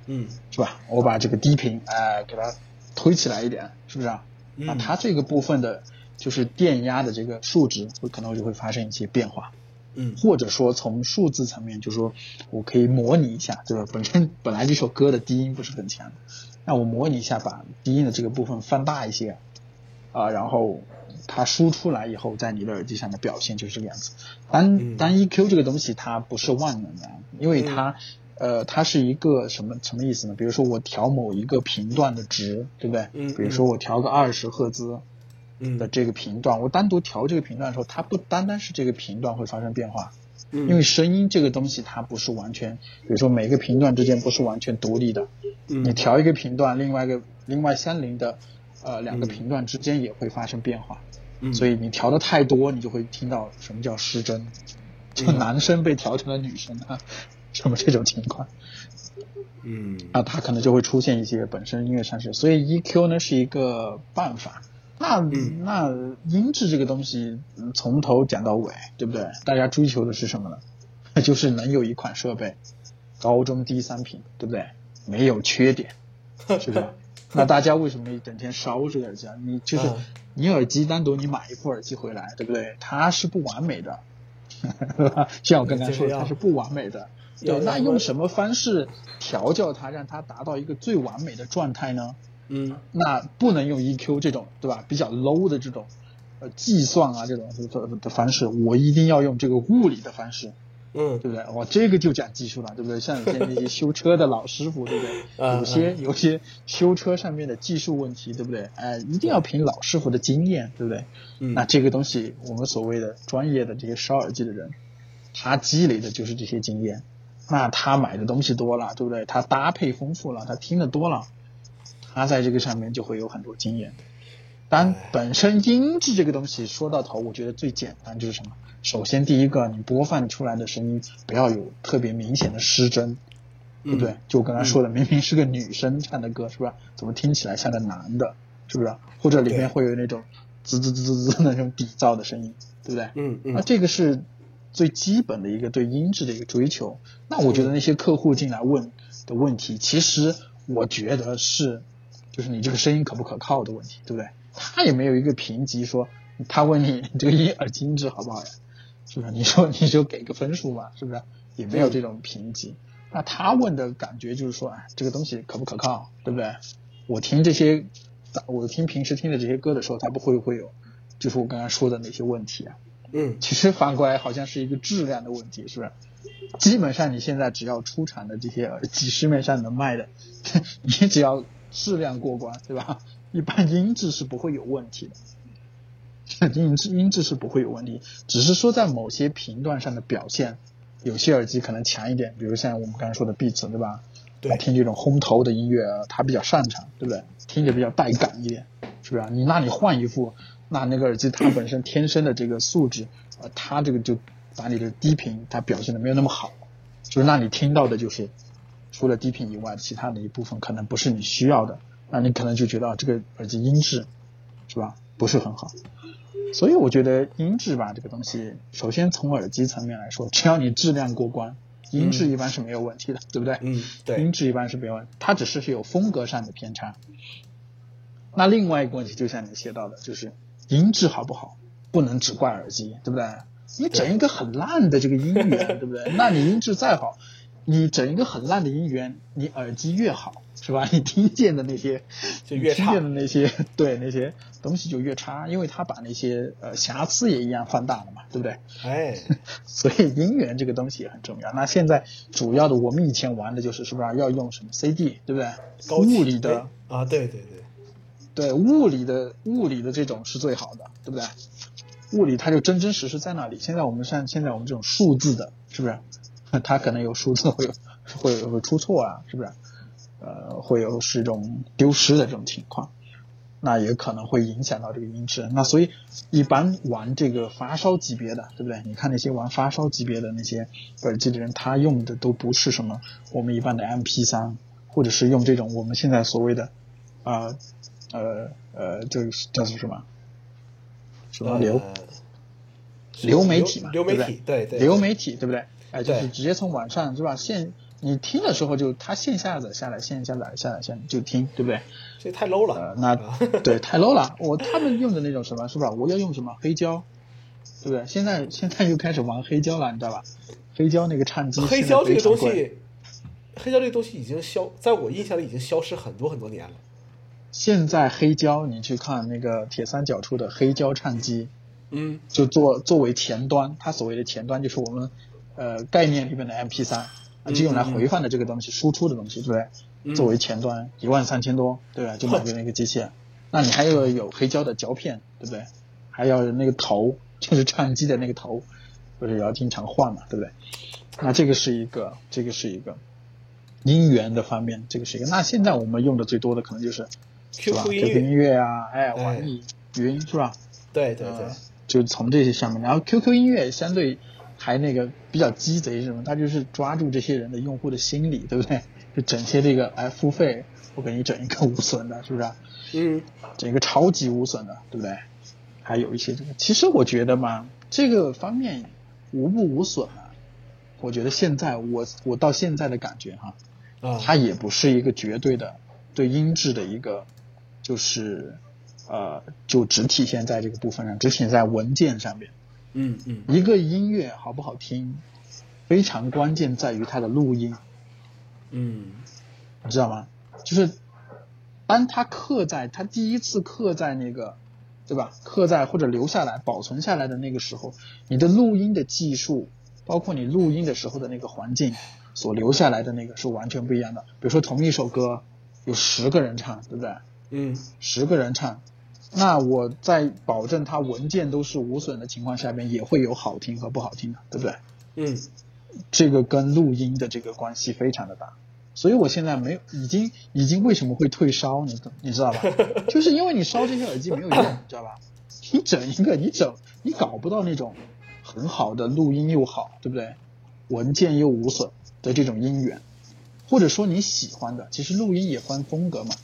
[SPEAKER 1] 嗯
[SPEAKER 2] 是吧？我把这个低频，哎、给它推起来一点，是不是啊？
[SPEAKER 1] 嗯
[SPEAKER 2] 那它这个部分的，就是电压的这个数值，会可能就会发生一些变化。
[SPEAKER 1] 嗯
[SPEAKER 2] 或者说从数字层面，就是说我可以模拟一下，对吧？本身本来这首歌的低音不是很强，那我模拟一下，把低音的这个部分放大一些，啊、然后它输出来以后，在你的耳机上的表现就是这个样子。
[SPEAKER 1] 嗯
[SPEAKER 2] 单单 EQ 这个东西它不是万能的，因为它、
[SPEAKER 1] 嗯
[SPEAKER 2] 呃它是一个什么什么意思呢？比如说我调某一个频段的值，对不对？
[SPEAKER 1] 嗯
[SPEAKER 2] 比如说我调个二十赫兹，
[SPEAKER 1] 嗯
[SPEAKER 2] 的这个频段，我单独调这个频段的时候，它不单单是这个频段会发生变化，
[SPEAKER 1] 嗯
[SPEAKER 2] 因为声音这个东西它不是完全，比如说每个频段之间不是完全独立的，你
[SPEAKER 1] 嗯
[SPEAKER 2] 调一个频段，另外一个另外相邻的，呃两个频段之间也会发生变化，
[SPEAKER 1] 嗯，
[SPEAKER 2] 所
[SPEAKER 1] 以
[SPEAKER 2] 以你调的太多，你就会听到什么叫失真，就
[SPEAKER 1] 嗯
[SPEAKER 2] 男生被调成了女生啊， 什么这种情况。
[SPEAKER 1] 嗯
[SPEAKER 2] 那它可能就会出现一些本身音乐上市，所以 EQ 呢是一个办法。那、
[SPEAKER 1] 嗯
[SPEAKER 2] 那音质这个东西嗯从头讲到尾，对不对？大家追求的是什么呢？ 就是能有一 款设备高中低三频，对不对？没有缺点，是不是？那大家为什么一整天烧这个耳机啊？你就是
[SPEAKER 1] 嗯
[SPEAKER 2] 你耳机单独你买一副耳机回来，对不对？它是不完美的，像我刚才
[SPEAKER 1] 就
[SPEAKER 2] 说
[SPEAKER 1] 是
[SPEAKER 2] 的，
[SPEAKER 1] 要
[SPEAKER 2] 它是不完美的。
[SPEAKER 1] 要
[SPEAKER 2] 对，那
[SPEAKER 1] 让它
[SPEAKER 2] 用什么方式调教它，让它达到一个最完美的状态呢？
[SPEAKER 1] 嗯
[SPEAKER 2] 那不能用 EQ 这种，对吧？比较 low 的这种，呃，计算啊这种的的方式，我一定要用这个物理的方式，
[SPEAKER 1] 嗯
[SPEAKER 2] 对不对？我这个就讲技术了，对不对？像以前那些修车的老师傅，对不对？
[SPEAKER 1] 嗯
[SPEAKER 2] 有些有些修车上面的技术问题，对不对？哎，一定要凭老师傅的经验，对不对？
[SPEAKER 1] 嗯
[SPEAKER 2] 那这个东西，我们所谓的专业的这些烧耳机的人，他积累的就是这些经验。那他买的东西多了，对不对？他搭配丰富了，他听的多了，他在这个上面就会有很多经验。当然
[SPEAKER 1] 哎，
[SPEAKER 2] 本身音质这个东西，说到头，我觉得最简单就是什么？首先，第一个，你播放出来的声音不要有特别明显的失真，
[SPEAKER 1] 嗯
[SPEAKER 2] 对不对？就我刚才说的，明明是个女生唱的歌，是吧？怎么听起来像个男的，是不是？或者里
[SPEAKER 1] 对
[SPEAKER 2] 面会有那种滋滋滋滋滋那种底噪的声音，对不对？
[SPEAKER 1] 嗯
[SPEAKER 2] 那
[SPEAKER 1] 嗯
[SPEAKER 2] 这个是最基本的一个对音质的一个追求。那我觉得那些客户进来问的问题，其实我觉得是，就是你这个声音可不可靠的问题，对不对？他也没有一个评级说，他问你你这个音耳机音质好不好呀，是不是？你说你就给个分数嘛，是不是？也没有这种评级。那他问的感觉就是说，哎，这个东西可不可靠，对不对？我听这些，我听平时听的这些歌的时候，他不会会有，就是我刚刚说的那些问题啊。
[SPEAKER 1] 嗯
[SPEAKER 2] 其实反过来好像是一个质量的问题，是不是？基本上你现在只要出厂的这些呃耳机，市面上能卖的， 你只要质量过关，对吧？一般音质是不会有问题的，音质音质是不会有问题，只是说在某些频段上的表现，有些耳机可能强一点，比如像我们刚才说的 Beats，对吧？
[SPEAKER 1] 对
[SPEAKER 2] 它听这种烘头的音乐，它比较擅长，对不对？听着比较带感一点，是不是啊？你那你换一副，那那个耳机它本身天生的这个素质，呃，它这个就把你的低频它表现的没有那么好，就是那你听到的就是除了低频以外，其他的一部分可能不是你需要的，那你可能就觉得啊这个耳机音质是吧不是很好。所以我觉得音质吧，这个东西，首先从耳机层面来说，只要你质量过关，音质一般是没有问题的，对不对？
[SPEAKER 1] 嗯，对
[SPEAKER 2] 音，质一般是没有问题，它只是是有风格上的偏差。那另外一个问题，就像你写到的，就是音质好不好，不能只怪耳机，对不对？你整一个很烂的这个音源，对不对？那你音质再好，你整一个很烂的音源，你耳机越好，是吧？你听见的那些
[SPEAKER 1] 就越差
[SPEAKER 2] 你听见的那些，对那些东西就越差，因为它把那些呃瑕疵也一样放大了嘛，对不对？
[SPEAKER 1] 哎，
[SPEAKER 2] 所以音源这个东西也很重要。那现在主要的，我们以前玩的就是是不是要用什么 CD，对不对？
[SPEAKER 1] 高级
[SPEAKER 2] 物理的，
[SPEAKER 1] 哎啊，对对对，
[SPEAKER 2] 对物理的物理的这种是最好的，对不对？物理它就真真实实在那里。现在我们像现在我们这种数字的，是不是？ 它可能有数字会有 会有会出错啊，是不是？呃，会有是一种丢失的这种情况，那也可能会影响到这个音质。那所以一般玩这个发烧级别的，对不对？你看那些玩发烧级别的那些耳机的人，他用的都不是什么我们一般的 MP 三，或者是用这种我们现在所谓的啊呃呃，就是叫做什么什么流、
[SPEAKER 1] 呃
[SPEAKER 2] 流媒体嘛，
[SPEAKER 1] 流
[SPEAKER 2] 对
[SPEAKER 1] 媒
[SPEAKER 2] 不对
[SPEAKER 1] 体，对对，
[SPEAKER 2] 流媒体，对不对？哎，就是
[SPEAKER 1] 对
[SPEAKER 2] 直接从网上是吧？线你听的时候就它线下载下来，线下载下来，线就听，对不对？
[SPEAKER 1] 这太 low
[SPEAKER 2] 呃
[SPEAKER 1] 了，，
[SPEAKER 2] 那
[SPEAKER 1] 啊
[SPEAKER 2] 对太 low 了。我他们用的那种什么是吧？我要用什么黑胶，对不对？现在现在又开始玩黑胶了，你知道吧？黑胶那个唱呃机，
[SPEAKER 1] 黑胶这个东
[SPEAKER 2] 现在非常贵，
[SPEAKER 1] 西，黑胶这个东西已经消，在我印象里已经消失很多很多年了。
[SPEAKER 2] 现在黑胶你去看那个铁三角出的黑胶唱机，
[SPEAKER 1] 嗯
[SPEAKER 2] 就作作为前端，它所谓的前端就是我们呃概念里面的 MP 三，啊就用来回放的这个东西，输出的东西，对不对？
[SPEAKER 1] 嗯
[SPEAKER 2] 作为前端一万三千多，对吧？就买这么一个 机器，那你还要有黑胶的胶片，对不对？还要有那个头，就是唱机的那个头，不是也要经常换嘛，对不对？那这个是一个，这个是一个音源的方面，这个是一个。那现在我们用的最多的可能就是是吧
[SPEAKER 1] ，QQ 音
[SPEAKER 2] QQ 音
[SPEAKER 1] 乐，
[SPEAKER 2] 乐啊，哎，
[SPEAKER 1] 哎
[SPEAKER 2] 网易云是吧？
[SPEAKER 1] 对对对
[SPEAKER 2] 呃，就是从这些上面，然后 QQ 音乐相对还那个比较鸡贼是什么，它就是抓住这些人的用户的心理，对不对？就整些这个哎付费，我给你整一个无损的，是不是？
[SPEAKER 1] 嗯
[SPEAKER 2] 整一个超级无损的，对不对？还有一些这个，其实我觉得嘛，这个方面无不无损啊。我觉得现在我我到现在的感觉哈、
[SPEAKER 1] 啊，
[SPEAKER 2] 它也不是一个绝对的对音质的一个就是呃，就只体现在这个部分上，只体现在文件上面。
[SPEAKER 1] 嗯嗯
[SPEAKER 2] 一个音乐好不好听，非常关键在于它的录音，
[SPEAKER 1] 嗯
[SPEAKER 2] 你知道吗？就是当它刻在它第一次刻在那个，对吧？刻在或者留下来、保存下来的那个时候，你的录音的技术，包括你录音的时候的那个环境所留下来的那个是完全不一样的。比如说同一首歌，有十个人唱，对不对？
[SPEAKER 1] 嗯
[SPEAKER 2] 十个人唱，那我在保证它文件都是无损的情况下边，也会有好听和不好听的，对不对？
[SPEAKER 1] 嗯
[SPEAKER 2] 这个跟录音的这个关系非常的大，所以我现在没有，已经已经为什么会退烧，你懂你知道吧？就是因为你烧这些耳机没有用，你知道吧？你整一个，你整你搞不到那种很好的录音又好，对不对？文件又无损的这种音源，或者说你喜欢的，其实录音也分风格嘛。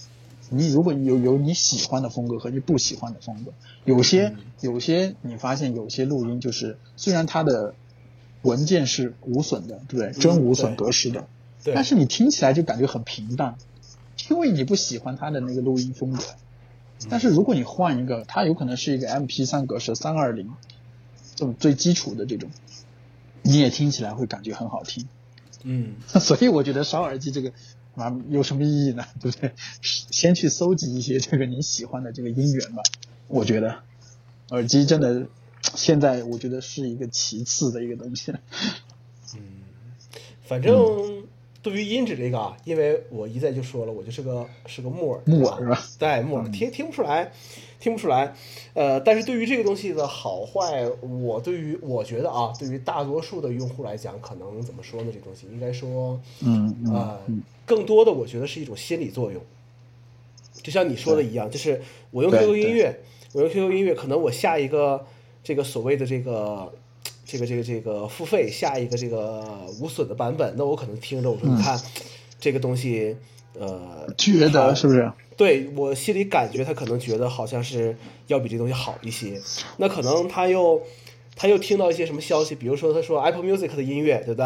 [SPEAKER 2] 你如果有有你喜欢的风格和你不喜欢的风格，有些有些你发现有些录音就是虽然它的文件是无损的，对不对？真无损
[SPEAKER 1] 对
[SPEAKER 2] 格式的，
[SPEAKER 1] 对
[SPEAKER 2] 但是你听起来就感觉很平淡，因为你不喜欢它的那个录音风格。但是如果你换一个，它有可能是一个 MP3 格式三二零这种最基础的这种，你也听起来会感觉很好听。
[SPEAKER 1] 嗯
[SPEAKER 2] 所以我觉得烧耳机这个啊有什么意义呢？对不对？先去搜集一些这个你喜欢的这个音源吧。我觉得耳机真的现在我觉得是一个其次的一个东西了。
[SPEAKER 1] 嗯，反
[SPEAKER 2] 嗯
[SPEAKER 1] 正对于音质这个啊，因为我一再就说了，我就是个是个木耳，
[SPEAKER 2] 木耳是吧？
[SPEAKER 1] 对木耳
[SPEAKER 2] 嗯
[SPEAKER 1] 听听不出来，听不出来。呃，但是对于这个东西的好坏，我对于我觉得啊，对于大多数的用户来讲，可能怎么说呢？这东西应该说，
[SPEAKER 2] 嗯嗯
[SPEAKER 1] 呃，更多的我觉得是一种心理作用。就像你说的一样，就是我用
[SPEAKER 2] 对
[SPEAKER 1] QQ 音乐，我用 QQ 音乐，可能我下一个这个所谓的这个这个这个这个付费下一个这个无损的版本，那我可能听着我说
[SPEAKER 2] 嗯
[SPEAKER 1] 你看、这个东西，呃，
[SPEAKER 2] 觉得是不是？
[SPEAKER 1] 对我心里感觉他可能觉得好像是要比这东西好一些，那可能他又他又听到一些什么消息，比如说他说 Apple Music 的音乐，对不对？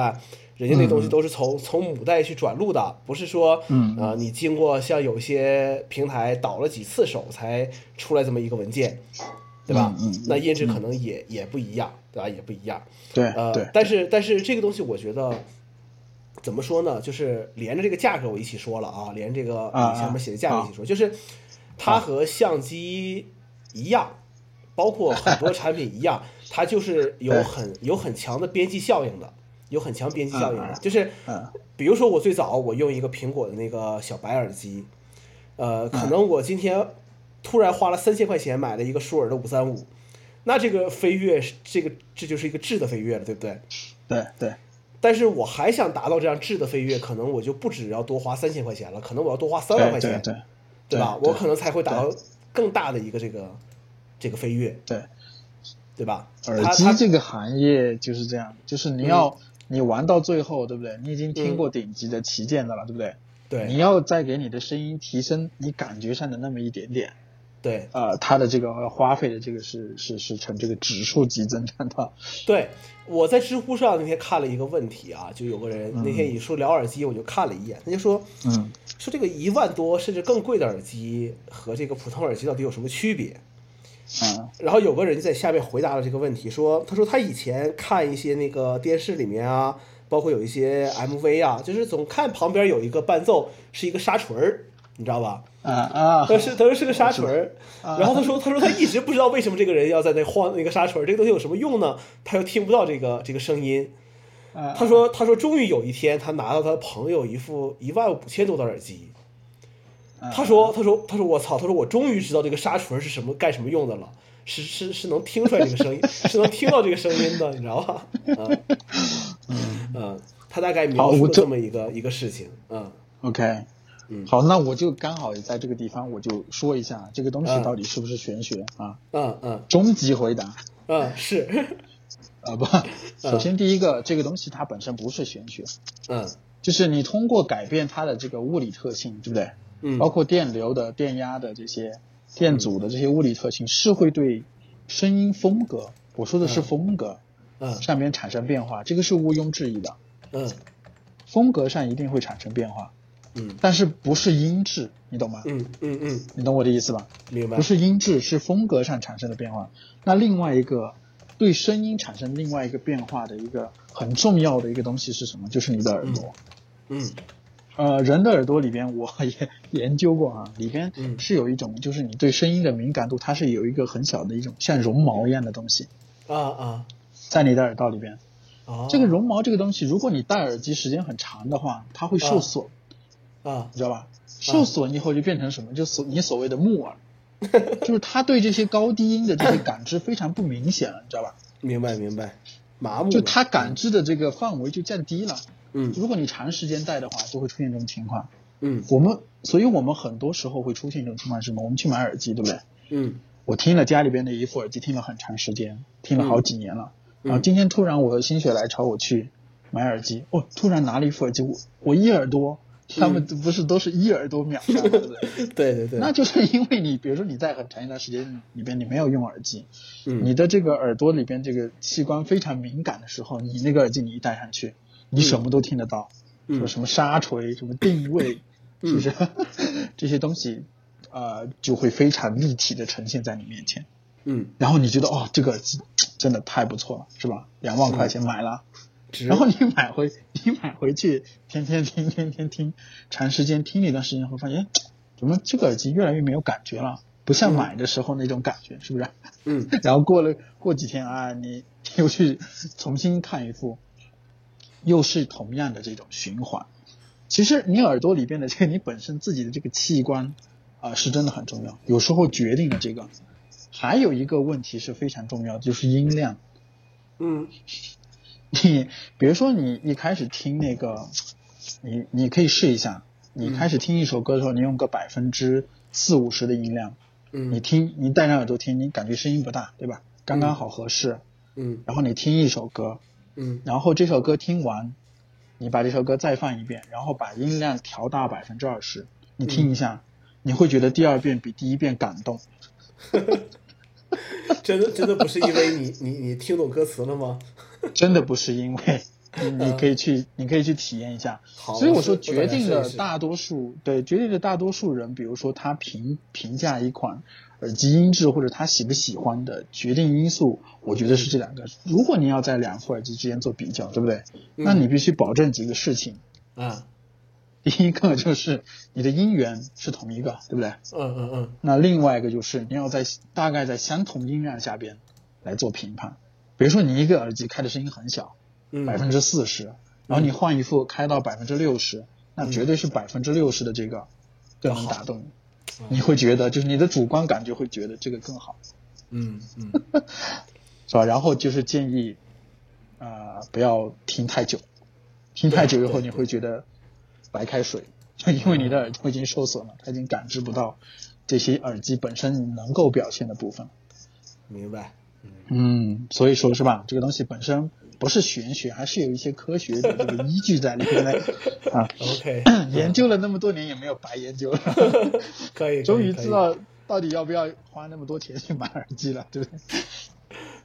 [SPEAKER 1] 人家那东西都是从、从母带去转录的，不是说，
[SPEAKER 2] 嗯
[SPEAKER 1] 啊、你经过像有些平台导了几次手才出来这么一个文件，对吧？
[SPEAKER 2] 嗯嗯
[SPEAKER 1] 那音质可能也也不一样，对吧？也不一样。
[SPEAKER 2] 对
[SPEAKER 1] 呃
[SPEAKER 2] 对，，
[SPEAKER 1] 但是但是这个东西我觉得怎么说呢？就是连着这个价格我一起说了啊，连这个
[SPEAKER 2] 啊
[SPEAKER 1] 你下面写的价格一起说，就是它和相机一样，包括很多产品一 样，它就是有
[SPEAKER 2] 对
[SPEAKER 1] 很有很强的边际效应的，有很强边际效应的
[SPEAKER 2] 嗯，
[SPEAKER 1] 就是
[SPEAKER 2] 嗯
[SPEAKER 1] 比如说我最早我用一个苹果的那个小白耳机，
[SPEAKER 2] 嗯
[SPEAKER 1] 呃，可能我今天突然花了三千块钱买了一个舒尔的五三五，那这个飞跃是这个这就是一个质的飞跃了，对不对？
[SPEAKER 2] 对对
[SPEAKER 1] 但是我还想达到这样质的飞跃，可能我就不只要多花三千块钱了，可能我要多花三万
[SPEAKER 2] 对
[SPEAKER 1] 块
[SPEAKER 2] 对
[SPEAKER 1] 钱，
[SPEAKER 2] 对
[SPEAKER 1] 对吧？
[SPEAKER 2] 对
[SPEAKER 1] 我可能才会达到更大的一个这个这个飞跃，
[SPEAKER 2] 对。
[SPEAKER 1] 对吧？
[SPEAKER 2] 耳
[SPEAKER 1] 它
[SPEAKER 2] 机
[SPEAKER 1] 它
[SPEAKER 2] 这个行业就是这样，就是你要、你玩到最后，对不对？你已经听过顶级的旗舰的了，对不嗯对？你
[SPEAKER 1] 对
[SPEAKER 2] 要再给你的声音提升你感觉上的那么一点点，
[SPEAKER 1] 对
[SPEAKER 2] 呃，它的这个花费的这个是是是呈这个指数级增长的，
[SPEAKER 1] 对，我在知乎上那天看了一个问题啊，就有个人
[SPEAKER 2] 嗯
[SPEAKER 1] 那天你说聊耳机，我就看了一眼，他就说
[SPEAKER 2] 嗯
[SPEAKER 1] 说这个一万多甚至更贵的耳机和这个普通耳机到底有什么区别？
[SPEAKER 2] 嗯
[SPEAKER 1] 然后有个人在下面回答了这个问题，说他说他以前看一些那个电视里面啊，包括有一些 MV 啊，就是总看旁边有一个伴奏是一个沙锤儿，你知道吧？
[SPEAKER 2] 啊啊，
[SPEAKER 1] 他是他说是个沙锤儿，
[SPEAKER 2] 啊
[SPEAKER 1] 然后他说他说他一直不知道为什么这个人要在那晃那个沙锤儿，这个东西有什么用呢？他又听不到这个这个声音。
[SPEAKER 2] 啊
[SPEAKER 1] 他说他说终于有一天他拿到他朋友一副一万五千多的耳机，
[SPEAKER 2] 啊
[SPEAKER 1] 他说他说他说我操，他说我终于知道这个沙锤儿是什么干什么用的了。是是是能听出来这个声音，是能听到这个声音的，你知道吧？ 嗯嗯，他大概
[SPEAKER 2] 好
[SPEAKER 1] 描述
[SPEAKER 2] 我
[SPEAKER 1] 了
[SPEAKER 2] 这
[SPEAKER 1] 这么一个一个事情，嗯
[SPEAKER 2] OK，
[SPEAKER 1] 嗯
[SPEAKER 2] 好，那我就刚好也在这个地方，我就说一下这个东西
[SPEAKER 1] 嗯
[SPEAKER 2] 到底是不是玄学啊？
[SPEAKER 1] 嗯嗯
[SPEAKER 2] 终极回答，
[SPEAKER 1] 嗯是，
[SPEAKER 2] 啊 不，首先第一个，这个东西它本身不是玄学，
[SPEAKER 1] 嗯
[SPEAKER 2] 就是你通过改变它的这个物理特性，对不对？
[SPEAKER 1] 嗯
[SPEAKER 2] 包括电流的、电压的这些、电阻的这些物理特性，是会对声音风格，我说的是风格、
[SPEAKER 1] 嗯
[SPEAKER 2] 上面产生变化，这个是毋庸置疑的，
[SPEAKER 1] 嗯
[SPEAKER 2] 风格上一定会产生变化。
[SPEAKER 1] 嗯
[SPEAKER 2] 但是不是音质，你懂吗？
[SPEAKER 1] 嗯嗯嗯，
[SPEAKER 2] 你懂我的意思吧？
[SPEAKER 1] 明白
[SPEAKER 2] 不。是音质，是风格上产生的变化。那另外一个对声音产生另外一个变化的一个很重要的一个东西是什么？就是你的耳朵。
[SPEAKER 1] 嗯
[SPEAKER 2] 呃，人的耳朵里边我也研究过啊，里边
[SPEAKER 1] 嗯
[SPEAKER 2] 是有一种，就是你对声音的敏感度，它是有一个很小的一种像绒毛一样的东西
[SPEAKER 1] 啊啊
[SPEAKER 2] 在你的耳道里边。
[SPEAKER 1] 哦，
[SPEAKER 2] 这个绒毛这个东西，如果你戴耳机时间很长的话，它会受
[SPEAKER 1] 啊
[SPEAKER 2] 损，
[SPEAKER 1] 啊
[SPEAKER 2] 你知道吧？受损以后就变成什么？就所你所谓的 木耳，就是它对这些高低音的这些感知非常不明显了，你知道吧？
[SPEAKER 1] 明白明白，麻木
[SPEAKER 2] 就
[SPEAKER 1] 了
[SPEAKER 2] 它感知的这个范围就降低了。
[SPEAKER 1] 嗯
[SPEAKER 2] 如果你长时间戴的话，就会出现这种情况。
[SPEAKER 1] 嗯
[SPEAKER 2] 我们，所以我们很多时候会出现这种情况，是什么？我们去买耳机，对不对？
[SPEAKER 1] 嗯
[SPEAKER 2] 我听了家里边的一副耳机，听了很长时间，听了好几年了。
[SPEAKER 1] 嗯
[SPEAKER 2] 然后今天突然我心血来潮，我去买耳机，哦，突然拿了一副耳机，我我一耳朵，他们不是都是一耳朵秒杀吗？对不对？
[SPEAKER 1] 嗯 对啊对对，
[SPEAKER 2] 那就是因为你，比如说你在很长一段时间里边你没有用耳机，
[SPEAKER 1] 嗯
[SPEAKER 2] 你的这个耳朵里边这个器官非常敏感的时候，你那个耳机你一戴上去，你什么都听得到，
[SPEAKER 1] 嗯
[SPEAKER 2] 说什么沙锤、什么定 位，
[SPEAKER 1] 嗯
[SPEAKER 2] 是不是？ 这些东西，呃，就会非常立体的呈现在你面前。
[SPEAKER 1] 嗯
[SPEAKER 2] 然后你觉得哦，这个耳机真的太不错了，是吧？两万块钱买了，
[SPEAKER 1] 值
[SPEAKER 2] 然后你买回你买回去，天天听，天天听，长时间听了一段时间后，发现哎怎么这个耳机越来越没有感觉了，不
[SPEAKER 1] 嗯
[SPEAKER 2] 像买的时候那种感觉，是不是？
[SPEAKER 1] 嗯
[SPEAKER 2] 然后过了过几天啊，你又去重新看一副，又是同样的这种循环。其实你耳朵里边的这个你本身自己的这个器官啊、是真的很重要，有时候决定了这个。还有一个问题是非常重要的，就是音量。
[SPEAKER 1] 嗯
[SPEAKER 2] 你比如说你一开始听那个，你你可以试一下，你开始听一首歌的时候，你用个百分之四五十的音量，你
[SPEAKER 1] 嗯
[SPEAKER 2] 听你戴上耳朵听，你感觉声音不大，对吧？刚刚好合适。
[SPEAKER 1] 嗯
[SPEAKER 2] 然后你听一首歌，
[SPEAKER 1] 嗯
[SPEAKER 2] 然后这首歌听完，你把这首歌再放一遍，然后把音量调大百分之二十，你听一下，你会觉得第二遍比第一遍感 动。
[SPEAKER 1] 真的真的不是因为你你你听懂歌词了吗？
[SPEAKER 2] 真的不是因 为你，你可以去，你可以去体验一下。
[SPEAKER 1] 好，
[SPEAKER 2] 所以我
[SPEAKER 1] 我
[SPEAKER 2] 说，
[SPEAKER 1] 试
[SPEAKER 2] 决定了，
[SPEAKER 1] 我等下试一试
[SPEAKER 2] 大多数对决定了大多数人，比如说他评评价一款耳机音质或者他喜不喜欢的决定因素，我觉得是这两个。如果你要在两副耳机之间做比较，对不对？
[SPEAKER 1] 嗯
[SPEAKER 2] 那你必须保证几个事情。
[SPEAKER 1] 啊
[SPEAKER 2] 第一个就是你的音源是同一个， 对不对？
[SPEAKER 1] 嗯嗯嗯
[SPEAKER 2] 那另外一个就是你要在大概在相同音量下边来做评判。比如说你一个耳机开的声音很小，
[SPEAKER 1] 嗯
[SPEAKER 2] 百分之四十，然后你换一副开到百分之六十，那绝对是百分之六十的这个更能打动你
[SPEAKER 1] 嗯，
[SPEAKER 2] 你会觉得就是你的主观感觉会觉得这个更好，
[SPEAKER 1] 嗯嗯
[SPEAKER 2] 是吧？然后就是建议，呃，不要听太久，听太久以后
[SPEAKER 1] 对对
[SPEAKER 2] 你会觉得白开水，就因为你的耳
[SPEAKER 1] 嗯
[SPEAKER 2] 朵已经受损了，它已经感知不到这些耳机本身能够表现的部分。
[SPEAKER 1] 明白
[SPEAKER 2] 嗯，所以说是吧，这个东西本身不是玄学，还是有一些科学的这个依据在里面 的啊。
[SPEAKER 1] OK
[SPEAKER 2] 研究了那么多年也没有白研究了，
[SPEAKER 1] 可以可以
[SPEAKER 2] 终于
[SPEAKER 1] 可以
[SPEAKER 2] 知道到底要不要花那么多钱去买耳机了，对不对？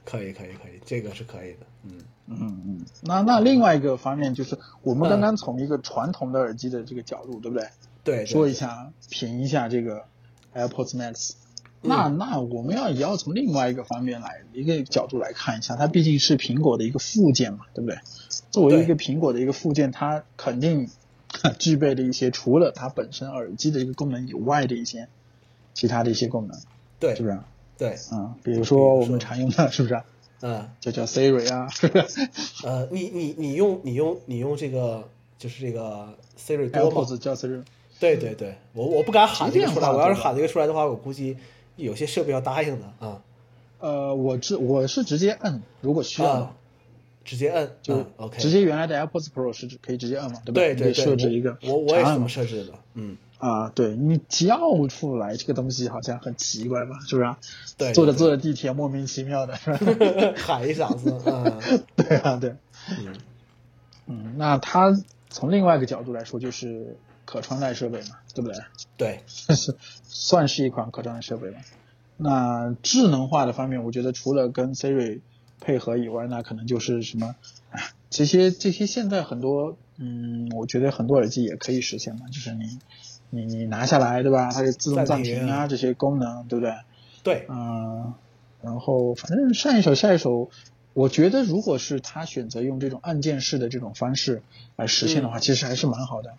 [SPEAKER 1] 可以可以可以这个是可以的嗯
[SPEAKER 2] 嗯嗯。那那另外一个方面就是，我们刚刚从一个传统的耳机的这个角度，对不对？
[SPEAKER 1] 对对
[SPEAKER 2] 说一下评一下这个 AirPods Max。
[SPEAKER 1] 嗯
[SPEAKER 2] 那那我们要也要从另外一个方面来一个角度来看一下，它毕竟是苹果的一个附件嘛，对不对？作为
[SPEAKER 1] 对
[SPEAKER 2] 一个苹果的一个附件，它肯定具备的一些除了它本身耳机的一个功能以外的一些其他的一些功能，
[SPEAKER 1] 对
[SPEAKER 2] 是不是？
[SPEAKER 1] 对
[SPEAKER 2] 嗯，比如
[SPEAKER 1] 比如
[SPEAKER 2] 说
[SPEAKER 1] 说
[SPEAKER 2] 我们常用的，是不是？
[SPEAKER 1] 嗯。
[SPEAKER 2] 就叫 Siri 啊，是不是
[SPEAKER 1] 呃，你你你用你用你用这个就是这个 Siri 多吗？
[SPEAKER 2] ？AirPods 叫 Siri。
[SPEAKER 1] 对对对，我我不敢喊这个出来，
[SPEAKER 2] 这样吧
[SPEAKER 1] 我要
[SPEAKER 2] 这
[SPEAKER 1] 是
[SPEAKER 2] 个
[SPEAKER 1] 喊这个出来的话，我估计有些设备要答应的啊
[SPEAKER 2] 呃，我直我是直接摁，如果需要的话
[SPEAKER 1] 啊，直接摁
[SPEAKER 2] 就
[SPEAKER 1] 嗯 OK，
[SPEAKER 2] 直接原来的 AirPods Pro 是可以直接按嘛，对吧？
[SPEAKER 1] 对
[SPEAKER 2] 你可
[SPEAKER 1] 对
[SPEAKER 2] 以
[SPEAKER 1] 对，
[SPEAKER 2] 设置一个
[SPEAKER 1] 我我也是
[SPEAKER 2] 长按
[SPEAKER 1] 这么
[SPEAKER 2] 嘛
[SPEAKER 1] 设置的，嗯，
[SPEAKER 2] 啊，对你叫出来这个东西好像很奇怪吧，是不是啊？
[SPEAKER 1] 对，
[SPEAKER 2] 坐着
[SPEAKER 1] 对
[SPEAKER 2] 坐着地铁莫名其妙的， 是吧？
[SPEAKER 1] 对喊一嗓子，嗯
[SPEAKER 2] 对啊，对，
[SPEAKER 1] 嗯
[SPEAKER 2] 嗯，那它从另外一个角度来说就是可穿戴设备嘛，对不对？
[SPEAKER 1] 对，
[SPEAKER 2] 是算是一款可穿戴设备吧。那智能化的方面，我觉得除了跟 Siri 配合以外，那可能就是什么，哎这些这些现在很多嗯，我觉得很多耳机也可以实现嘛，就是你你你拿下来对吧？它是自动
[SPEAKER 1] 暂
[SPEAKER 2] 暂
[SPEAKER 1] 停
[SPEAKER 2] 停啊这些功能，对不对？
[SPEAKER 1] 对，
[SPEAKER 2] 嗯，然后反正上一首下一首，我觉得如果是他选择用这种按键式的这种方式来实现的话，其实还是蛮好的。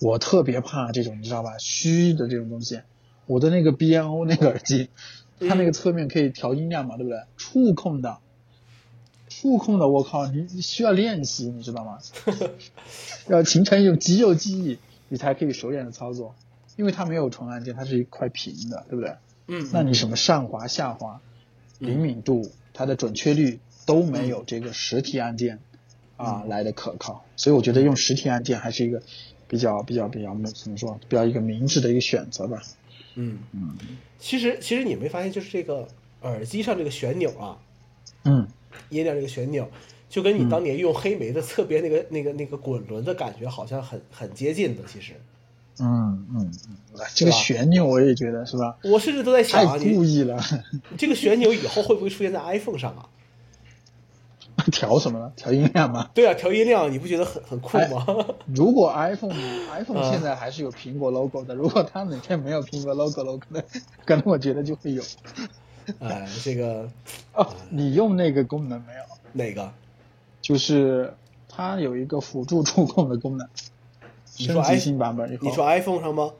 [SPEAKER 2] 我特别怕这种你知道吧，虚的这种东西。我的那个 B N O 那个耳机，
[SPEAKER 1] 嗯
[SPEAKER 2] 它那个侧面可以调音量嘛，对不对？触控的，触控的，我靠，你你需要练习，你知道吗？要形成一种肌肉记忆，你才可以熟练的操作，因为它没有重按键，它是一块屏的，对不对？
[SPEAKER 1] 嗯，
[SPEAKER 2] 那你什么上滑、下滑、
[SPEAKER 1] 嗯
[SPEAKER 2] 灵敏度、它的准确率都没有这个实体按键啊、
[SPEAKER 1] 嗯
[SPEAKER 2] 来的可靠，所以我觉得用实体按键还是一个比较比较比较怎么说，比较一个明智的一个选择吧。
[SPEAKER 1] 嗯
[SPEAKER 2] 嗯
[SPEAKER 1] 其实其实你没发现，就是这个耳机上这个旋钮啊，
[SPEAKER 2] 嗯，
[SPEAKER 1] 音量这个旋钮，就跟你
[SPEAKER 2] 嗯
[SPEAKER 1] 当年用黑莓的侧边那个、那个那个滚轮的感觉好像很很接近的。其实，
[SPEAKER 2] 嗯嗯，嗯，这个旋钮我也觉得是吧，
[SPEAKER 1] 我甚至都在想啊，
[SPEAKER 2] 太故
[SPEAKER 1] 你
[SPEAKER 2] 意了，
[SPEAKER 1] 这个旋钮以后会不会出现在 iPhone 上啊？
[SPEAKER 2] 调什么呢？调音量吗？
[SPEAKER 1] 对啊，调音量你不觉得很很酷吗？
[SPEAKER 2] 如果 iPhone iPhone
[SPEAKER 1] 啊
[SPEAKER 2] 现在还是有苹果 logo 的，如果它哪天没有苹果 logo 了，可能 可能我觉得就会有。
[SPEAKER 1] 哎，这个
[SPEAKER 2] 哦，你用那个功能没有？
[SPEAKER 1] 哪个？
[SPEAKER 2] 就是它有一个辅助触控的功能，
[SPEAKER 1] 你说
[SPEAKER 2] 升
[SPEAKER 1] i
[SPEAKER 2] 级新版本以后，
[SPEAKER 1] 你说 iPhone 上吗？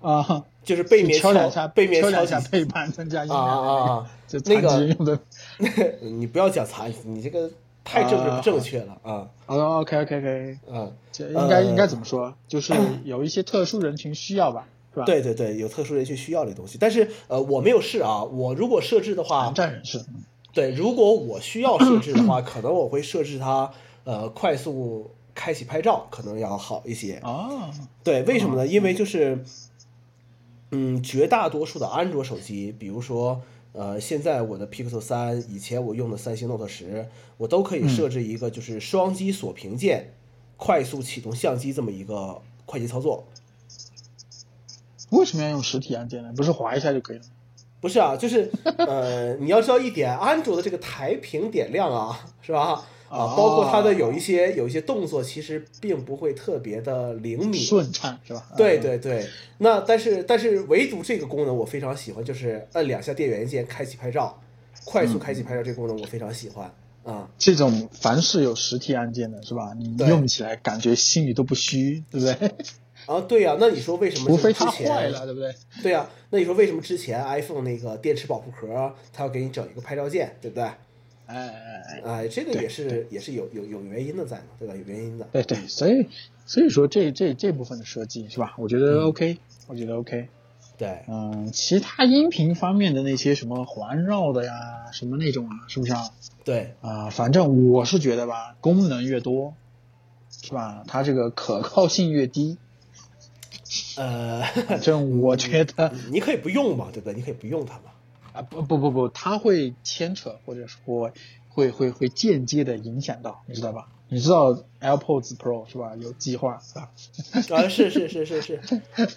[SPEAKER 2] 啊，
[SPEAKER 1] 就是背面
[SPEAKER 2] 哦敲两下，
[SPEAKER 1] 背面
[SPEAKER 2] 敲
[SPEAKER 1] 敲
[SPEAKER 2] 两
[SPEAKER 1] 几
[SPEAKER 2] 下背板增加音
[SPEAKER 1] 啊
[SPEAKER 2] 量
[SPEAKER 1] 啊啊！啊
[SPEAKER 2] 就残
[SPEAKER 1] 那
[SPEAKER 2] 疾
[SPEAKER 1] 个，
[SPEAKER 2] 人用的。
[SPEAKER 1] 你不要讲残疾，你这个太政治不正确了啊
[SPEAKER 2] 哦，OK OK OK，
[SPEAKER 1] 啊！
[SPEAKER 2] 这应该
[SPEAKER 1] 呃
[SPEAKER 2] 应该怎么说？ 就是有一些特殊人群需要吧，是吧？，
[SPEAKER 1] 对对对，有特殊人群需要这东西，但是呃，我没有试啊。我如果设置的话
[SPEAKER 2] 残，障人士。
[SPEAKER 1] 对，如果我需要设置的话，可能我会设置它呃快速开启拍照，可能要好一些。
[SPEAKER 2] 哦，
[SPEAKER 1] 对，为什么呢？因为就是，嗯，绝大多数的安卓手机，比如说，呃，现在我的 Pixel 三，以前我用的三星 Note 十，我都可以设置一个就是双击锁屏键，快速启动相机这么一个快捷操作。
[SPEAKER 2] 为什么要用实体按键呢？不是划一下就可以了吗？
[SPEAKER 1] 不是啊，就是呃，你要知道一点，安卓的这个台屏点亮啊， 是吧？
[SPEAKER 2] 哦
[SPEAKER 1] 啊，包括它的有一些有一些动作，其实并不会特别的灵敏，
[SPEAKER 2] 顺畅是吧？
[SPEAKER 1] 对
[SPEAKER 2] 嗯，
[SPEAKER 1] 对对，那但是但是唯独这个功能我非常喜欢，就是按两下电源键开启拍照，快速开启拍照这个功能我非常喜欢啊。
[SPEAKER 2] 这种凡是有实体按键的是吧？你
[SPEAKER 1] 对
[SPEAKER 2] 用起来感觉心里都不虚，对不对？
[SPEAKER 1] 啊，对呀、那你说为什 么
[SPEAKER 2] 除
[SPEAKER 1] 就是
[SPEAKER 2] 非
[SPEAKER 1] 之
[SPEAKER 2] 它
[SPEAKER 1] 前
[SPEAKER 2] 坏了，对不对？
[SPEAKER 1] 对呀、那你说为什么之前 iPhone 那个电池保护壳它要给你整一个拍照键，对不对？
[SPEAKER 2] 哎哎哎，
[SPEAKER 1] 哎，这个
[SPEAKER 2] 对
[SPEAKER 1] 也是也是有有有原因的在嘛，对吧？有原因的。
[SPEAKER 2] 对对，所以所以说这这这部分的设计是吧？我觉
[SPEAKER 1] 嗯
[SPEAKER 2] 得 OK，、我觉得 OK。
[SPEAKER 1] 对，
[SPEAKER 2] 嗯，其他音频方面的那些什么环绕的呀，什么那种啊，是不是啊？
[SPEAKER 1] 对，
[SPEAKER 2] 啊、反正我是觉得吧，功能越多，是吧？它这个可靠性越低。
[SPEAKER 1] 呃，
[SPEAKER 2] 反正我觉得
[SPEAKER 1] 你可以不用嘛，对不对？你可以不用它 嘛。
[SPEAKER 2] 啊，不不不不，它会牵扯，或者说会会会间接的影响到，你知道吧？你知道 AirPods Pro 是吧？有计划是吧？
[SPEAKER 1] 啊，是是是是是。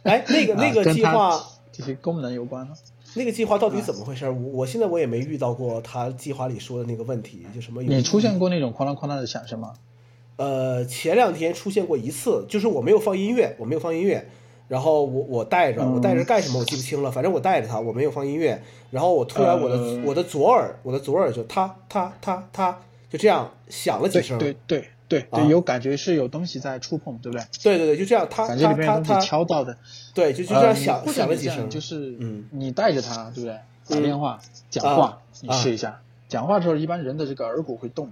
[SPEAKER 1] 哎，那个那
[SPEAKER 2] 啊
[SPEAKER 1] 个
[SPEAKER 2] 跟啊
[SPEAKER 1] 计
[SPEAKER 2] 它
[SPEAKER 1] 划。
[SPEAKER 2] 这些功能有关的。
[SPEAKER 1] 那个计划到底怎么回事儿？我我现在我也没遇到过他计划里说的那个问题，就什么有
[SPEAKER 2] 你出现过那种哐当哐当的响声吗？
[SPEAKER 1] 嗯呃前两天出现过一次，就是我没有放音乐，我没有放音乐，然后我我带着
[SPEAKER 2] 嗯
[SPEAKER 1] 我带着干什么我记不清了，反正我带着它，我没有放音乐，然后我突然我的、
[SPEAKER 2] 呃
[SPEAKER 1] 我的左耳我的左耳就它它它它就这样响了几
[SPEAKER 2] 对
[SPEAKER 1] 声，
[SPEAKER 2] 对对对
[SPEAKER 1] 啊
[SPEAKER 2] 对，有感觉是有东西在触碰，对不对？
[SPEAKER 1] 对对对就这样它
[SPEAKER 2] 感觉
[SPEAKER 1] 它
[SPEAKER 2] 里
[SPEAKER 1] 它
[SPEAKER 2] 面有东西
[SPEAKER 1] 它，
[SPEAKER 2] 敲到的，
[SPEAKER 1] 对就就这
[SPEAKER 2] 呃
[SPEAKER 1] 样
[SPEAKER 2] 你
[SPEAKER 1] 响、
[SPEAKER 2] 或者
[SPEAKER 1] 响了
[SPEAKER 2] 你
[SPEAKER 1] 几
[SPEAKER 2] 这样
[SPEAKER 1] 声，
[SPEAKER 2] 就是
[SPEAKER 1] 嗯
[SPEAKER 2] 你带着它，对不对？打
[SPEAKER 1] 嗯
[SPEAKER 2] 电话、讲
[SPEAKER 1] 啊
[SPEAKER 2] 话，你
[SPEAKER 1] 啊
[SPEAKER 2] 试一下。讲话的时候，一般人的这个耳骨会动，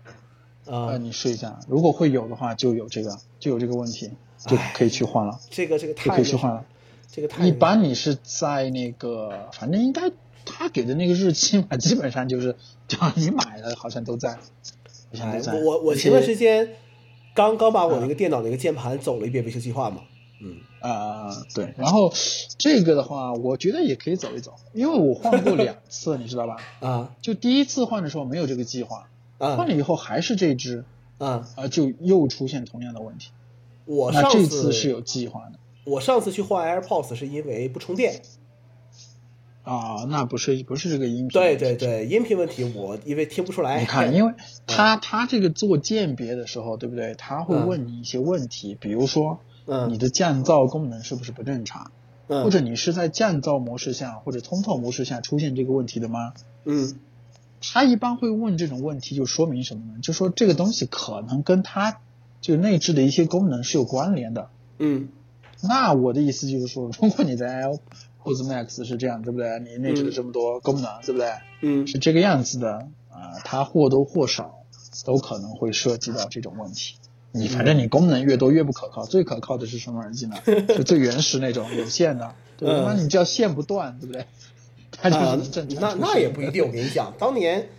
[SPEAKER 1] 啊、
[SPEAKER 2] 呃，你试一下，如果会有的话，就有这个就有这个问题，就
[SPEAKER 1] 唉
[SPEAKER 2] 可以去换了，
[SPEAKER 1] 这个这个
[SPEAKER 2] 就
[SPEAKER 1] 太
[SPEAKER 2] 可以去
[SPEAKER 1] 那啥
[SPEAKER 2] 换了。
[SPEAKER 1] 这个太
[SPEAKER 2] 一
[SPEAKER 1] 那
[SPEAKER 2] 般你是在那个，反正应该他给的那个日期嘛， 基本上就是只要你买了，好像都在，好像
[SPEAKER 1] 哎
[SPEAKER 2] 都，在。
[SPEAKER 1] 我我我
[SPEAKER 2] 而
[SPEAKER 1] 前段
[SPEAKER 2] 且
[SPEAKER 1] 时间刚刚把我那个电脑那个键盘走了一遍维修计划嘛，嗯，
[SPEAKER 2] 啊、对，然后这个的话，我觉得也可以走一走，因为我换过两次，你知道吧？
[SPEAKER 1] 啊
[SPEAKER 2] 就第一次换的时候没有这个计划，换
[SPEAKER 1] 啊
[SPEAKER 2] 了以后还是这只，
[SPEAKER 1] 啊！
[SPEAKER 2] 啊、就又出现同样的问题。
[SPEAKER 1] 我
[SPEAKER 2] 那
[SPEAKER 1] 上
[SPEAKER 2] 这次是
[SPEAKER 1] 次
[SPEAKER 2] 有计划的
[SPEAKER 1] 我上次去换 AirPods 是因为不充电，
[SPEAKER 2] 啊、那不是不是这个音频，
[SPEAKER 1] 对对对，音频问题我因为听不出来，
[SPEAKER 2] 你看，因为它他
[SPEAKER 1] 嗯
[SPEAKER 2] 他这个做鉴别的时候，对不对？他会问你一些问题，比如说
[SPEAKER 1] 嗯
[SPEAKER 2] 你的降噪功能是不是不正常，
[SPEAKER 1] 嗯，
[SPEAKER 2] 或者你是在降噪模式下或者通透模式下出现这个问题的吗？
[SPEAKER 1] 嗯
[SPEAKER 2] 他一般会问这种问题，就说明什么呢？就说这个东西可能跟它就内置的一些功能是有关联的。
[SPEAKER 1] 嗯
[SPEAKER 2] 那我的意思就是说，如果你在 AirPods Max 是这样，对不对？你内置了这么多功能，对不对？
[SPEAKER 1] 嗯
[SPEAKER 2] 是这个样子的啊、它或多或少都可能会涉及到这种问题。你
[SPEAKER 1] 嗯
[SPEAKER 2] 反正你功能越多越不可靠，最可靠的是什么耳机呢？就最原始那种有线的，对吧？
[SPEAKER 1] 嗯
[SPEAKER 2] 那你只要线不断，对不对？ 它就是
[SPEAKER 1] 啊
[SPEAKER 2] 能正，常、
[SPEAKER 1] 那那也不一。定。我跟你讲，当年，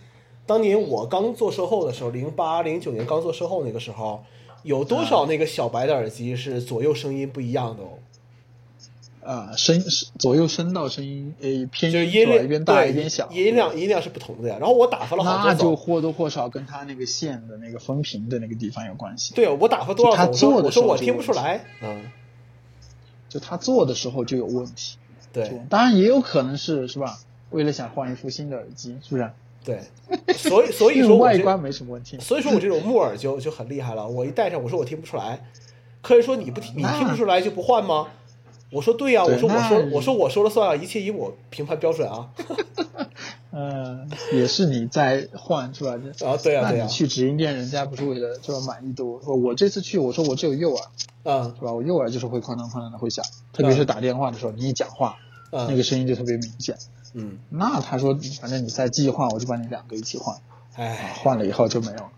[SPEAKER 1] 当年我刚做售后的时候，零八零九年刚做售后那个时候，有多少那个小白的耳机是左右声音不一样的哦？
[SPEAKER 2] 啊，声左右声道声音，诶，偏
[SPEAKER 1] 就是音
[SPEAKER 2] 左
[SPEAKER 1] 量
[SPEAKER 2] 一边大
[SPEAKER 1] 对
[SPEAKER 2] 一边小，
[SPEAKER 1] 音量音量是不同的呀。然后我打发了好多
[SPEAKER 2] 那就
[SPEAKER 1] 走，
[SPEAKER 2] 或多或少跟它那个线的那个分频的那个地方有关系。
[SPEAKER 1] 对我打发多
[SPEAKER 2] 就他
[SPEAKER 1] 少走，
[SPEAKER 2] 做
[SPEAKER 1] 我说我
[SPEAKER 2] 的时候
[SPEAKER 1] 说我
[SPEAKER 2] 就
[SPEAKER 1] 听
[SPEAKER 2] 有
[SPEAKER 1] 不出
[SPEAKER 2] 问题
[SPEAKER 1] 来，嗯，
[SPEAKER 2] 就它做的时候就有问题。
[SPEAKER 1] 对
[SPEAKER 2] 当然也有可能是是吧？为了想换一副新的耳机，是不是？
[SPEAKER 1] 对，所以所以
[SPEAKER 2] 因为
[SPEAKER 1] 说我
[SPEAKER 2] 外
[SPEAKER 1] 这
[SPEAKER 2] 观没什么问题。
[SPEAKER 1] 所以说我这种木耳就就很厉害了，我一戴上，我说我听不出来。客人说你不听，你
[SPEAKER 2] 那
[SPEAKER 1] 听不出来就不换吗？我说对呀、
[SPEAKER 2] 对
[SPEAKER 1] 我说我
[SPEAKER 2] 那
[SPEAKER 1] 说我说我说了算啊，一切以我评判标准啊。
[SPEAKER 2] 嗯、也是你在换是吧？
[SPEAKER 1] 啊，对呀、
[SPEAKER 2] 那
[SPEAKER 1] 对呀
[SPEAKER 2] 你、去直营店，人家不是为了是吧满意度？我我这次去，我说我只有右耳，
[SPEAKER 1] 啊，
[SPEAKER 2] 是吧？我右耳就是会哐当哐当的会响，特别是打电话的时候，你一讲话，
[SPEAKER 1] 嗯
[SPEAKER 2] 那个声音就特别明显。
[SPEAKER 1] 嗯，
[SPEAKER 2] 那他说，反正你再继续换，我就把你两个一起换，
[SPEAKER 1] 哎，
[SPEAKER 2] 换了以后就没有了。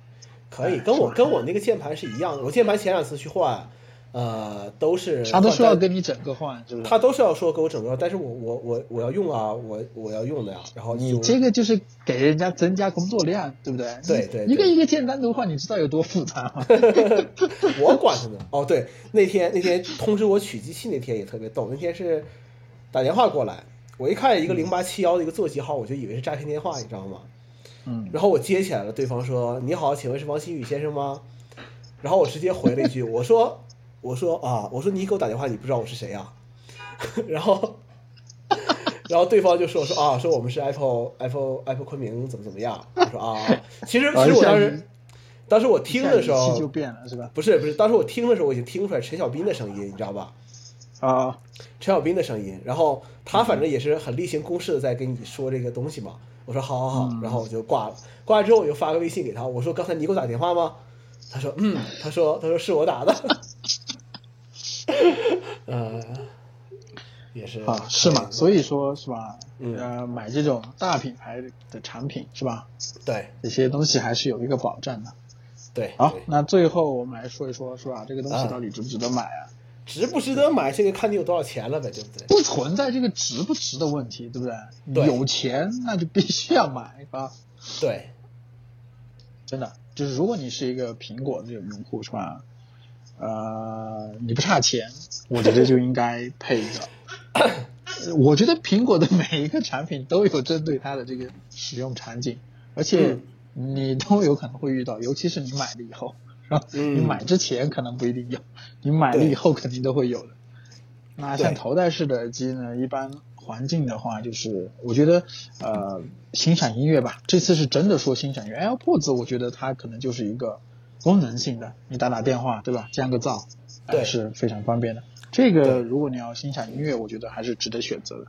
[SPEAKER 1] 可以，跟我跟我那个键盘是一样的。我键盘前两次去换，呃，都是
[SPEAKER 2] 他都说要
[SPEAKER 1] 换
[SPEAKER 2] 跟你整个换，是不是？
[SPEAKER 1] 他都是要说给我整个，但是我我我我要用啊，我我要用的呀、然后
[SPEAKER 2] 你
[SPEAKER 1] 就
[SPEAKER 2] 这个就是给人家增加工作量，对不对？
[SPEAKER 1] 对对对
[SPEAKER 2] 一个一个键单独换，你知道有多复杂 吗？
[SPEAKER 1] 我管他呢。 哦，对，那天那天通知我取机器那天也特别逗，那天是打电话过来，我一看一个零八七幺的一个座机号，我就以为是诈骗电话，你知道吗？
[SPEAKER 2] 嗯，
[SPEAKER 1] 然后我接起来了，对方说：“你好，请问是王新宇先生吗？”然后我直接回了一句：“我说， 我说啊，我说你给我打电话，你不知道我是谁呀、 然后，然后对方就说说啊，说我们是 Apple Apple Apple 昆明怎么怎么样。我说啊，其 实其实我当时当时我听的时
[SPEAKER 2] 一下语
[SPEAKER 1] 候
[SPEAKER 2] 气就变了，是吧？
[SPEAKER 1] 不是不是，当时我听的时候我已经听出来陈小斌的声音，你知道吧？
[SPEAKER 2] 啊，
[SPEAKER 1] 陈小斌的声音，然后他反正也是很例行公事的在跟你说这个东西嘛。我说好好
[SPEAKER 2] 嗯
[SPEAKER 1] 好，然后我就挂了。挂了之后我就发个微信给他，我说刚才你给我打电话吗？他说嗯，他说他说是我打的。 呃，也是
[SPEAKER 2] 啊，是吗？所以说，是吧？
[SPEAKER 1] 嗯
[SPEAKER 2] 呃，买这种大品牌的产品，是吧？
[SPEAKER 1] 对
[SPEAKER 2] 这些东西还是有一个保障的。
[SPEAKER 1] 对
[SPEAKER 2] 好
[SPEAKER 1] 对，
[SPEAKER 2] 那最后我们来说一说，是吧？这个东西
[SPEAKER 1] 啊
[SPEAKER 2] 到底值不值得买啊？
[SPEAKER 1] 值不值得买这个看你有多少钱了呗，对不对？
[SPEAKER 2] 不存在这个值不值的问题，对不对？
[SPEAKER 1] 对
[SPEAKER 2] 有钱那就必须要买啊！
[SPEAKER 1] 对，
[SPEAKER 2] 真的，就是如果你是一个苹果的这种用户，是吧？呃，你不差钱，我觉得就应该配一个。呃我觉得苹果的每一个产品都有针对它的这个使用场景，而且你都有可能会遇到，尤其是你买了以后，是吧？
[SPEAKER 1] 嗯
[SPEAKER 2] 你买之前可能不一定有，你买了以后肯定都会有的。那像
[SPEAKER 1] 对
[SPEAKER 2] 头戴式的耳机呢，一般环境的话，就是我觉得呃，欣赏音乐吧。这次是真的说欣赏音乐。AirPods 我觉得它可能就是一个功能性的，你打打电话对吧，降个噪，还
[SPEAKER 1] 对
[SPEAKER 2] 是非常方便的。这个
[SPEAKER 1] 对
[SPEAKER 2] 如果你要欣赏音乐，我觉得还是值得选择的，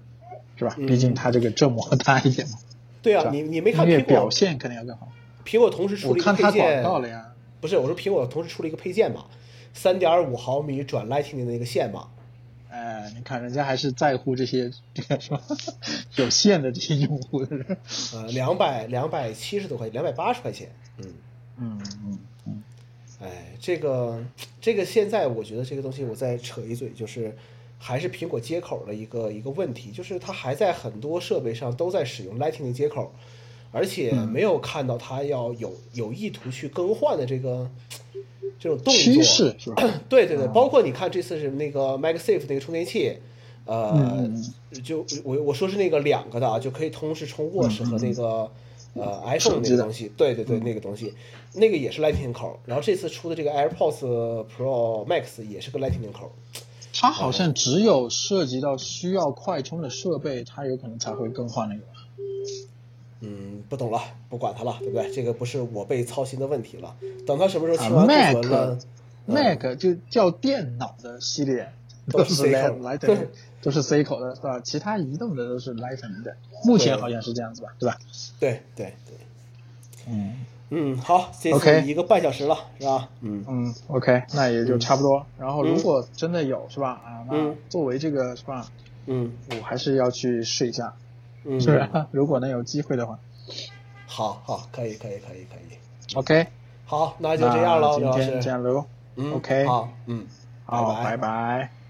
[SPEAKER 2] 是吧？
[SPEAKER 1] 嗯
[SPEAKER 2] 毕竟它这个振膜大一点嘛，
[SPEAKER 1] 对
[SPEAKER 2] 是
[SPEAKER 1] 啊，
[SPEAKER 2] 吧
[SPEAKER 1] 你你没
[SPEAKER 2] 音
[SPEAKER 1] 看
[SPEAKER 2] 乐
[SPEAKER 1] 苹
[SPEAKER 2] 表
[SPEAKER 1] 果
[SPEAKER 2] 现肯定要更好。
[SPEAKER 1] 苹果同时出
[SPEAKER 2] 我
[SPEAKER 1] 了一个
[SPEAKER 2] 看它
[SPEAKER 1] 配件
[SPEAKER 2] 广告了呀，
[SPEAKER 1] 不是，我说苹果同时出了一个配件嘛，三点五毫米转 Lightning 的那个线嘛，
[SPEAKER 2] 哎，你看人家还是在乎这些这个什么有线的这些用户的人。
[SPEAKER 1] 呃，两百两百七十多块钱，两百八十块钱，嗯，
[SPEAKER 2] 嗯嗯嗯，
[SPEAKER 1] 哎，这个这个现在我觉得这个东西，我再扯一嘴，就是还是苹果接口的一个一个问题，就是它还在很多设备上都在使用 Lightning 接口，而且
[SPEAKER 2] 嗯
[SPEAKER 1] 没有看到它要有有意图去更换的这个这种动作
[SPEAKER 2] 趋势哦是吧？
[SPEAKER 1] 对对对，包括你看这次是那个 MagSafe 那个充电器，呃，
[SPEAKER 2] 嗯
[SPEAKER 1] 就我我说是那个两个的啊，就可以同时充 Watch 和那个、呃 iPhone 那
[SPEAKER 2] 嗯手机
[SPEAKER 1] 个
[SPEAKER 2] 的嗯
[SPEAKER 1] 东西，对对对，那个东西，那个也是 Lightning 口，然后这次出的这个 AirPods Pro Max 也是个 Lightning 口，
[SPEAKER 2] 它好像只有涉及到需要快充的设备，它有可能才会更换那个。
[SPEAKER 1] 嗯，不懂了，不管它了，对不对？这个不是我辈操心的问题了。等它什么时候
[SPEAKER 2] 啊
[SPEAKER 1] 清完库存了，嗯
[SPEAKER 2] ，Mac，Mac 就叫电脑的系列
[SPEAKER 1] 都
[SPEAKER 2] 都
[SPEAKER 1] 是
[SPEAKER 2] 是
[SPEAKER 1] C 口
[SPEAKER 2] Li- Lightning，都是 C 口的是吧？其他移动的都是 Lightning 的，目前好像是这样子吧，对吧？
[SPEAKER 1] 对对对，
[SPEAKER 2] 嗯
[SPEAKER 1] 嗯，好，这次
[SPEAKER 2] OK
[SPEAKER 1] 一个半小时了，是吧？嗯
[SPEAKER 2] 嗯，OK，那也就差不多。然后
[SPEAKER 1] 嗯
[SPEAKER 2] 如果真的有是吧？啊，那
[SPEAKER 1] 嗯
[SPEAKER 2] 作为这个是吧，
[SPEAKER 1] 嗯
[SPEAKER 2] 我还是要去试一下，
[SPEAKER 1] 嗯，
[SPEAKER 2] 是啊吧？ 如果能有机会的话
[SPEAKER 1] 好好，可以可以可以可以，
[SPEAKER 2] ，OK，
[SPEAKER 1] 好，那
[SPEAKER 2] 那
[SPEAKER 1] 就这样喽，刘
[SPEAKER 2] 今
[SPEAKER 1] 老
[SPEAKER 2] 天
[SPEAKER 1] 师
[SPEAKER 2] 这。样喽，
[SPEAKER 1] 嗯
[SPEAKER 2] OK
[SPEAKER 1] 好，嗯，
[SPEAKER 2] 好，
[SPEAKER 1] 拜拜
[SPEAKER 2] 拜拜